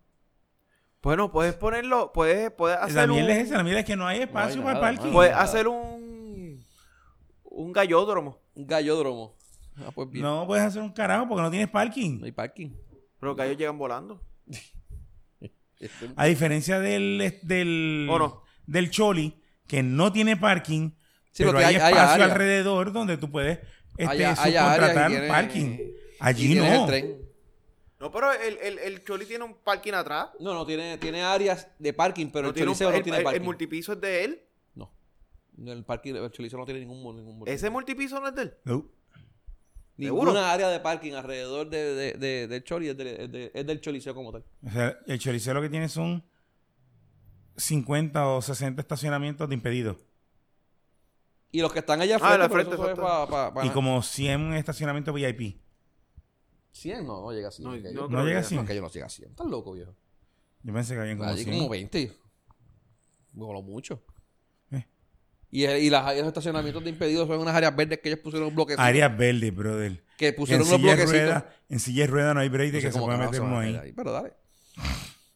Speaker 3: Bueno, puedes ponerlo, puedes, puedes hacer
Speaker 4: la mierda
Speaker 3: un...
Speaker 4: es esa, la mierda es que no hay espacio
Speaker 2: nada,
Speaker 4: para el parking.
Speaker 2: mano.
Speaker 3: Puedes hacer un... Un gallódromo.
Speaker 2: Un gallódromo. Ah, pues bien. No,
Speaker 4: No puedes hacer un carajo porque no tienes parking.
Speaker 2: hay parking.
Speaker 3: Pero los gallos llegan volando.
Speaker 2: Este-
Speaker 4: A diferencia del, del,
Speaker 3: ¿O no?
Speaker 4: del Choli, que no tiene parking,
Speaker 2: Sí,
Speaker 4: pero
Speaker 2: porque
Speaker 4: hay,
Speaker 2: hay- hay
Speaker 4: espacio
Speaker 2: área.
Speaker 4: alrededor donde tú puedes este,
Speaker 2: Hay- hay áreas y
Speaker 4: subcontratar
Speaker 2: tiene-
Speaker 4: parking. Allí
Speaker 2: y
Speaker 4: no.
Speaker 2: tienes el tren.
Speaker 3: No, pero el, el, el Choli tiene un parking atrás.
Speaker 2: No, no, tiene, tiene áreas de parking, pero
Speaker 3: No
Speaker 2: el
Speaker 3: tiene un-
Speaker 2: Choliseo no
Speaker 3: el-
Speaker 2: tiene
Speaker 3: el-
Speaker 2: parking.
Speaker 3: el multipiso es de él.
Speaker 2: No. El parking, el Choliseo no tiene ningún, mo- ningún mo-
Speaker 3: Ese multipiso no es de él.
Speaker 4: No.
Speaker 2: ninguna
Speaker 3: seguro.
Speaker 2: área de parking alrededor de, de, de- del Choli, es, del- es de- es del Choliseo como tal.
Speaker 4: O sea, el Choliseo lo que tiene son 50 o 60 estacionamientos de impedidos.
Speaker 2: Y los que están allá
Speaker 3: Ah,
Speaker 2: afuera,
Speaker 3: la
Speaker 2: frente, pero eso
Speaker 3: frente,
Speaker 2: fue pa- pa- pa-
Speaker 4: Y como 100 estacionamientos VIP.
Speaker 2: 100 no, no llega a 100.
Speaker 3: No,
Speaker 2: que
Speaker 3: no
Speaker 2: yo-
Speaker 3: creo
Speaker 4: No llega a
Speaker 3: que-
Speaker 2: no,
Speaker 4: 100.
Speaker 2: que yo no llega a 100. Estás loco, viejo.
Speaker 4: Yo pensé que habían como
Speaker 2: Allí
Speaker 4: 100.
Speaker 2: como 20. Como lo mucho.
Speaker 4: Eh.
Speaker 2: Y, y las áreas de estacionamiento de impedidos son unas áreas verdes que ellos pusieron un bloquecito.
Speaker 4: Áreas verdes, brother.
Speaker 2: Que
Speaker 4: Que en
Speaker 2: pusieron unos
Speaker 4: silla, de
Speaker 2: bloquecitos.
Speaker 4: rueda, en silla de rueda no hay break de
Speaker 2: No sé
Speaker 4: que se
Speaker 2: cómo
Speaker 4: pueda
Speaker 2: carajo
Speaker 4: meter
Speaker 2: se van a
Speaker 4: uno ahí.
Speaker 2: meter Pero dale.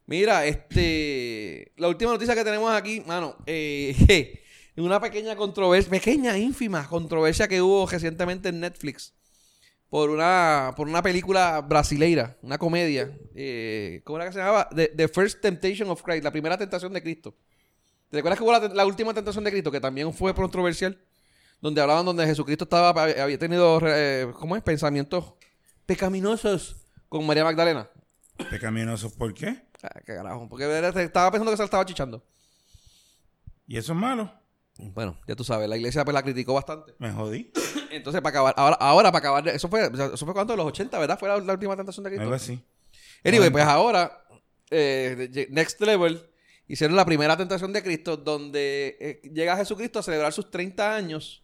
Speaker 2: Mira, este. La última noticia que tenemos aquí, mano. Eh, *laughs* una pequeña controversia, pequeña, ínfima controversia que hubo recientemente en Netflix. Por una, por una película brasileira, una comedia. eh, ¿Cómo era que se llamaba? The, The First Temptation of Christ, la primera tentación de Cristo. ¿Te acuerdas que hubo la, la última tentación de Cristo, que también fue controversial? Donde hablaban donde Jesucristo estaba, había tenido, eh, ¿cómo es? Pensamientos pecaminosos con María Magdalena.
Speaker 4: Pecaminosos, Este ¿por qué?
Speaker 2: Ah, qué carajo. Porque era- estaba pensando que se la estaba chichando.
Speaker 4: Y eso es malo.
Speaker 2: Bueno, ya tú sabes, la iglesia pues, la criticó bastante.
Speaker 4: Me jodí.
Speaker 2: Entonces, para acabar, ahora, ahora para acabar, de- eso fue, o sea, eso fue cuando, los 80, ¿verdad? Fue la, la última tentación de
Speaker 4: Algo
Speaker 2: Cristo.
Speaker 4: así.
Speaker 2: Anyway, pues ahora, eh, de- Next Level, hicieron la primera tentación de Cristo, donde eh, llega Jesucristo a celebrar sus 30 años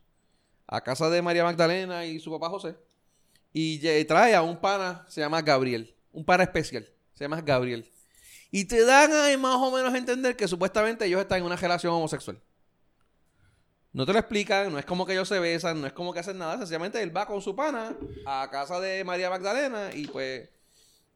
Speaker 2: a casa de María Magdalena y su papá José. Y lle- trae a un pana, se llama Gabriel. Un pana especial, se llama Gabriel. Y te dan a más o menos a entender que supuestamente ellos están en una relación homosexual. No te lo explican, no es como que ellos se besan, no es como que hacen nada. Sencillamente él va con su pana a casa de María Magdalena y pues,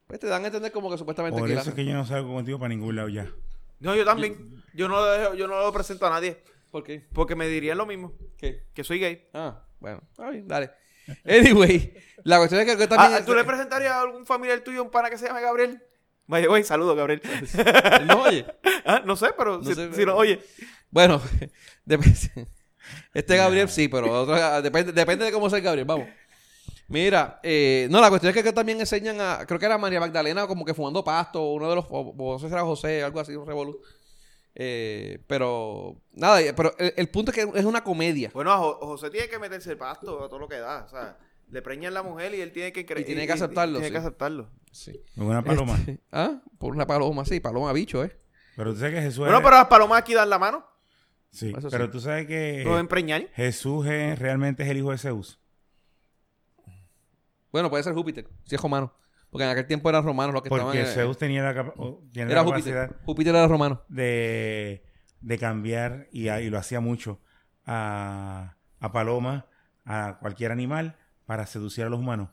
Speaker 2: pues te dan a entender como que supuestamente
Speaker 4: Por
Speaker 2: aquí la
Speaker 4: eso es que yo no salgo contigo para ningún lado ya.
Speaker 3: No, yo también. Yo no, lo dejo- yo no lo presento a nadie.
Speaker 2: ¿Por qué?
Speaker 3: Porque me dirían lo mismo.
Speaker 2: ¿Qué?
Speaker 3: Que soy gay.
Speaker 2: Ah, bueno. Está bien, dale. *laughs* Anyway, la cuestión es que, que también...
Speaker 3: Ah, ¿Tú le presentarías a algún familiar tuyo un pana que se llame Gabriel? Vaya, güey,
Speaker 2: *laughs*
Speaker 3: saludo, Gabriel.
Speaker 2: Él no oye.
Speaker 3: Ah, no sé, pero
Speaker 2: No
Speaker 3: si,
Speaker 2: sé,
Speaker 3: si no,
Speaker 2: pero-
Speaker 3: oye.
Speaker 2: Bueno, *laughs* depende. *laughs* Este Gabriel sí, pero otro- ah, depende, depende de cómo sea el Gabriel, vamos. Mira, eh, no, la cuestión es que, que también enseñan a, creo que era María Magdalena como que fumando pasto, uno de los, o, o no sé si era José, algo así, un revolú. Eh, pero, nada, eh, pero el, el punto es que es una comedia.
Speaker 3: Bueno, a Jo- José tiene que meterse el pasto a todo lo que da. O sea, le preñan la mujer y él tiene que creer.
Speaker 2: Y tiene que aceptarlo,
Speaker 3: Tiene
Speaker 2: sí.
Speaker 3: que aceptarlo.
Speaker 2: Sí.
Speaker 4: Con una paloma.
Speaker 2: Este, *laughs* ah, por una paloma, sí, paloma bicho, ¿eh?
Speaker 4: Pero tú sabes que Jesús.
Speaker 3: Bueno,
Speaker 4: era-
Speaker 3: pero las palomas aquí dan la mano.
Speaker 4: Sí,
Speaker 2: Eso sí.
Speaker 4: pero tú sabes que
Speaker 3: No empreñan.
Speaker 4: Jesús es- realmente es el hijo de Zeus.
Speaker 2: Bueno, puede ser Júpiter, si es romano. Porque en aquel tiempo eran romanos los que estaban.
Speaker 4: Porque
Speaker 2: eh,
Speaker 4: Zeus tenía la, capa- o tiene la
Speaker 2: era
Speaker 4: capacidad
Speaker 2: Júpiter. Júpiter era romano.
Speaker 4: de, de cambiar, y, a- y lo hacía mucho, a, a paloma, a cualquier animal, para seducir a los humanos.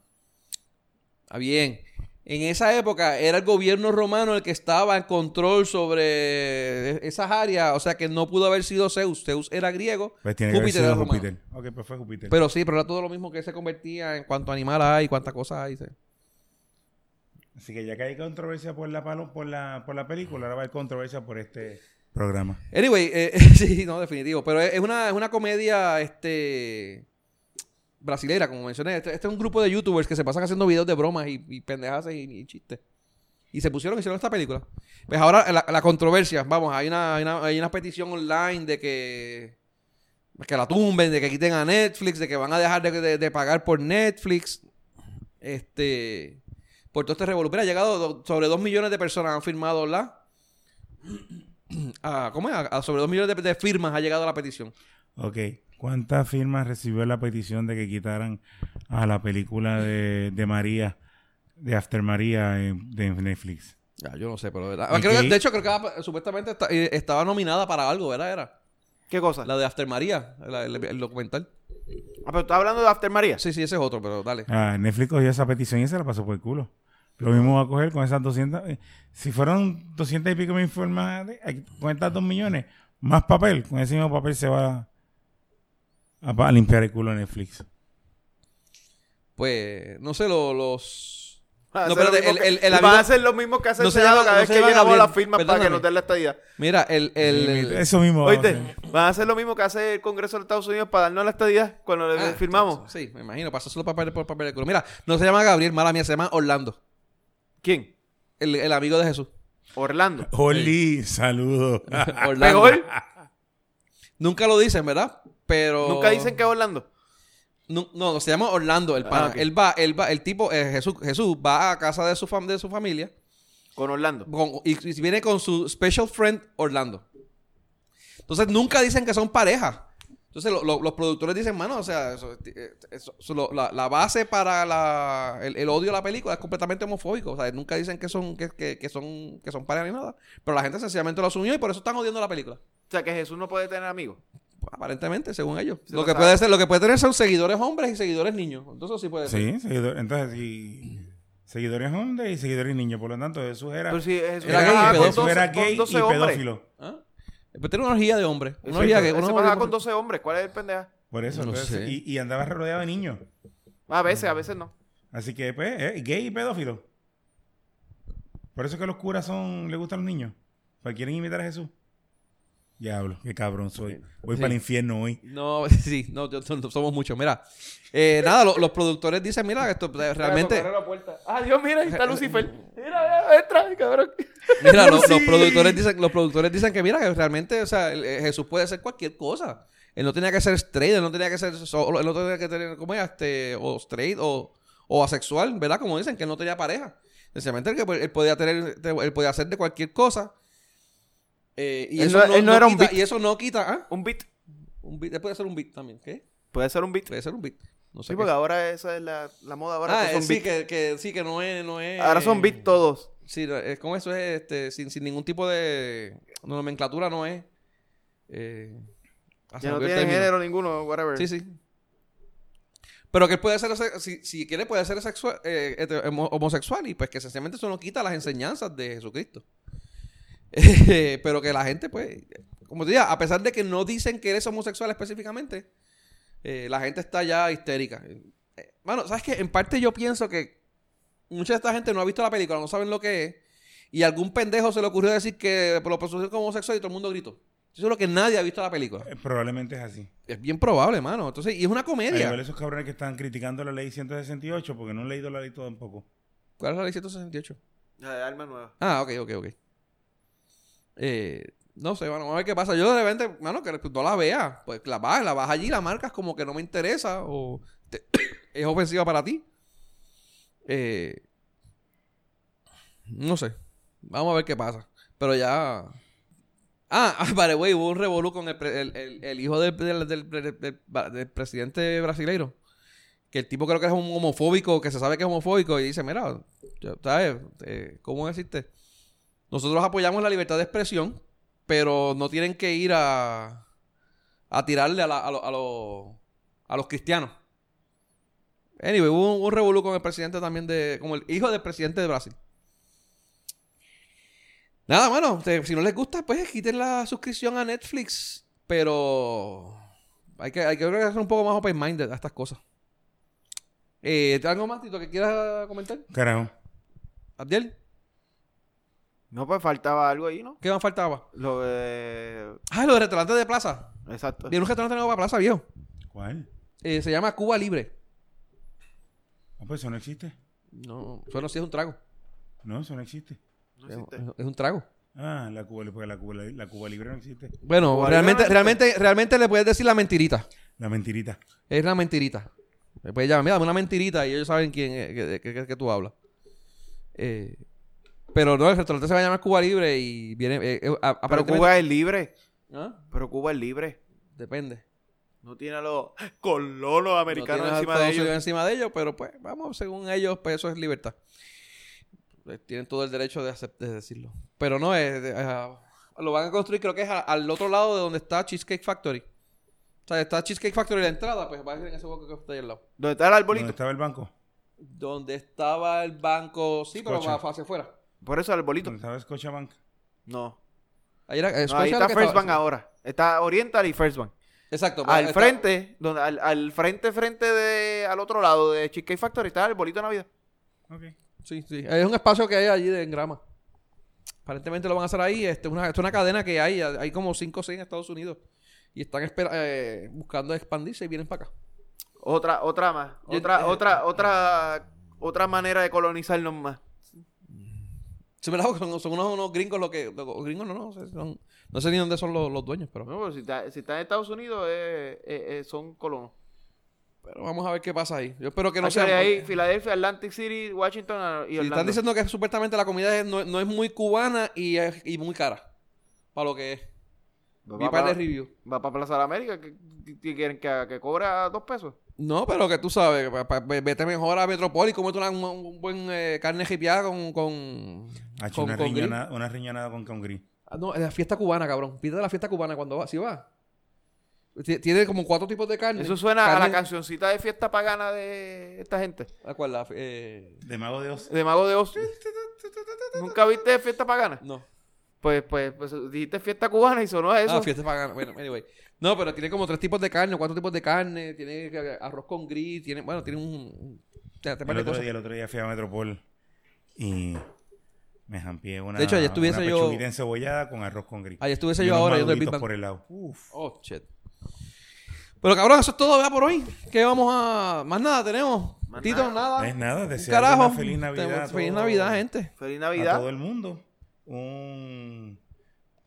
Speaker 2: Ah, bien. En esa época era el gobierno romano el que estaba en control sobre esas áreas, o sea que no pudo haber sido Zeus. Zeus era griego,
Speaker 4: Pues tiene que haber
Speaker 2: Júpiter
Speaker 4: sido
Speaker 2: era romano.
Speaker 4: Júpiter. Ok, pues fue Júpiter.
Speaker 2: Pero sí, pero era todo lo mismo que se convertía en cuanto a animal hay, cuántas cosas hay. sí.
Speaker 4: Así que ya que hay controversia por la, palo- por la, por la película, ahora va a haber controversia por este programa.
Speaker 2: Anyway, eh, *laughs* sí, no, definitivo. Pero es es una, es una comedia este brasilera, como mencioné. Este, este es un grupo de youtubers que se pasan haciendo videos de bromas y, y pendejadas y, y chistes. Y se pusieron, hicieron esta película. Pues ahora la, la controversia, vamos, hay una, hay, una, hay una petición online de que, que la tumben, de que quiten a Netflix, de que van a dejar de, de- de pagar por Netflix. Este, por todo este revolú. Mira, ha llegado do- sobre 2 millones de personas, han firmado la... a- Ah, ¿Cómo es? A, a sobre 2 millones de, de firmas ha llegado la petición.
Speaker 4: Ok, ¿cuántas firmas recibió la petición de que quitaran a la película de, de María, de After María en- de Netflix?
Speaker 2: Ya, yo no sé, pero... ¿verdad?
Speaker 4: Ok.
Speaker 2: Creo que- de hecho, creo que ah, supuestamente esta- eh, estaba nominada para algo, ¿verdad? Era
Speaker 3: ¿Qué cosa?
Speaker 2: la de After María, la- el, el documental.
Speaker 3: Ah, pero tú estás hablando de After María.
Speaker 2: Sí, sí, ese es otro, pero dale.
Speaker 4: Ah, Netflix cogió esa petición y se la pasó por el culo. Lo mismo va a coger con esas 200. eh, si fueron 200 y pico mil firmas, de- aquí- con estas 2 millones, más papel, con ese mismo papel se va. a, pa- a limpiar el culo a Netflix.
Speaker 2: Pues, no sé, lo- los...
Speaker 3: Van a
Speaker 2: No,
Speaker 3: hacer lo
Speaker 2: espérate,
Speaker 3: mismo
Speaker 2: el- el-
Speaker 3: que-
Speaker 2: el
Speaker 3: Van
Speaker 2: amigo-
Speaker 3: a hacer lo mismo que hace
Speaker 2: No
Speaker 3: el
Speaker 2: se
Speaker 3: Senado
Speaker 2: llama-
Speaker 3: cada
Speaker 2: no
Speaker 3: vez
Speaker 2: se
Speaker 3: que
Speaker 2: llama
Speaker 3: llenamos
Speaker 2: Gabriel,
Speaker 3: las firmas para que
Speaker 2: perdóname.
Speaker 3: nos den la estadía.
Speaker 2: Mira, el... el, el-
Speaker 4: Eso mismo. vamos a
Speaker 3: Oíste,
Speaker 4: hacer.
Speaker 3: van a hacer lo mismo que hace el Congreso de Estados Unidos para darnos la estadía cuando le
Speaker 2: Ah,
Speaker 3: eh, firmamos.
Speaker 2: Sí, me imagino. Pasa solo papel por papel de culo. Mira, no se llama Gabriel, mala mía, se llama Orlando.
Speaker 3: ¿Quién?
Speaker 2: El, el amigo de
Speaker 3: *laughs*
Speaker 2: Jesús.
Speaker 3: Orlando.
Speaker 4: Oli, saludos.
Speaker 2: Orlando.
Speaker 3: Mejor.
Speaker 2: Nunca lo dicen, ¿verdad? Pero...
Speaker 3: Nunca dicen que es Orlando.
Speaker 2: No, no, no, se llama Orlando, el pana.
Speaker 3: ok.
Speaker 2: Él va, él va, el tipo, eh, Jesús, Jesús va a casa de su, fam- de su familia
Speaker 3: Con Orlando.
Speaker 2: con- y, y viene con su special friend Orlando. Entonces nunca dicen que son pareja. Entonces lo- lo- los productores dicen, mano, o sea, eso- eh, eso- eso- lo- la, la base para la- el, el odio a la película es completamente homofóbico. O sea, nunca dicen que son, que, que- que son, que son pareja ni nada. Pero la gente sencillamente lo asumió y por eso están odiando la película.
Speaker 3: O sea, que Jesús no puede tener amigos.
Speaker 2: Aparentemente, según ellos.
Speaker 3: Sí,
Speaker 2: lo,
Speaker 3: lo
Speaker 2: que
Speaker 3: sabe.
Speaker 2: puede ser, lo que puede tener son seguidores hombres y seguidores niños. Entonces sí puede ser.
Speaker 4: Sí, seguidor- entonces sí, seguidores hombres y seguidores niños. Por lo tanto, Jesús era,
Speaker 3: Pero si Jesús
Speaker 2: Era gay y
Speaker 3: bajaba
Speaker 2: pedófilo.
Speaker 3: con
Speaker 4: Jesús
Speaker 3: 12
Speaker 4: era
Speaker 3: con
Speaker 4: gay y
Speaker 3: 12 hombres.
Speaker 4: pedófilo.
Speaker 2: ¿Ah? Pero tiene una orgía de hombre. Una
Speaker 3: Exacto.
Speaker 2: orgía que
Speaker 3: Él
Speaker 2: uno
Speaker 3: se bajaba con 12 hombres. ¿Cuál es el pendeja?
Speaker 4: Por eso.
Speaker 2: No
Speaker 4: entonces,
Speaker 2: sé.
Speaker 4: y, y andaba rodeado de niños.
Speaker 3: A veces, a veces no.
Speaker 4: Así que, pues, eh, gay y pedófilo. Por eso es que los curas son, le gustan los niños. Porque quieren imitar a Jesús. Diablo, qué cabrón soy. Voy
Speaker 2: Sí.
Speaker 4: para el infierno hoy.
Speaker 2: No, *laughs* sí, no, yo- no, somos muchos. Mira, eh, nada, lo- los productores dicen, mira, esto eh, realmente.
Speaker 3: Tocarle la puerta. Ah, Dios, mira, ahí está Lucifer. Mira, mira, entra, cabrón.
Speaker 2: Mira,
Speaker 3: *laughs*
Speaker 2: lo- los,
Speaker 4: Sí.
Speaker 2: productores dicen, los productores dicen que mira, que realmente, o sea, el- eh, Jesús puede ser cualquier cosa. Él no tenía que ser straight, él no tenía que ser solo, él no tenía que tener, ¿cómo es? Este, o straight o, o asexual, ¿verdad? Como dicen, que él no tenía pareja. Sencillamente, que pues, él podía tener, él podía hacer de cualquier cosa. Eh, y,
Speaker 3: Él
Speaker 2: eso
Speaker 3: no-
Speaker 2: no,
Speaker 3: él no
Speaker 2: no
Speaker 3: era un
Speaker 2: quita-
Speaker 3: beat.
Speaker 2: y eso no quita, ¿ah?
Speaker 3: Un beat.
Speaker 2: Un beat, puede ser un beat también, ¿qué?
Speaker 3: Puede ser un beat.
Speaker 2: Puede ser un beat. No sé
Speaker 3: Sí,
Speaker 2: qué.
Speaker 3: porque ahora esa es la, la moda. Ahora
Speaker 2: Ah,
Speaker 3: todos
Speaker 2: eh,
Speaker 3: son
Speaker 2: sí,
Speaker 3: beat.
Speaker 2: que, que- sí, que no es, no es...
Speaker 3: Ahora son beat todos.
Speaker 2: Sí, no, es como eso es, este, sin, sin ningún tipo de nomenclatura, no es... Eh, ah, se me
Speaker 3: Ya no
Speaker 2: olvidó el
Speaker 3: tienen
Speaker 2: término.
Speaker 3: género ninguno, whatever.
Speaker 2: Sí, sí. Pero que él puede ser, ase- si, si quiere, puede ser sexua- eh, hetero- homo- homosexual y pues que sencillamente eso no quita las enseñanzas de Jesucristo. *laughs* Eh, pero que la gente, pues, como te diga, a pesar de que no dicen que eres homosexual específicamente, eh, la gente está ya histérica. Eh, Bueno, ¿sabes qué? En parte yo pienso que mucha de esta gente no ha visto la película, no saben lo que es, y algún pendejo se le ocurrió decir que lo presunción como homosexual y todo el mundo gritó. Eso es lo que nadie ha visto la película.
Speaker 4: Eh, Probablemente es así.
Speaker 2: Es bien probable, mano. Entonces, y es una
Speaker 4: Al
Speaker 2: comedia.
Speaker 4: igual de esos cabrones que están criticando la ley 168 porque no han leído la ley todo tampoco.
Speaker 2: ¿Cuál es la ley 168?
Speaker 3: La de alma nueva.
Speaker 2: Ah, ok, ok, ok. Eh, no sé, bueno, vamos a ver qué pasa. Yo de repente, mano, que no la vea. Pues la vas, la vas allí, la marcas como que no me interesa o te- *coughs* es ofensiva para ti. Eh, no sé. Vamos a ver qué pasa. Pero ya... Ah, *laughs* vale, güey, hubo un revolú con el, pre- el- el- el hijo del, del- del- del- del- del presidente brasileiro. Que el tipo creo que es un homofóbico, que se sabe que es homofóbico y dice, mira, yo- ¿sabes? Eh, ¿Cómo decirte? Nosotros apoyamos la libertad de expresión, pero no tienen que ir a, a tirarle a, la- a, lo- a lo- a los cristianos. Anyway, hubo un, un revolú con el presidente también de... Como el hijo del presidente de Brasil. Nada, bueno, te- si no les gusta, pues quiten la suscripción a Netflix. Pero... Hay que, hay que ser un poco más open-minded a estas cosas. Eh, ¿Algo más, Tito, que quieras comentar?
Speaker 4: Carajo.
Speaker 2: Abdiel,
Speaker 3: No, pues faltaba algo ahí, ¿no?
Speaker 2: ¿qué más faltaba?
Speaker 3: Lo de...
Speaker 2: Ah, lo de restaurante de plaza.
Speaker 3: Exacto.
Speaker 2: Viene un restaurante nuevo para plaza, viejo.
Speaker 4: ¿Cuál?
Speaker 2: Eh, se llama Cuba Libre.
Speaker 4: Ah, pues eso no existe.
Speaker 2: No, solo si es un trago.
Speaker 4: No, eso no existe.
Speaker 3: No
Speaker 2: Es,
Speaker 3: existe.
Speaker 2: es un trago.
Speaker 4: Ah, la Cuba, porque la Cuba, la Cuba Libre no existe.
Speaker 2: Bueno,
Speaker 3: Cuba Libre
Speaker 2: realmente,
Speaker 3: no existe.
Speaker 2: realmente, realmente le puedes decir la mentirita.
Speaker 4: La mentirita.
Speaker 2: Es la mentirita. Le puedes llamar, mira, dame una mentirita y ellos saben quién es, que, que- que- que tú hablas. Eh, pero no, el restaurante se va a llamar Cuba Libre y viene. eh, eh, a-
Speaker 3: Pero
Speaker 2: aparentemente-
Speaker 3: Cuba es libre.
Speaker 2: ¿Ah?
Speaker 3: Pero Cuba es libre.
Speaker 2: Depende.
Speaker 3: No tiene a los colonos americanos
Speaker 2: No tienes a
Speaker 3: encima de
Speaker 2: Estados
Speaker 3: ellos.
Speaker 2: Unidos encima de ellos, pero pues, vamos, según ellos, pues eso es libertad. Eh, Tienen todo el derecho de, acep- de decirlo. Pero no, es, de- ah, lo van a construir, creo que es a- al otro lado de donde está Cheesecake Factory. O sea, está Cheesecake Factory la entrada, pues va a ser en ese hueco que está ahí al lado.
Speaker 3: ¿Dónde está el arbolito?
Speaker 4: ¿Dónde estaba el banco?
Speaker 2: Donde estaba el banco, sí, pero
Speaker 4: Escucha.
Speaker 2: va hacia afuera.
Speaker 3: Por eso el arbolito.
Speaker 4: ¿Dónde estaba Scotiabank?
Speaker 3: No.
Speaker 2: Ahí era,
Speaker 3: No, ahí está First Bank ahora. Está Oriental y First Bank.
Speaker 2: Exacto. pues,
Speaker 3: Al
Speaker 2: está-
Speaker 3: frente, donde, al, al frente, frente de, al otro lado de Cheesecake Factory está el bolito de Navidad.
Speaker 4: Ok.
Speaker 2: Sí, sí. Es un espacio que hay allí de en grama. Aparentemente lo van a hacer ahí. Este, una, es una cadena que hay. Hay como 5 o 6 en Estados Unidos. Y están espera- eh, buscando expandirse y vienen para acá.
Speaker 3: Otra, otra más.
Speaker 2: Yo-
Speaker 3: Otra,
Speaker 2: eh,
Speaker 3: otra, otra, otra manera de colonizarnos más.
Speaker 2: Sí, ¿verdad? Porque Son, son unos, unos gringos lo que... los gringos no, no. son- no sé ni dónde son los, los dueños, pero...
Speaker 3: No, pero si está, si está en Estados Unidos, eh, eh, eh, son colonos.
Speaker 2: Pero vamos a ver qué pasa ahí. Yo espero que no
Speaker 3: Actually,
Speaker 2: sea...
Speaker 3: ahí, Filadelfia, Atlantic City, Washington y
Speaker 2: Si
Speaker 3: Orlando.
Speaker 2: están diciendo que supuestamente la comida es- no, no es muy cubana y, es- y muy cara. Para lo que es.
Speaker 3: Pues va,
Speaker 2: Vi
Speaker 3: para,
Speaker 2: par de review.
Speaker 3: va para Plaza de América, que, que- que quieren que, que cobra dos pesos.
Speaker 2: No, pero que tú sabes, pa- pa- ve- vete mejor a Metropol y cómete una, una- un buen eh, carne jipiada con... con,
Speaker 4: Ha hecho
Speaker 2: con-
Speaker 4: Ah, una,
Speaker 2: con gris.
Speaker 4: riñonada, una riñonada con congri.
Speaker 2: Ah, No, es la fiesta cubana, cabrón. Pídete la fiesta cubana cuando va, si va. Ti- Tiene como cuatro tipos de carne.
Speaker 3: Eso suena a la
Speaker 2: Carne-
Speaker 3: cancioncita de fiesta pagana de esta gente.
Speaker 2: ¿A cuál? La, eh,
Speaker 4: De Mago de Oz.
Speaker 3: De Mago de Oz. ¿Nunca viste fiesta pagana?
Speaker 2: no.
Speaker 3: Pues, pues, pues dijiste fiesta cubana y sonó a eso.
Speaker 2: Ah, fiesta pagana. Bueno, anyway. No, pero tiene como tres tipos de carne, cuatro tipos de carne. Tiene eh, arroz con gris. Tiene, bueno, tiene un... un- o sea, te
Speaker 4: El
Speaker 2: pone
Speaker 4: otro,
Speaker 2: cosas.
Speaker 4: día, el otro día fui a Metropol y me jampié una,
Speaker 2: De hecho, ayer estuviese
Speaker 4: una
Speaker 2: yo-
Speaker 4: pechuguita encebollada con arroz con gris.
Speaker 2: Ayer estuviese
Speaker 4: Y
Speaker 2: yo
Speaker 4: unos
Speaker 2: ahora yendo al Big
Speaker 4: maduditos
Speaker 2: Bang.
Speaker 4: por el lado. Uf.
Speaker 2: Oh, shit. Pero cabrón, eso es todo ¿verdad? por hoy. ¿Qué vamos a...? Más nada tenemos.
Speaker 3: Más
Speaker 2: Tito,
Speaker 3: nada.
Speaker 2: nada.
Speaker 4: Es nada, desearle una
Speaker 2: Carajo.
Speaker 4: feliz Navidad. a
Speaker 2: Tenemos- Feliz
Speaker 4: todo-
Speaker 2: Navidad, gente.
Speaker 3: Feliz
Speaker 4: A todo
Speaker 3: Navidad.
Speaker 4: el mundo. Un,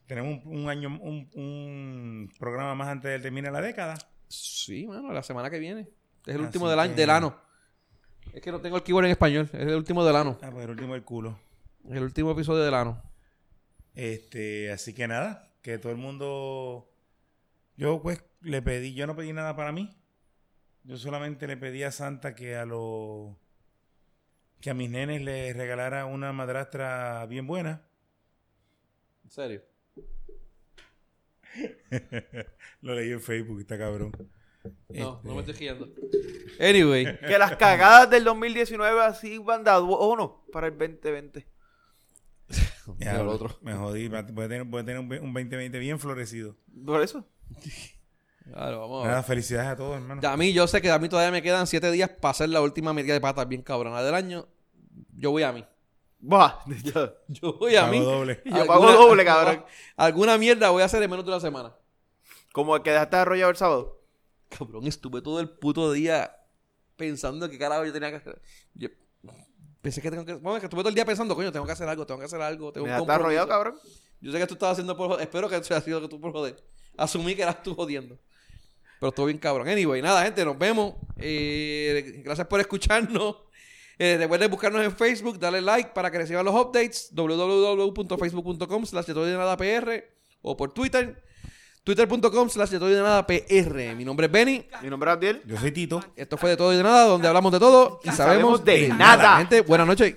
Speaker 4: tenemos un, un año, un, un programa más antes del termine la década.
Speaker 2: Sí, mano, la semana que viene. Es el
Speaker 4: Así
Speaker 2: último del año,
Speaker 4: que-
Speaker 2: del ano. Es que no tengo el keyboard en español. Es el último del ano.
Speaker 4: Ah, pues el último el culo.
Speaker 2: Es el último episodio del ano.
Speaker 4: Este, así que nada, que todo el mundo. Yo pues le pedí, yo no pedí nada para mí. Yo solamente le pedí a Santa que a los que a mis nenes les regalara una madrastra bien buena.
Speaker 2: En serio.
Speaker 4: Lo leí en Facebook, está cabrón.
Speaker 2: No,
Speaker 4: Este,
Speaker 2: no me estoy guiando.
Speaker 4: *laughs*
Speaker 2: Anyway.
Speaker 3: Que las cagadas del 2019 así van dado o no para el 2020.
Speaker 4: ya,
Speaker 2: Diablo, otro.
Speaker 4: Me jodí, va- voy a tener, voy a tener un, ve- un 2020 bien florecido.
Speaker 3: Por eso.
Speaker 2: Claro, vamos a
Speaker 4: Nada,
Speaker 2: ver.
Speaker 4: felicidades a todos, hermano.
Speaker 2: A mí, yo sé que a mí todavía me quedan siete días para hacer la última media de patas bien cabrona del año. Yo voy a mí. *laughs*
Speaker 3: Buah, *laughs* ya.
Speaker 2: Yo voy a
Speaker 4: Pago
Speaker 2: mí. *laughs*
Speaker 4: doble.
Speaker 3: Yo Ah, pago doble, cabrón.
Speaker 2: Alguna mierda voy a hacer en menos de una semana.
Speaker 3: Como el que dejaste arrollado el sábado.
Speaker 2: Cabrón, estuve todo el puto día pensando que carajo yo tenía que hacer. Yo pensé que tengo que. Bueno, que estuve todo el día pensando, coño, tengo que hacer algo, tengo que hacer algo, tengo
Speaker 3: Me
Speaker 2: un
Speaker 3: dejaste arrollado,
Speaker 2: compromiso.
Speaker 3: cabrón.
Speaker 2: Yo sé que tú estabas haciendo por joder. Espero que eso haya sido que tú por joder. Asumí que eras tú jodiendo. Pero estuvo bien cabrón. Anyway, nada, gente, nos vemos. Eh, gracias por escucharnos. Eh, recuerden buscarnos en Facebook, darle like para que reciban los updates. www.facebook.com slash de todo y de nada PR o por Twitter. Twitter.com slash de todo y de nada PR. Mi nombre es Benny.
Speaker 3: Mi nombre es Abdiel.
Speaker 4: Yo soy Tito.
Speaker 2: Esto fue de todo y de nada, donde hablamos de todo y sabemos,
Speaker 3: sabemos de nada.
Speaker 2: Gente, buenas noches.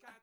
Speaker 5: Cat